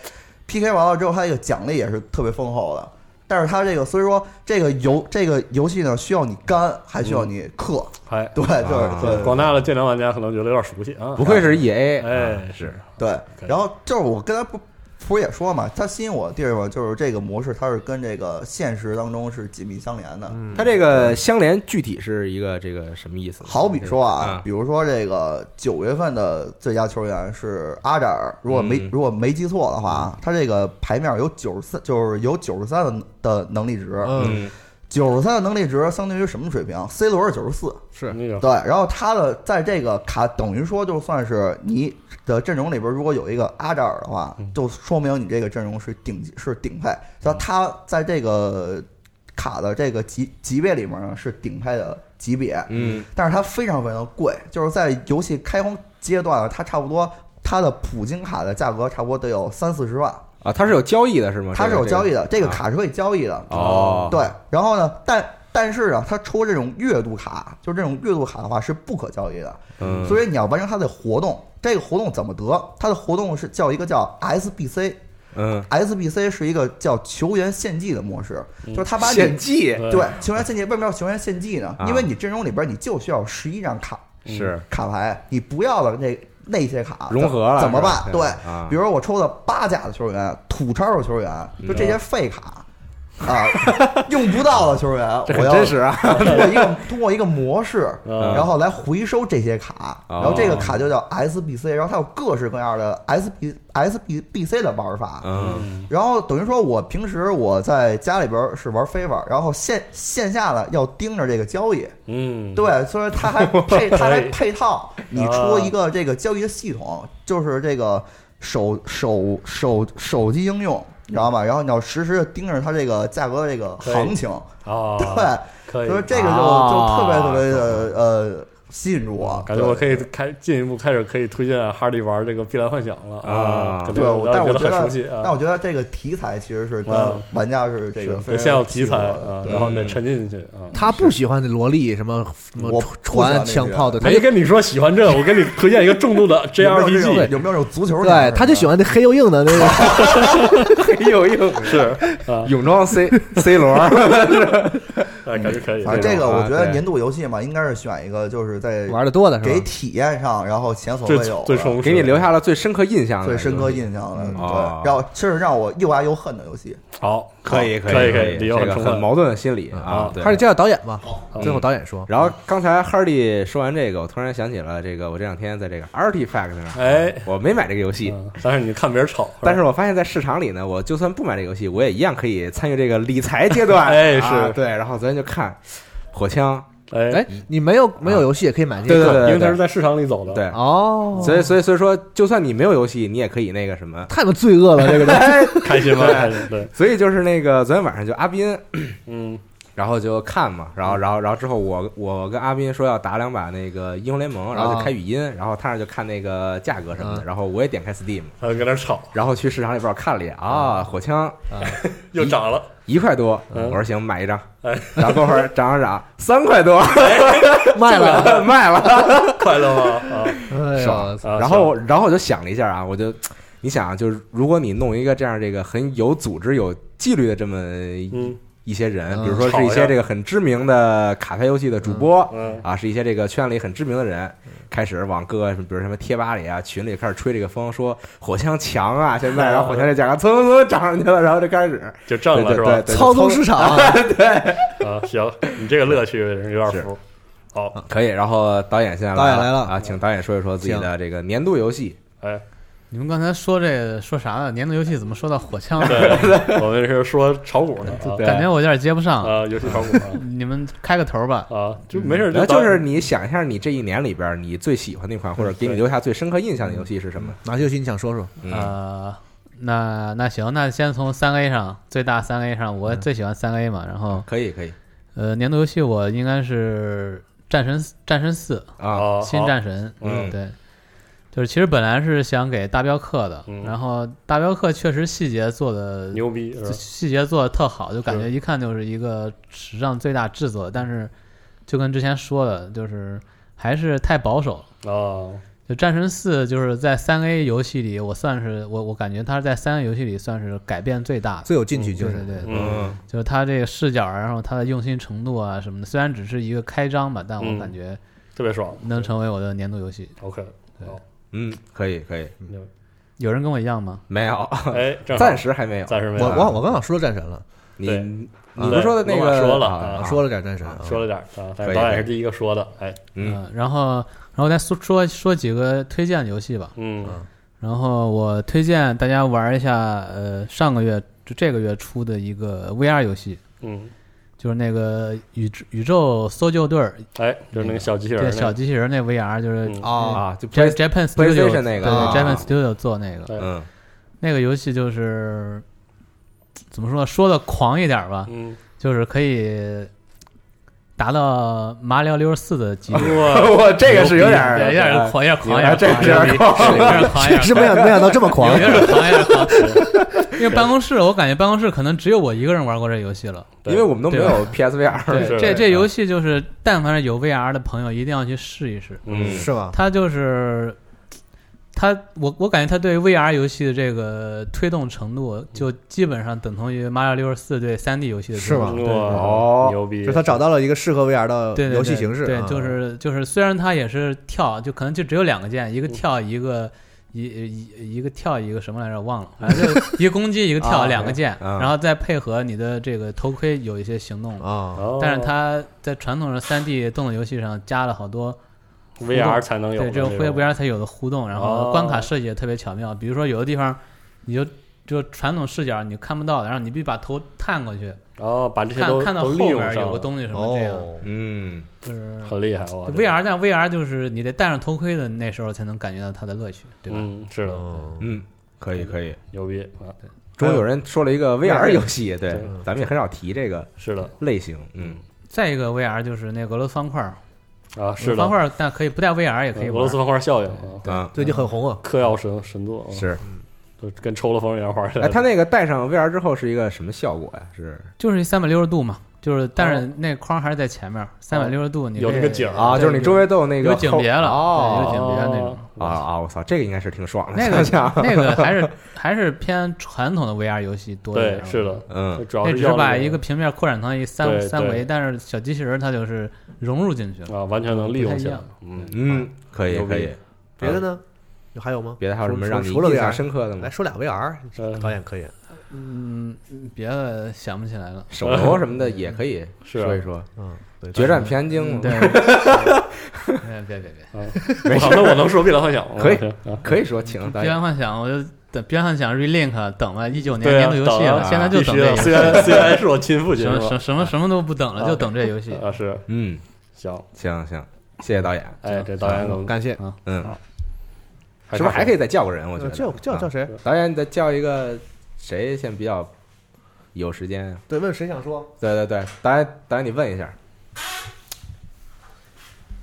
Speaker 10: 完了之后，他这个奖励也是特别丰厚的。但是他这个，所以说这个游这个游戏呢，需要你干，还需要你氪，
Speaker 6: 哎，
Speaker 10: 对，就是、
Speaker 1: 啊
Speaker 10: 对
Speaker 6: 广大的剑良玩家可能觉得有点熟悉啊，
Speaker 1: 不愧是 E A，
Speaker 6: 哎，是，
Speaker 10: 对，
Speaker 6: 可以
Speaker 10: 然后就是我刚才不不是也说嘛，它吸引我的地方就是这个模式，它是跟这个现实当中是紧密相连的。
Speaker 6: 嗯
Speaker 1: 它这个相连具体是一个这个什么意思呢？
Speaker 10: 好比说啊
Speaker 1: 啊，
Speaker 10: 比如说这个九月份的最佳球员是阿扎尔，如果没
Speaker 1: 嗯
Speaker 10: 如果没记错的话，他这个牌面有九十三，就是有九十三的的能力值，
Speaker 2: 嗯，
Speaker 1: 嗯，
Speaker 10: 九十三的能力值相当于什么水平？C 罗是九十四，
Speaker 2: 是
Speaker 6: 那个
Speaker 10: 对，然后他的在这个卡等于说就算是你的阵容里边如果有一个阿扎尔的话，就说明你这个阵容是顶级是顶配，那他在这个卡的这个级级别里面呢是顶配的级别，
Speaker 1: 嗯，
Speaker 10: 但是它非常非常贵，就是在游戏开荒阶段，它差不多它的普金卡的价格差不多得有三四十万，
Speaker 1: 啊，它是有交易的是吗？
Speaker 10: 它是有交易的，这个
Speaker 1: 啊
Speaker 10: 卡是可以交易的，
Speaker 1: 哦，
Speaker 10: 对，然后呢，但但是啊，它抽这种月度卡，就是这种月度卡的话是不可交易的，
Speaker 1: 嗯，
Speaker 10: 所以你要完成它的活动。这个活动怎么得？它的活动是叫一个叫 SBC，SBC
Speaker 1: 嗯，
Speaker 10: 是一个叫球员献祭的模式，就是他把
Speaker 1: 嗯献
Speaker 10: 你
Speaker 1: 祭
Speaker 10: 对球员献祭，为什么要球员献祭呢？
Speaker 1: 啊
Speaker 10: 因为你阵容里边你就需要十一张卡
Speaker 1: 是
Speaker 10: 卡牌，你不要了那那些卡
Speaker 1: 融合了
Speaker 10: 怎么
Speaker 1: 是吧
Speaker 10: 办？
Speaker 1: 对
Speaker 10: 对
Speaker 1: 啊，
Speaker 10: 比如说我抽了八甲的球员、土超的球员，就这些
Speaker 1: 嗯
Speaker 10: 废卡啊， *laughs* 用不到的球员，
Speaker 1: 这
Speaker 10: 我
Speaker 1: 很
Speaker 10: 要
Speaker 1: 真实啊，
Speaker 10: 通过一个通过一个模式，
Speaker 6: 嗯
Speaker 10: 然后来回收这些卡，
Speaker 1: 哦
Speaker 10: 然后这个卡就叫 SBC，然后它有各式各样的 SB SBBC 的玩法。
Speaker 1: 嗯
Speaker 10: 然后等于说，我平时我在家里边儿是玩 favor，然后线线下呢要盯着这个交易，
Speaker 6: 嗯，
Speaker 10: 对，所以
Speaker 1: *laughs*
Speaker 10: 它还配它还
Speaker 6: 哎
Speaker 10: 配套，你出
Speaker 6: 啊
Speaker 10: 一个这个交易的系统，就是这个手手手手机应用，你知道吗？然后你要实时的盯着它这个价格的这个
Speaker 6: 可以
Speaker 10: 行情，
Speaker 6: 啊，
Speaker 10: 对，
Speaker 6: 可以
Speaker 10: 所以，这个就
Speaker 1: 啊
Speaker 10: 就特别特别的呃吸引住我，
Speaker 6: 嗯感觉我可以
Speaker 10: 对。
Speaker 6: 开进一步开始可以推荐哈利玩这个《碧蓝幻想》了
Speaker 1: 啊
Speaker 6: 感
Speaker 10: 对，
Speaker 6: 觉
Speaker 10: 我但
Speaker 6: 觉
Speaker 10: 我
Speaker 6: 得
Speaker 10: 觉
Speaker 6: 很
Speaker 10: 得
Speaker 6: 熟悉，啊，
Speaker 10: 但我觉得这个题材其实是
Speaker 6: 嗯
Speaker 10: 跟玩家是这个
Speaker 6: 是
Speaker 10: 非常
Speaker 6: 先有题材
Speaker 10: 契合的
Speaker 6: 啊，
Speaker 10: 对
Speaker 6: 然后
Speaker 1: 嗯
Speaker 6: 你得沉浸进去啊。
Speaker 2: 他不喜欢萝莉什么什么
Speaker 10: 我不喜欢
Speaker 2: 船
Speaker 10: 那些
Speaker 2: 枪炮的，他
Speaker 6: 没
Speaker 2: 就
Speaker 6: 跟你说喜欢这，我给你推荐一个重度的
Speaker 10: 有没有这种
Speaker 6: JRPG，
Speaker 10: 有没有这种足球？
Speaker 2: 对，他就喜。欢那黑又硬的那个。
Speaker 1: 很 *laughs* 有用，
Speaker 6: 是，啊
Speaker 1: 泳装 C C 罗， *laughs*
Speaker 6: 哎，感觉可以。
Speaker 10: 反正这
Speaker 6: 个
Speaker 10: 个我觉
Speaker 1: 啊
Speaker 10: 得
Speaker 1: 对
Speaker 10: 年度游戏嘛，应该是选一个就是在
Speaker 1: 玩的多的
Speaker 10: 给
Speaker 1: 是吧？
Speaker 10: 体验上，然后前所
Speaker 6: 最
Speaker 10: 未有
Speaker 6: 最
Speaker 10: 的
Speaker 6: 充实，
Speaker 1: 给你留下了最深刻印象的，
Speaker 10: 最深刻印象的，
Speaker 1: 嗯哦
Speaker 10: 对，然后这是让我又爱又恨的游戏。
Speaker 6: 好，
Speaker 1: 可以
Speaker 6: 可
Speaker 1: 以
Speaker 6: 以可以
Speaker 1: 以，
Speaker 6: 理由
Speaker 1: 这个
Speaker 6: 充分
Speaker 1: 很矛盾的心理啊
Speaker 6: 啊。
Speaker 1: 对嗯
Speaker 2: 开始介绍导演吧，最后导演说，
Speaker 1: 然后刚才 Hardy 说完这个，我突然想起了这个，我这两天在这个 Artifact 上，
Speaker 6: 哎，
Speaker 1: 我没买这个游戏，
Speaker 6: 嗯但是你看别人炒，
Speaker 1: *laughs* 但是我发现，在市场里呢，我就算不买这个游戏，我也一样可以参与这个理财阶段。
Speaker 6: *laughs* 哎
Speaker 1: 啊
Speaker 6: 是
Speaker 1: 对。然后昨天就看火枪，
Speaker 6: 哎，
Speaker 2: 哎，你没有没有游戏也可以买这
Speaker 1: 对
Speaker 2: 个
Speaker 1: 对
Speaker 6: 因为它是在市场里走的，
Speaker 1: 对，
Speaker 2: 哦，
Speaker 1: 所以所以所以说，就算你没有游戏，你也可以那个什么。
Speaker 2: 太他妈罪恶了，这个东西
Speaker 6: 开心吗？开心，对，
Speaker 1: 所以就是那个昨天晚上就阿斌，
Speaker 6: 嗯，
Speaker 1: 然后就看嘛，然后然后然后之后我我跟阿斌说要打两把那个英雄联
Speaker 6: 啊
Speaker 1: 盟，然后就开语音，然后他那就看那个价格什么的，
Speaker 2: 嗯
Speaker 1: 然后我也点开 Steam，
Speaker 6: 他啊就搁那炒，
Speaker 1: 然后去市场里边我看了一眼啊，火枪
Speaker 6: 又涨了，
Speaker 1: 一块多，
Speaker 6: 嗯
Speaker 1: 我说行买一张
Speaker 6: 哎，
Speaker 1: 然后过会儿涨涨涨三块多
Speaker 2: 卖了，
Speaker 1: *laughs*
Speaker 6: *laughs*
Speaker 1: 卖了。
Speaker 6: *laughs* 快乐 *laughs* 吗？啊，
Speaker 2: 哎
Speaker 1: 爽
Speaker 2: 呦，
Speaker 6: 啊
Speaker 1: 然后，然后我就想了一下啊，我就，你想啊，就是如果你弄一个这样这个很有组织、有纪律的这么
Speaker 6: 嗯
Speaker 1: 一些人，
Speaker 2: 嗯
Speaker 1: 比如说
Speaker 6: 好
Speaker 1: 是一
Speaker 6: 呀
Speaker 1: 些这个很知名的卡牌游戏的主播，
Speaker 6: 嗯，
Speaker 1: 啊，是一些这个圈里很知名的人，开始往各个什么比如什么贴吧里啊、群里开始吹这个风，说火枪强啊，现在，然后火枪这价格蹭蹭蹭涨上去了，然后就开始
Speaker 6: 就挣了
Speaker 1: 对
Speaker 6: 是
Speaker 1: 对
Speaker 6: 吧？
Speaker 1: 对
Speaker 2: 操纵市场，
Speaker 1: *laughs*
Speaker 6: *laughs* 啊，行，你这个乐趣有点服，好，
Speaker 1: 嗯可以。然后导演现在
Speaker 2: 导演来
Speaker 1: 了
Speaker 2: 了
Speaker 1: 啊，请导演说一说自己
Speaker 2: 行
Speaker 1: 的这个年度游戏。
Speaker 6: 哎，
Speaker 11: 你们刚才说这说啥呢？年度游戏怎么说到火枪了？
Speaker 6: *laughs* 对，我们是说炒股呢啊
Speaker 1: 啊对
Speaker 11: 感觉我有点接不上。
Speaker 6: 啊，游戏炒股啊
Speaker 11: *laughs* 你们 *laughs* 开个头吧。
Speaker 6: 啊，就没事，
Speaker 1: 然后
Speaker 6: 当
Speaker 1: 呃就是你想一下，你这一年里边你最喜欢那款或者给你
Speaker 6: 嗯对
Speaker 1: 留下最深刻印象的游戏是什么？
Speaker 2: 哪些游戏你想说说？
Speaker 1: 嗯，
Speaker 11: 呃，那那行，那先从三 A 上最大三 A 上，我最喜欢三 A 嘛。然后
Speaker 1: 嗯可以可以
Speaker 11: 呃，年度游戏我应该是战神战神四
Speaker 1: 啊，
Speaker 6: 啊，
Speaker 11: 新战神，
Speaker 1: 嗯
Speaker 11: 对。就是其实本来是想给大镖客的，
Speaker 6: 嗯
Speaker 11: 然后大镖客确实细节做的
Speaker 6: 好牛逼是吧？
Speaker 11: 细节做的特好，就感觉
Speaker 6: 是
Speaker 11: 一看就是一个史上最大制作，但是就跟之前说的，就是还是太保守了。
Speaker 6: 啊，
Speaker 11: 就《战神四》就是在三 A 游戏里，我算是我我感觉它是在三 A 游戏里算是改变最大的。
Speaker 2: 最有进取精
Speaker 11: 对
Speaker 2: 神
Speaker 11: 对，对，
Speaker 6: 嗯，
Speaker 11: 就是它这个视角啊，然后它的用心程度啊什么的，虽然只是一个开张吧，但
Speaker 6: 嗯
Speaker 11: 我感觉
Speaker 6: 特别爽，
Speaker 11: 能成为我的年度游戏。
Speaker 6: OK，
Speaker 1: 嗯，可以可以，
Speaker 6: 牛
Speaker 11: 有人跟我一样吗？
Speaker 1: 没有，
Speaker 6: 哎，正好
Speaker 1: 暂时还没有。
Speaker 6: 暂时没
Speaker 2: 我
Speaker 6: 有，
Speaker 2: 我我刚想说战神了，
Speaker 1: 你
Speaker 6: 对
Speaker 1: 你不是说的那
Speaker 6: 罗马
Speaker 1: 个
Speaker 6: 说了
Speaker 1: 啊
Speaker 6: 啊
Speaker 2: 说了点战神啊，
Speaker 6: 说了点儿啊，
Speaker 1: 可
Speaker 6: 但是
Speaker 1: 以
Speaker 6: 导
Speaker 1: 可
Speaker 6: 演
Speaker 1: 以
Speaker 6: 是第一个说的，哎，
Speaker 1: 嗯
Speaker 11: 呃然后然后再说说说几个推荐游戏吧。
Speaker 6: 嗯
Speaker 11: 然后我推荐大家玩一下，呃，上个月就这个月出的一个 VR 游戏，
Speaker 6: 嗯，
Speaker 11: 就是那个宇宙宇宙搜救队儿，
Speaker 6: 哎，就是那个小机器人
Speaker 11: 对，
Speaker 6: 儿，
Speaker 11: 小机器人那 VR，就是
Speaker 6: 嗯
Speaker 2: 啊，
Speaker 1: 啊，就
Speaker 11: J-
Speaker 1: Play-
Speaker 11: Japan
Speaker 1: PlayStation
Speaker 11: Studio
Speaker 1: 那个
Speaker 11: 对
Speaker 1: 啊
Speaker 11: 对 Japan Studio 做那个
Speaker 6: 对
Speaker 1: 嗯
Speaker 11: 那个游戏，就是怎么说呢说的狂一点吧，
Speaker 6: 嗯，
Speaker 11: 就是可以达到马里奥六十四的级别，
Speaker 6: 哇，
Speaker 1: *laughs* 我这个是有点
Speaker 11: 对，有
Speaker 1: 儿
Speaker 11: 点
Speaker 1: 啊
Speaker 11: 狂，有点狂，有点
Speaker 1: 这个
Speaker 11: 狂，有
Speaker 1: 是有点狂
Speaker 11: 点狂，有点
Speaker 2: 确实没想没想到这么狂
Speaker 11: 有，点狂，有点狂。
Speaker 1: *laughs*
Speaker 11: 因为办公室，我感觉办公室可能只有我一个人玩过这游戏了。
Speaker 1: 因为我们都没有 PSVR，
Speaker 11: 对，
Speaker 6: 是
Speaker 11: 这这
Speaker 6: 嗯
Speaker 11: 游戏就是，但凡是有 VR 的朋友，一定要去试一试。
Speaker 6: 嗯
Speaker 2: 是吧？
Speaker 11: 它就是，它我我感觉它对 VR 游戏的这个推动程度，就基本上等同于《马里奥六十四》对 3D 游戏的推
Speaker 2: 是
Speaker 11: 动
Speaker 2: 吧
Speaker 6: 哇，牛逼，
Speaker 2: 就是他找到了一个适合 VR 的
Speaker 11: 对对
Speaker 2: 游戏形式，
Speaker 11: 对，
Speaker 2: 啊
Speaker 11: 就是就是，虽然它也是跳，就可能就只有两个键，
Speaker 2: 嗯
Speaker 11: 一个跳，一个一一一个跳，一个什么来着，忘了，反正
Speaker 2: *laughs*
Speaker 11: 就一个攻击，一个跳，
Speaker 1: 啊
Speaker 11: 两个键，
Speaker 1: 啊
Speaker 11: 然后再配合你的这个头盔有一些行动。
Speaker 2: 啊，
Speaker 6: 哦，
Speaker 11: 但是它在传统的三 D 动作游戏上加了好多
Speaker 6: VR 才能有
Speaker 11: 对
Speaker 6: 的
Speaker 11: 只
Speaker 6: 那
Speaker 11: 有
Speaker 6: 种，
Speaker 11: VR 才有的互动，然
Speaker 6: 哦
Speaker 11: 后关卡设计也特别巧妙。比如说有的地方，你就就传统视角你看不到的，然后你必须把头探过去，
Speaker 6: 哦，把这些
Speaker 11: 看
Speaker 6: 都
Speaker 11: 看到
Speaker 6: 都
Speaker 11: 后
Speaker 6: 利用
Speaker 11: 边
Speaker 6: 上
Speaker 11: 有个
Speaker 6: 了
Speaker 11: 东西什么这样，
Speaker 2: 哦，
Speaker 1: 嗯，
Speaker 11: 就是
Speaker 6: 很厉害哇这个
Speaker 11: VR 但 VR 就是你得戴上头盔的那时候才能感觉到它的乐趣，对吧？哦
Speaker 6: 嗯，是的，
Speaker 2: 嗯
Speaker 1: *laughs* 嗯，可以可以。
Speaker 6: 牛逼啊，
Speaker 1: 中有人说了一个 VR 游戏，对
Speaker 6: 对，
Speaker 1: 咱们也很少提这个
Speaker 6: 是的
Speaker 1: 类型。嗯，
Speaker 11: 再一个 VR 就是那个俄罗斯方块儿，
Speaker 6: 啊，
Speaker 11: 俄罗
Speaker 6: 是
Speaker 11: 斯
Speaker 6: 的
Speaker 11: 方，块儿但可以不带 VR 也可以
Speaker 6: 嗯俄
Speaker 11: 玩。
Speaker 6: 罗斯方块效应啊，
Speaker 1: 啊，
Speaker 2: 最近很红啊，
Speaker 6: 嗑药神神作啊，
Speaker 1: 是。
Speaker 6: 就跟抽了风一样玩起来
Speaker 1: 哎，
Speaker 6: 的，
Speaker 1: 他那个戴上 VR 之后是一个什么效果呀？是
Speaker 11: 就是三百六十度嘛，就是但是那框还是在前面，三百六十哦度，你
Speaker 6: 哦有那
Speaker 11: 这
Speaker 6: 个景儿
Speaker 1: 啊，就是你周围都有那个
Speaker 11: 有景别了
Speaker 1: 哦，
Speaker 11: 对有景别那种嗯
Speaker 1: 啊啊！我操，这个应该是挺爽的。
Speaker 11: 那个
Speaker 1: 想 *laughs*
Speaker 11: *laughs*
Speaker 1: 想
Speaker 11: 那个还是还是偏传统的 VR 游戏多一点
Speaker 6: 对，，是的，
Speaker 1: 嗯，
Speaker 6: 主要
Speaker 11: 那
Speaker 6: 是
Speaker 11: 只
Speaker 6: 要
Speaker 11: 是把
Speaker 6: 那
Speaker 11: 一个平面扩展成一三
Speaker 6: 对
Speaker 11: 三维，
Speaker 6: 对
Speaker 11: 但是小机器人它就是融入进去了。
Speaker 6: 啊，完全能利用起来
Speaker 11: 不太一样。
Speaker 6: 嗯，
Speaker 1: 嗯，可以
Speaker 6: 牛逼
Speaker 1: 可以。
Speaker 2: 别的呢？还有吗？
Speaker 1: 嗯别的还有什么让你
Speaker 2: 除了
Speaker 1: 印象
Speaker 2: VR
Speaker 1: 深刻的吗
Speaker 2: 来？说俩 VR，
Speaker 6: 呃
Speaker 2: 导演可以。
Speaker 11: 嗯，别的想不起来了。
Speaker 1: *laughs* 手游什么的也可以
Speaker 6: *laughs* 是啊
Speaker 1: 说一说。
Speaker 2: 嗯，对，
Speaker 1: 决战平安京嘛，
Speaker 11: 嗯
Speaker 1: *laughs*
Speaker 11: 对，哎别别别，
Speaker 6: 嗯没事，那我能说《碧蓝幻想》吗？
Speaker 1: 可以
Speaker 6: 啊
Speaker 1: 可以说，请导
Speaker 11: 《边
Speaker 1: 演
Speaker 11: 缘幻想》，我就等《边缘幻想》Relink 等了一九年
Speaker 6: 对
Speaker 11: 年
Speaker 6: 啊，
Speaker 11: 度游
Speaker 6: 等
Speaker 11: 戏
Speaker 6: 啊
Speaker 11: 了，现在就
Speaker 6: 必
Speaker 11: 等
Speaker 6: 须
Speaker 11: 这
Speaker 6: 的。
Speaker 11: 个
Speaker 6: 虽然 *laughs* 虽然是我亲父亲，
Speaker 11: 什么
Speaker 6: 是
Speaker 11: 什
Speaker 6: 吧
Speaker 11: 么什么什么都不等了，
Speaker 6: 啊
Speaker 11: 就等这游戏。
Speaker 6: 啊，是
Speaker 1: 嗯，
Speaker 6: 行，
Speaker 1: 行行，谢谢导演。
Speaker 6: 哎，这导演能啊
Speaker 2: 感谢。
Speaker 1: 嗯，
Speaker 6: 还
Speaker 1: 是不是还可
Speaker 6: 以？
Speaker 1: 以再叫个人？我觉
Speaker 2: 呃
Speaker 1: 得
Speaker 2: 叫叫叫
Speaker 1: 啊
Speaker 2: 谁？
Speaker 1: 导演，你再叫一个谁先比较有时间啊？
Speaker 2: 对，问谁想说？
Speaker 1: 对对对，导演导演，你问一下。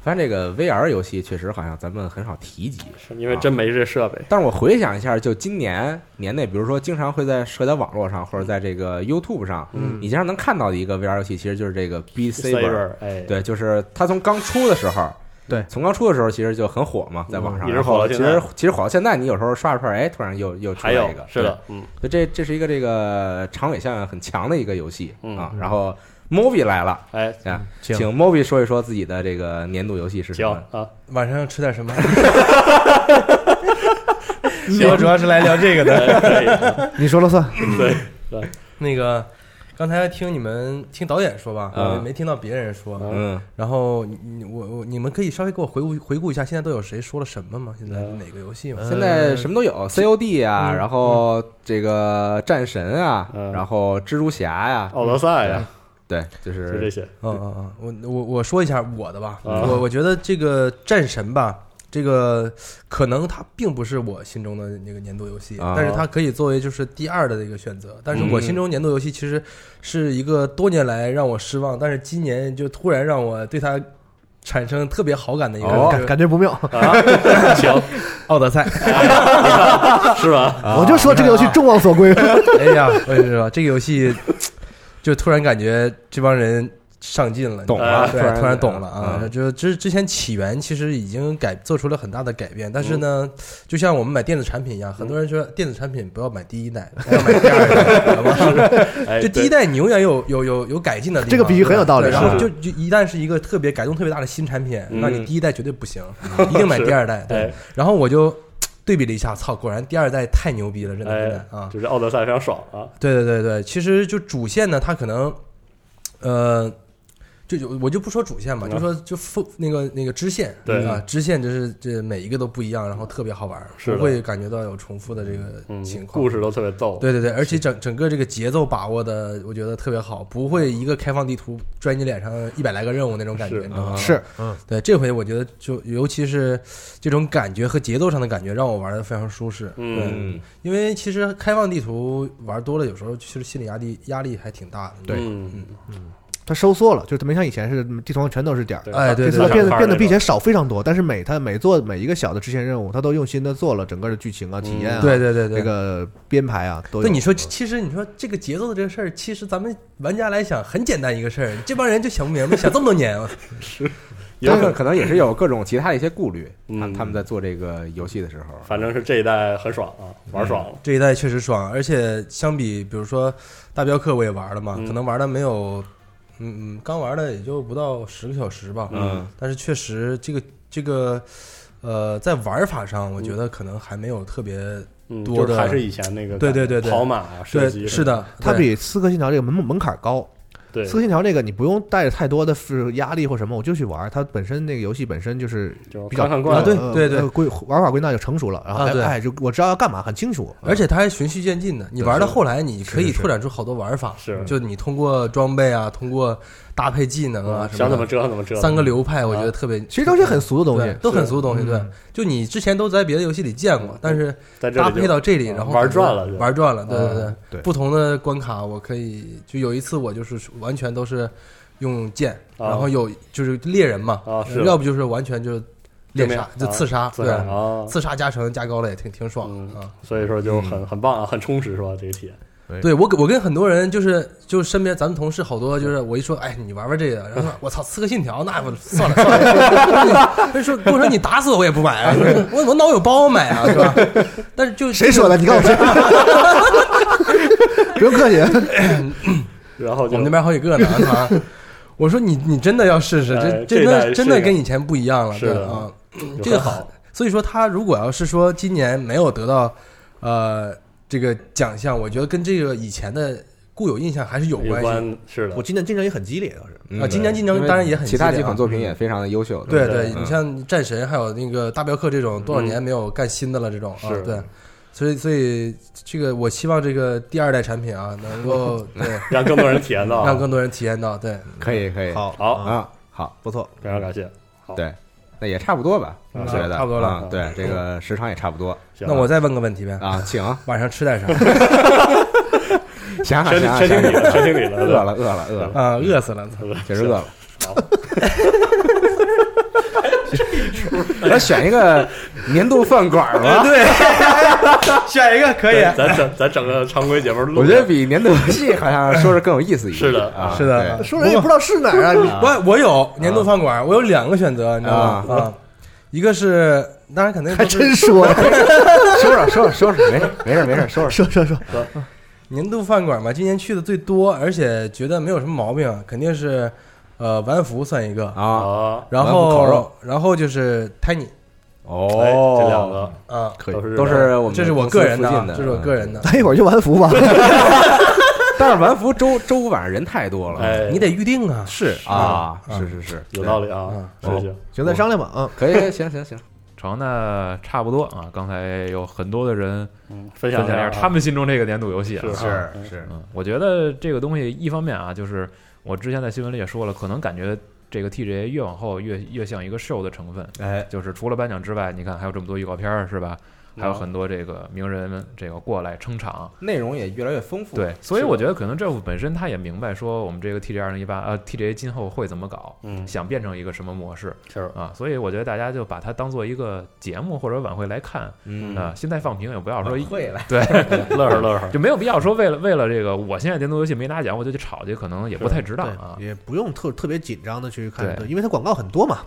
Speaker 1: 反正这个 VR 游戏确实好像咱们很少提及，啊
Speaker 6: 是因为真没这设备，
Speaker 1: 但是我回想一下，就今年年内，比如说经常会在社交网络上或者在这个 YouTube 上，
Speaker 6: 嗯
Speaker 1: 你经常能看到的一个 VR 游戏，其实就是这个 B Saber。
Speaker 6: Saber，哎，
Speaker 1: 对，就是它从刚出的时候，
Speaker 11: 对
Speaker 1: 从刚出的时候其实就很火嘛，在网上，
Speaker 6: 嗯一直
Speaker 1: 然
Speaker 6: 火
Speaker 1: 后
Speaker 6: 到
Speaker 1: 其
Speaker 6: 现在
Speaker 1: 实其实火到现在，你有时候刷着刷着，哎，突然又又出
Speaker 6: 还
Speaker 1: 来
Speaker 6: 有
Speaker 1: 一个，
Speaker 6: 是的，嗯，
Speaker 1: 对，所以这这是一个这个长尾效应很强的一个游戏
Speaker 6: 嗯
Speaker 1: 啊。然后 Movi 来了，
Speaker 6: 哎，
Speaker 1: 啊，
Speaker 11: 请
Speaker 1: 请 Movi 说一说自己的这个年度游戏是什
Speaker 6: 行
Speaker 1: 么？
Speaker 6: 啊，
Speaker 7: 晚上要吃点
Speaker 6: *laughs*
Speaker 7: 什么？我主要是来聊这个的。
Speaker 6: 哎可以啊
Speaker 2: 你说了算。
Speaker 6: 对，
Speaker 7: 那个刚才听你们听导演说吧，
Speaker 1: 嗯
Speaker 4: 啊
Speaker 7: 我没听到别人说。
Speaker 1: 嗯，
Speaker 7: 然后你你我我你们可以稍微给我回顾回顾一下，现在都有谁说了什么吗？现在
Speaker 4: 嗯
Speaker 7: 哪个游戏吗？
Speaker 1: *laughs* 现在什么都有，COD 啊，
Speaker 7: 呃嗯
Speaker 1: 然后这个战神啊，
Speaker 6: 嗯
Speaker 1: 然后蜘蛛侠呀，
Speaker 6: 奥德赛呀，
Speaker 1: 对，就
Speaker 6: 就这
Speaker 1: 是
Speaker 6: 些，
Speaker 7: 嗯嗯嗯，我我我说一下我的吧，
Speaker 6: 啊
Speaker 7: 我我觉得这个战神吧，这个可能它并不是我心中的那个年度游戏，
Speaker 1: 啊
Speaker 7: 但是它可以作为就是第二的一个选择。但是我
Speaker 6: 嗯
Speaker 7: 心中年度游戏其实是一个多年来让我失望，但是今年就突然让我对它产生特别好感的一个
Speaker 1: 哦
Speaker 7: 这
Speaker 2: 感
Speaker 7: 个
Speaker 2: 感觉不妙，
Speaker 6: 啊
Speaker 7: *laughs*
Speaker 1: 啊 *laughs*
Speaker 6: 行，
Speaker 2: *laughs*
Speaker 7: 奥德赛。
Speaker 6: *laughs* 是吧？
Speaker 7: *laughs*
Speaker 1: 啊
Speaker 2: 我就说这个游戏众望所归。 *laughs*
Speaker 7: 哎呀，我跟你说，这个游戏就突然感觉这帮人上进了，
Speaker 1: 懂
Speaker 6: 了
Speaker 7: 对
Speaker 1: 突，然
Speaker 7: 突然懂了啊！
Speaker 1: 嗯
Speaker 7: 就之之前起源其实已经改做出了很大的改变，但是呢，
Speaker 6: 嗯
Speaker 7: 就像我们买电子产品一样，很多人说电子产品不要买第一代，要买第二代懂吗，
Speaker 6: *laughs* 哎，
Speaker 7: 就第一
Speaker 6: 代
Speaker 7: 代你永远有有有有改进的地方，
Speaker 2: 这个比喻很有道理
Speaker 7: 对然后
Speaker 6: 是
Speaker 7: 就就一旦是一个特别改动特别大的新产品，
Speaker 6: 嗯
Speaker 7: 那你第一代绝对不
Speaker 6: *laughs*
Speaker 7: 行，一定买第二代。对
Speaker 6: 哎，
Speaker 7: 然后我就对比了一下，操，果然第二代太牛逼了，真的真的
Speaker 6: *laughs* 哎
Speaker 7: 啊，！
Speaker 6: 就是奥德赛非常爽啊，
Speaker 7: 对对对对，其实就主线呢，它可能，呃，就就我就不说主线吧，
Speaker 6: 嗯
Speaker 7: 就说就副那个那个支线，
Speaker 6: 对嗯
Speaker 7: 啊，支线就是这每一个都不一样，然后特别好玩儿，
Speaker 6: 是的
Speaker 7: 不会感觉到有重复的这个
Speaker 6: 嗯，
Speaker 7: 情况。
Speaker 6: 故事都特别逗，
Speaker 7: 对对对，而且整整个这个节奏把握的，我觉得特别好，不会一个开放地图拽你脸上一百来个任务那种感觉，
Speaker 6: 是
Speaker 7: 你知道吗？
Speaker 2: 是，嗯，
Speaker 7: 对，这回我觉得就尤其是这种感觉和节奏上的感觉，让我玩的非常舒适。
Speaker 6: 嗯
Speaker 7: 对
Speaker 1: 嗯，
Speaker 7: 因为其实开放地图玩多了，有时候其实心理压力压力还挺大的。你知道吗，
Speaker 6: 嗯，
Speaker 2: 它收缩了，就是没像以前似的地图上全都是点儿。
Speaker 6: 对
Speaker 7: 哎对
Speaker 2: 这
Speaker 7: 对
Speaker 2: 次
Speaker 7: 对
Speaker 2: 它变得
Speaker 7: 对
Speaker 6: 小孩儿
Speaker 2: 变得比以
Speaker 6: 那种
Speaker 2: 前少非常多，但是每它每做每一个小的支线任务，它都用心的做了整个的剧情啊、体验啊，
Speaker 7: 嗯对对对对。
Speaker 2: 这个编排啊，都有。
Speaker 7: 那你说，其实你说这个节奏的这个事儿，其实咱们玩家来想很简单一个事儿，这帮人就想不明白，想这么多
Speaker 1: *laughs*
Speaker 7: 年，
Speaker 1: 他们可能也是有各种其他的一些顾
Speaker 7: *clears throat*
Speaker 1: 虑，
Speaker 6: 嗯
Speaker 1: 他们他们在做这个游戏的时候，
Speaker 6: 反正是这一代很爽啊，玩爽了，
Speaker 7: 嗯这一代确实爽，而且相比比如说大镖客我也玩了嘛，
Speaker 6: 嗯
Speaker 7: 可能玩的没有，嗯嗯，刚玩的也就不到十个小时吧，
Speaker 1: 嗯，
Speaker 7: 但是确实这个这个，呃，在玩法上我觉得可能还没有特别，
Speaker 6: 嗯，
Speaker 7: 多
Speaker 6: 就是
Speaker 7: 的
Speaker 6: 还是以前那个
Speaker 7: 对对对对
Speaker 6: 跑马啊射击
Speaker 7: 对，是的，
Speaker 2: 它
Speaker 7: 对
Speaker 2: 比《刺客信条》这个门门槛高，
Speaker 6: 对
Speaker 2: 《刺客信条》这个你不用带着太多的是压力或什么，我就去玩儿。它本身那个游戏本身就是
Speaker 6: 就是
Speaker 2: 比较
Speaker 6: 看看惯
Speaker 7: 啊对
Speaker 2: 呃
Speaker 7: 对
Speaker 2: 呃归玩法归纳就成熟了，然后
Speaker 7: 啊
Speaker 2: 哎
Speaker 7: 对
Speaker 2: 哎就我知道要干嘛，很清楚。
Speaker 7: 而且它还循序渐进的，你玩到后来，你可以
Speaker 2: 是是
Speaker 7: 拓展出好多玩法，
Speaker 6: 是
Speaker 7: 就你通过装备啊，通过搭配技能啊
Speaker 6: 嗯
Speaker 7: 什
Speaker 6: 想怎么
Speaker 7: 么
Speaker 6: 折腾怎么折
Speaker 7: 的，
Speaker 6: 腾，啊
Speaker 7: 三个流派，我觉得特别，
Speaker 2: 其实都是很俗的东
Speaker 7: 对
Speaker 2: 西，
Speaker 7: 都很俗的
Speaker 6: 嗯
Speaker 7: 东西，对，就你之前都在别的游戏里见过，但是
Speaker 6: 在这里
Speaker 7: 搭
Speaker 6: 就
Speaker 7: 配到这里，
Speaker 6: 啊
Speaker 7: 然后
Speaker 6: 玩转了就
Speaker 7: 玩转了，对对
Speaker 6: 啊
Speaker 2: 对
Speaker 7: 不同的关卡我可以，就有一次我就是完全都是用剑，
Speaker 6: 啊
Speaker 7: 然后有就是猎人嘛
Speaker 6: 啊是，
Speaker 7: 要不就是完全就是猎杀，
Speaker 6: 对面
Speaker 7: 就刺杀，
Speaker 6: 自
Speaker 7: 对
Speaker 6: 然，啊，
Speaker 7: 刺杀加成加高了也挺挺爽
Speaker 6: 嗯
Speaker 7: 的啊。
Speaker 6: 所以说就很很棒啊，很充实是吧？这个体验，
Speaker 9: 对
Speaker 7: *laughs* 对我跟我跟很多人就是就是身边咱们同事好多就是我一说哎你玩玩这个，然后
Speaker 6: *laughs*
Speaker 7: 说我操刺客信条那我算了算了， *laughs* 他说跟我说你打死我我也不买啊，我我脑有包买啊是吧？但是就
Speaker 2: 谁 *laughs* 说的？你告诉我谁？不用客气。
Speaker 6: *coughs* 然后
Speaker 7: 我们那边好几个呢，啊！我说你你真的要试试，
Speaker 6: 哎
Speaker 7: 这
Speaker 6: 这
Speaker 7: 真
Speaker 6: 代
Speaker 7: 的真的
Speaker 6: 是
Speaker 7: 跟以前不一样了，
Speaker 6: 是
Speaker 7: 对
Speaker 6: 的
Speaker 7: 啊
Speaker 6: 有，
Speaker 7: 这个
Speaker 6: 很
Speaker 7: 很
Speaker 6: 好。
Speaker 7: 所以说，他如果要是说今年没有得到呃这个奖项，我觉得跟这个以前的固有印象还是有关系。
Speaker 6: 是的
Speaker 2: 我今年竞争也很激烈，倒是
Speaker 1: 嗯
Speaker 7: 啊今年竞争
Speaker 1: 因为
Speaker 7: 当然也很
Speaker 1: 其他
Speaker 7: 激烈
Speaker 1: 几
Speaker 7: 啊
Speaker 1: 款作品也非常的优秀。
Speaker 7: 对
Speaker 1: 不
Speaker 7: 对，
Speaker 1: 嗯
Speaker 7: 你像战神还有那个大镖客这种，多少年没有干新的了，这种啊
Speaker 6: 是，
Speaker 7: 对。所以，所以这个我希望这个第二代产品啊，能够对
Speaker 6: 让更多人体验到
Speaker 7: 让更多人体验到，对。
Speaker 1: 可以可以，
Speaker 2: 好
Speaker 6: 好
Speaker 1: 啊，好，
Speaker 2: 不错，
Speaker 6: 非常感谢。好，
Speaker 1: 对，那也差不多吧，我
Speaker 7: 嗯
Speaker 1: 觉得
Speaker 7: 差不多了
Speaker 1: 啊对，这个时长也差不多
Speaker 6: 行
Speaker 7: 那我
Speaker 1: *laughs*
Speaker 7: 再问个问题呗，
Speaker 1: 啊，请
Speaker 7: 晚上吃点
Speaker 1: *laughs*
Speaker 7: 啥？
Speaker 1: 想想
Speaker 6: 全
Speaker 1: 想想
Speaker 6: 全听你的，全听你的，
Speaker 1: 啊 *laughs* 饿了饿了饿
Speaker 6: *laughs*
Speaker 1: 了，
Speaker 7: 啊，饿死了，操
Speaker 1: 确实饿了。 *laughs*
Speaker 6: 好，
Speaker 1: 咱选一个年度饭馆儿
Speaker 6: 哎
Speaker 1: 吧，对，
Speaker 2: 选一个可以。
Speaker 6: 咱咱整咱整个常规节目录，
Speaker 1: 我觉得比年度游戏好像说是更有意思一些。
Speaker 6: 是的
Speaker 1: 啊，
Speaker 7: 是的
Speaker 1: 对，
Speaker 2: 说人也不知道是哪儿啊，你啊
Speaker 7: 我我有年度饭馆，我有两个选择，你知道吗？啊，一个是当然肯定
Speaker 2: 还
Speaker 7: 都是
Speaker 2: 真
Speaker 7: *laughs*
Speaker 2: 说，
Speaker 1: 收拾收拾收拾，没事没事没事，收拾。
Speaker 2: 说说说，
Speaker 7: 年度饭馆嘛，今年去的最多，而且觉得没有什么毛病，肯定是呃万福算一个，
Speaker 1: 啊，
Speaker 6: 啊，
Speaker 7: 然
Speaker 1: 万福烤
Speaker 7: 后
Speaker 1: 肉
Speaker 7: 然后就是泰尼
Speaker 1: 哦
Speaker 6: 哎，这两个
Speaker 7: 啊，
Speaker 2: 可
Speaker 6: 都是
Speaker 1: 都是我们
Speaker 7: 这是我
Speaker 1: 公司
Speaker 7: 个人
Speaker 1: 附
Speaker 7: 的啊
Speaker 1: 近，的，
Speaker 7: 这是我个人的，
Speaker 2: 咱一会儿去完福吧。
Speaker 1: 嗯。 *laughs* 但是完福周周五晚上人太多了，
Speaker 6: 哎，
Speaker 7: 你得预定啊，
Speaker 1: 是啊，是是嗯是，
Speaker 6: 有道
Speaker 1: 理，
Speaker 6: 理啊，
Speaker 1: 对
Speaker 6: 谢谢。
Speaker 2: 行，再商量吧。嗯，
Speaker 1: 可以，行行行，
Speaker 4: 成，那差不多啊。刚才有很多的人
Speaker 6: 嗯，
Speaker 4: 分
Speaker 6: 分享
Speaker 4: 享
Speaker 6: 一
Speaker 4: 一下
Speaker 6: 下
Speaker 4: 他们心中这个年度游戏啊。
Speaker 6: 是
Speaker 1: 是是，
Speaker 4: 嗯，我觉得这个东西一方面啊，就是我之前在新闻里也说了，可能感觉这个 TGA 越往后越越像一个 show 的成分，
Speaker 1: 哎，
Speaker 4: 就是除了颁奖之外，你看还有这么多预告片儿是吧？
Speaker 6: 嗯
Speaker 4: 还有很多这个名人这个过来撑场，
Speaker 1: 内容也越来越丰富，
Speaker 4: 对，所以我觉得可能政府本身他也明白说我们这个 TGA 二零一八呃 TGA 今后会怎么搞，
Speaker 6: 嗯
Speaker 4: 想变成一个什么模式
Speaker 6: 是
Speaker 4: 啊，所以我觉得大家就把它当做一个节目或者晚会来看
Speaker 1: 嗯，
Speaker 4: 啊，现在放平也不要说
Speaker 1: 会了，
Speaker 4: 对，
Speaker 6: *laughs* 乐呵乐呵，
Speaker 4: 就没有必要说为了为了这个我现在电动游戏没拿奖我就去吵去，可能也不太值当啊
Speaker 2: 对，。也不用特特别紧张的去看，
Speaker 4: 对
Speaker 2: 对因为它广告很
Speaker 6: *laughs*
Speaker 2: 多嘛。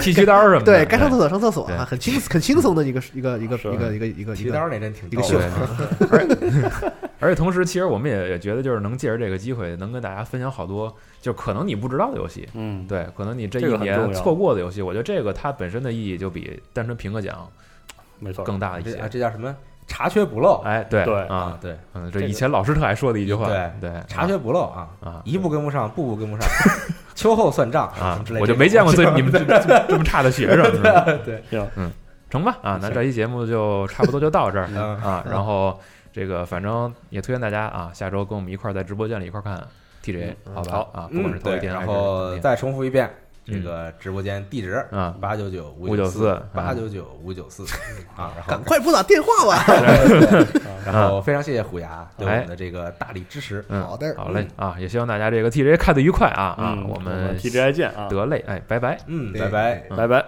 Speaker 4: 剃须刀什么的，
Speaker 2: 对该上厕所上厕所啊，
Speaker 4: 对
Speaker 2: 很轻很轻松的一个一个一个
Speaker 6: 是
Speaker 2: 一个一个一个
Speaker 1: 提
Speaker 2: 一个
Speaker 1: 刀那真挺
Speaker 2: 一个
Speaker 1: 逗
Speaker 2: 秀
Speaker 1: 的。。
Speaker 2: *laughs*
Speaker 4: 而且同时，其实我们也也觉得，就是能借着这个机会，能跟大家分享好多，就可能你不知道的游戏。
Speaker 6: 嗯，
Speaker 4: 对，可能你这
Speaker 6: 这个
Speaker 4: 一
Speaker 6: 很重
Speaker 4: 年
Speaker 6: 要
Speaker 4: 错过的游戏，我觉得这个它本身的意义就比单纯评个奖
Speaker 6: 没错，
Speaker 4: 更大一
Speaker 1: 这啊，
Speaker 4: 些。
Speaker 1: 这叫什么？查缺补漏，
Speaker 4: 哎，对
Speaker 6: 对
Speaker 4: 啊，，
Speaker 1: 对，
Speaker 4: 嗯，
Speaker 1: 这
Speaker 4: 这
Speaker 1: 个
Speaker 4: 以前老师特爱说的一句话，
Speaker 1: 对
Speaker 4: 对，啊
Speaker 1: 查缺补漏啊，
Speaker 4: 啊
Speaker 1: 一步跟不上，步步跟不上， *laughs* 秋后算账什
Speaker 4: 啊
Speaker 1: 么之类，的。
Speaker 4: 我就没见过这
Speaker 1: *laughs*
Speaker 4: 你们这这这么差的学生，是吧嗯
Speaker 1: 对，
Speaker 4: 成吧啊，那这期节目就差不多就到这儿
Speaker 1: 嗯
Speaker 4: 啊，然后这个反正也推荐大家啊，下周跟我们一块儿在直播间里一块儿看 TJ，好吧啊，不管
Speaker 1: 嗯
Speaker 4: 是头
Speaker 1: 对，
Speaker 4: 一天还
Speaker 1: 然
Speaker 4: 是
Speaker 1: 后
Speaker 4: 怎么
Speaker 1: 再重复一遍这
Speaker 4: 嗯
Speaker 1: 个直播间地址
Speaker 4: 样啊，
Speaker 1: 八九九
Speaker 4: 594
Speaker 1: 八九九五九四啊，然后
Speaker 2: 快拨打电话
Speaker 1: *laughs*
Speaker 2: 吧。
Speaker 4: *laughs*
Speaker 1: 然后非常谢谢虎牙对
Speaker 4: 嗯
Speaker 1: 我
Speaker 4: 哎
Speaker 1: 们的这个大力支持，
Speaker 4: 嗯，
Speaker 2: 好的
Speaker 4: 好嘞啊，也希望大家这个 TJ 看的愉快啊啊
Speaker 6: 嗯，
Speaker 4: 我
Speaker 6: 我们
Speaker 4: 们
Speaker 6: TGI 见啊，
Speaker 4: 得嘞，哎，拜拜。
Speaker 1: 嗯，
Speaker 2: 对
Speaker 1: 拜拜。
Speaker 6: 拜拜。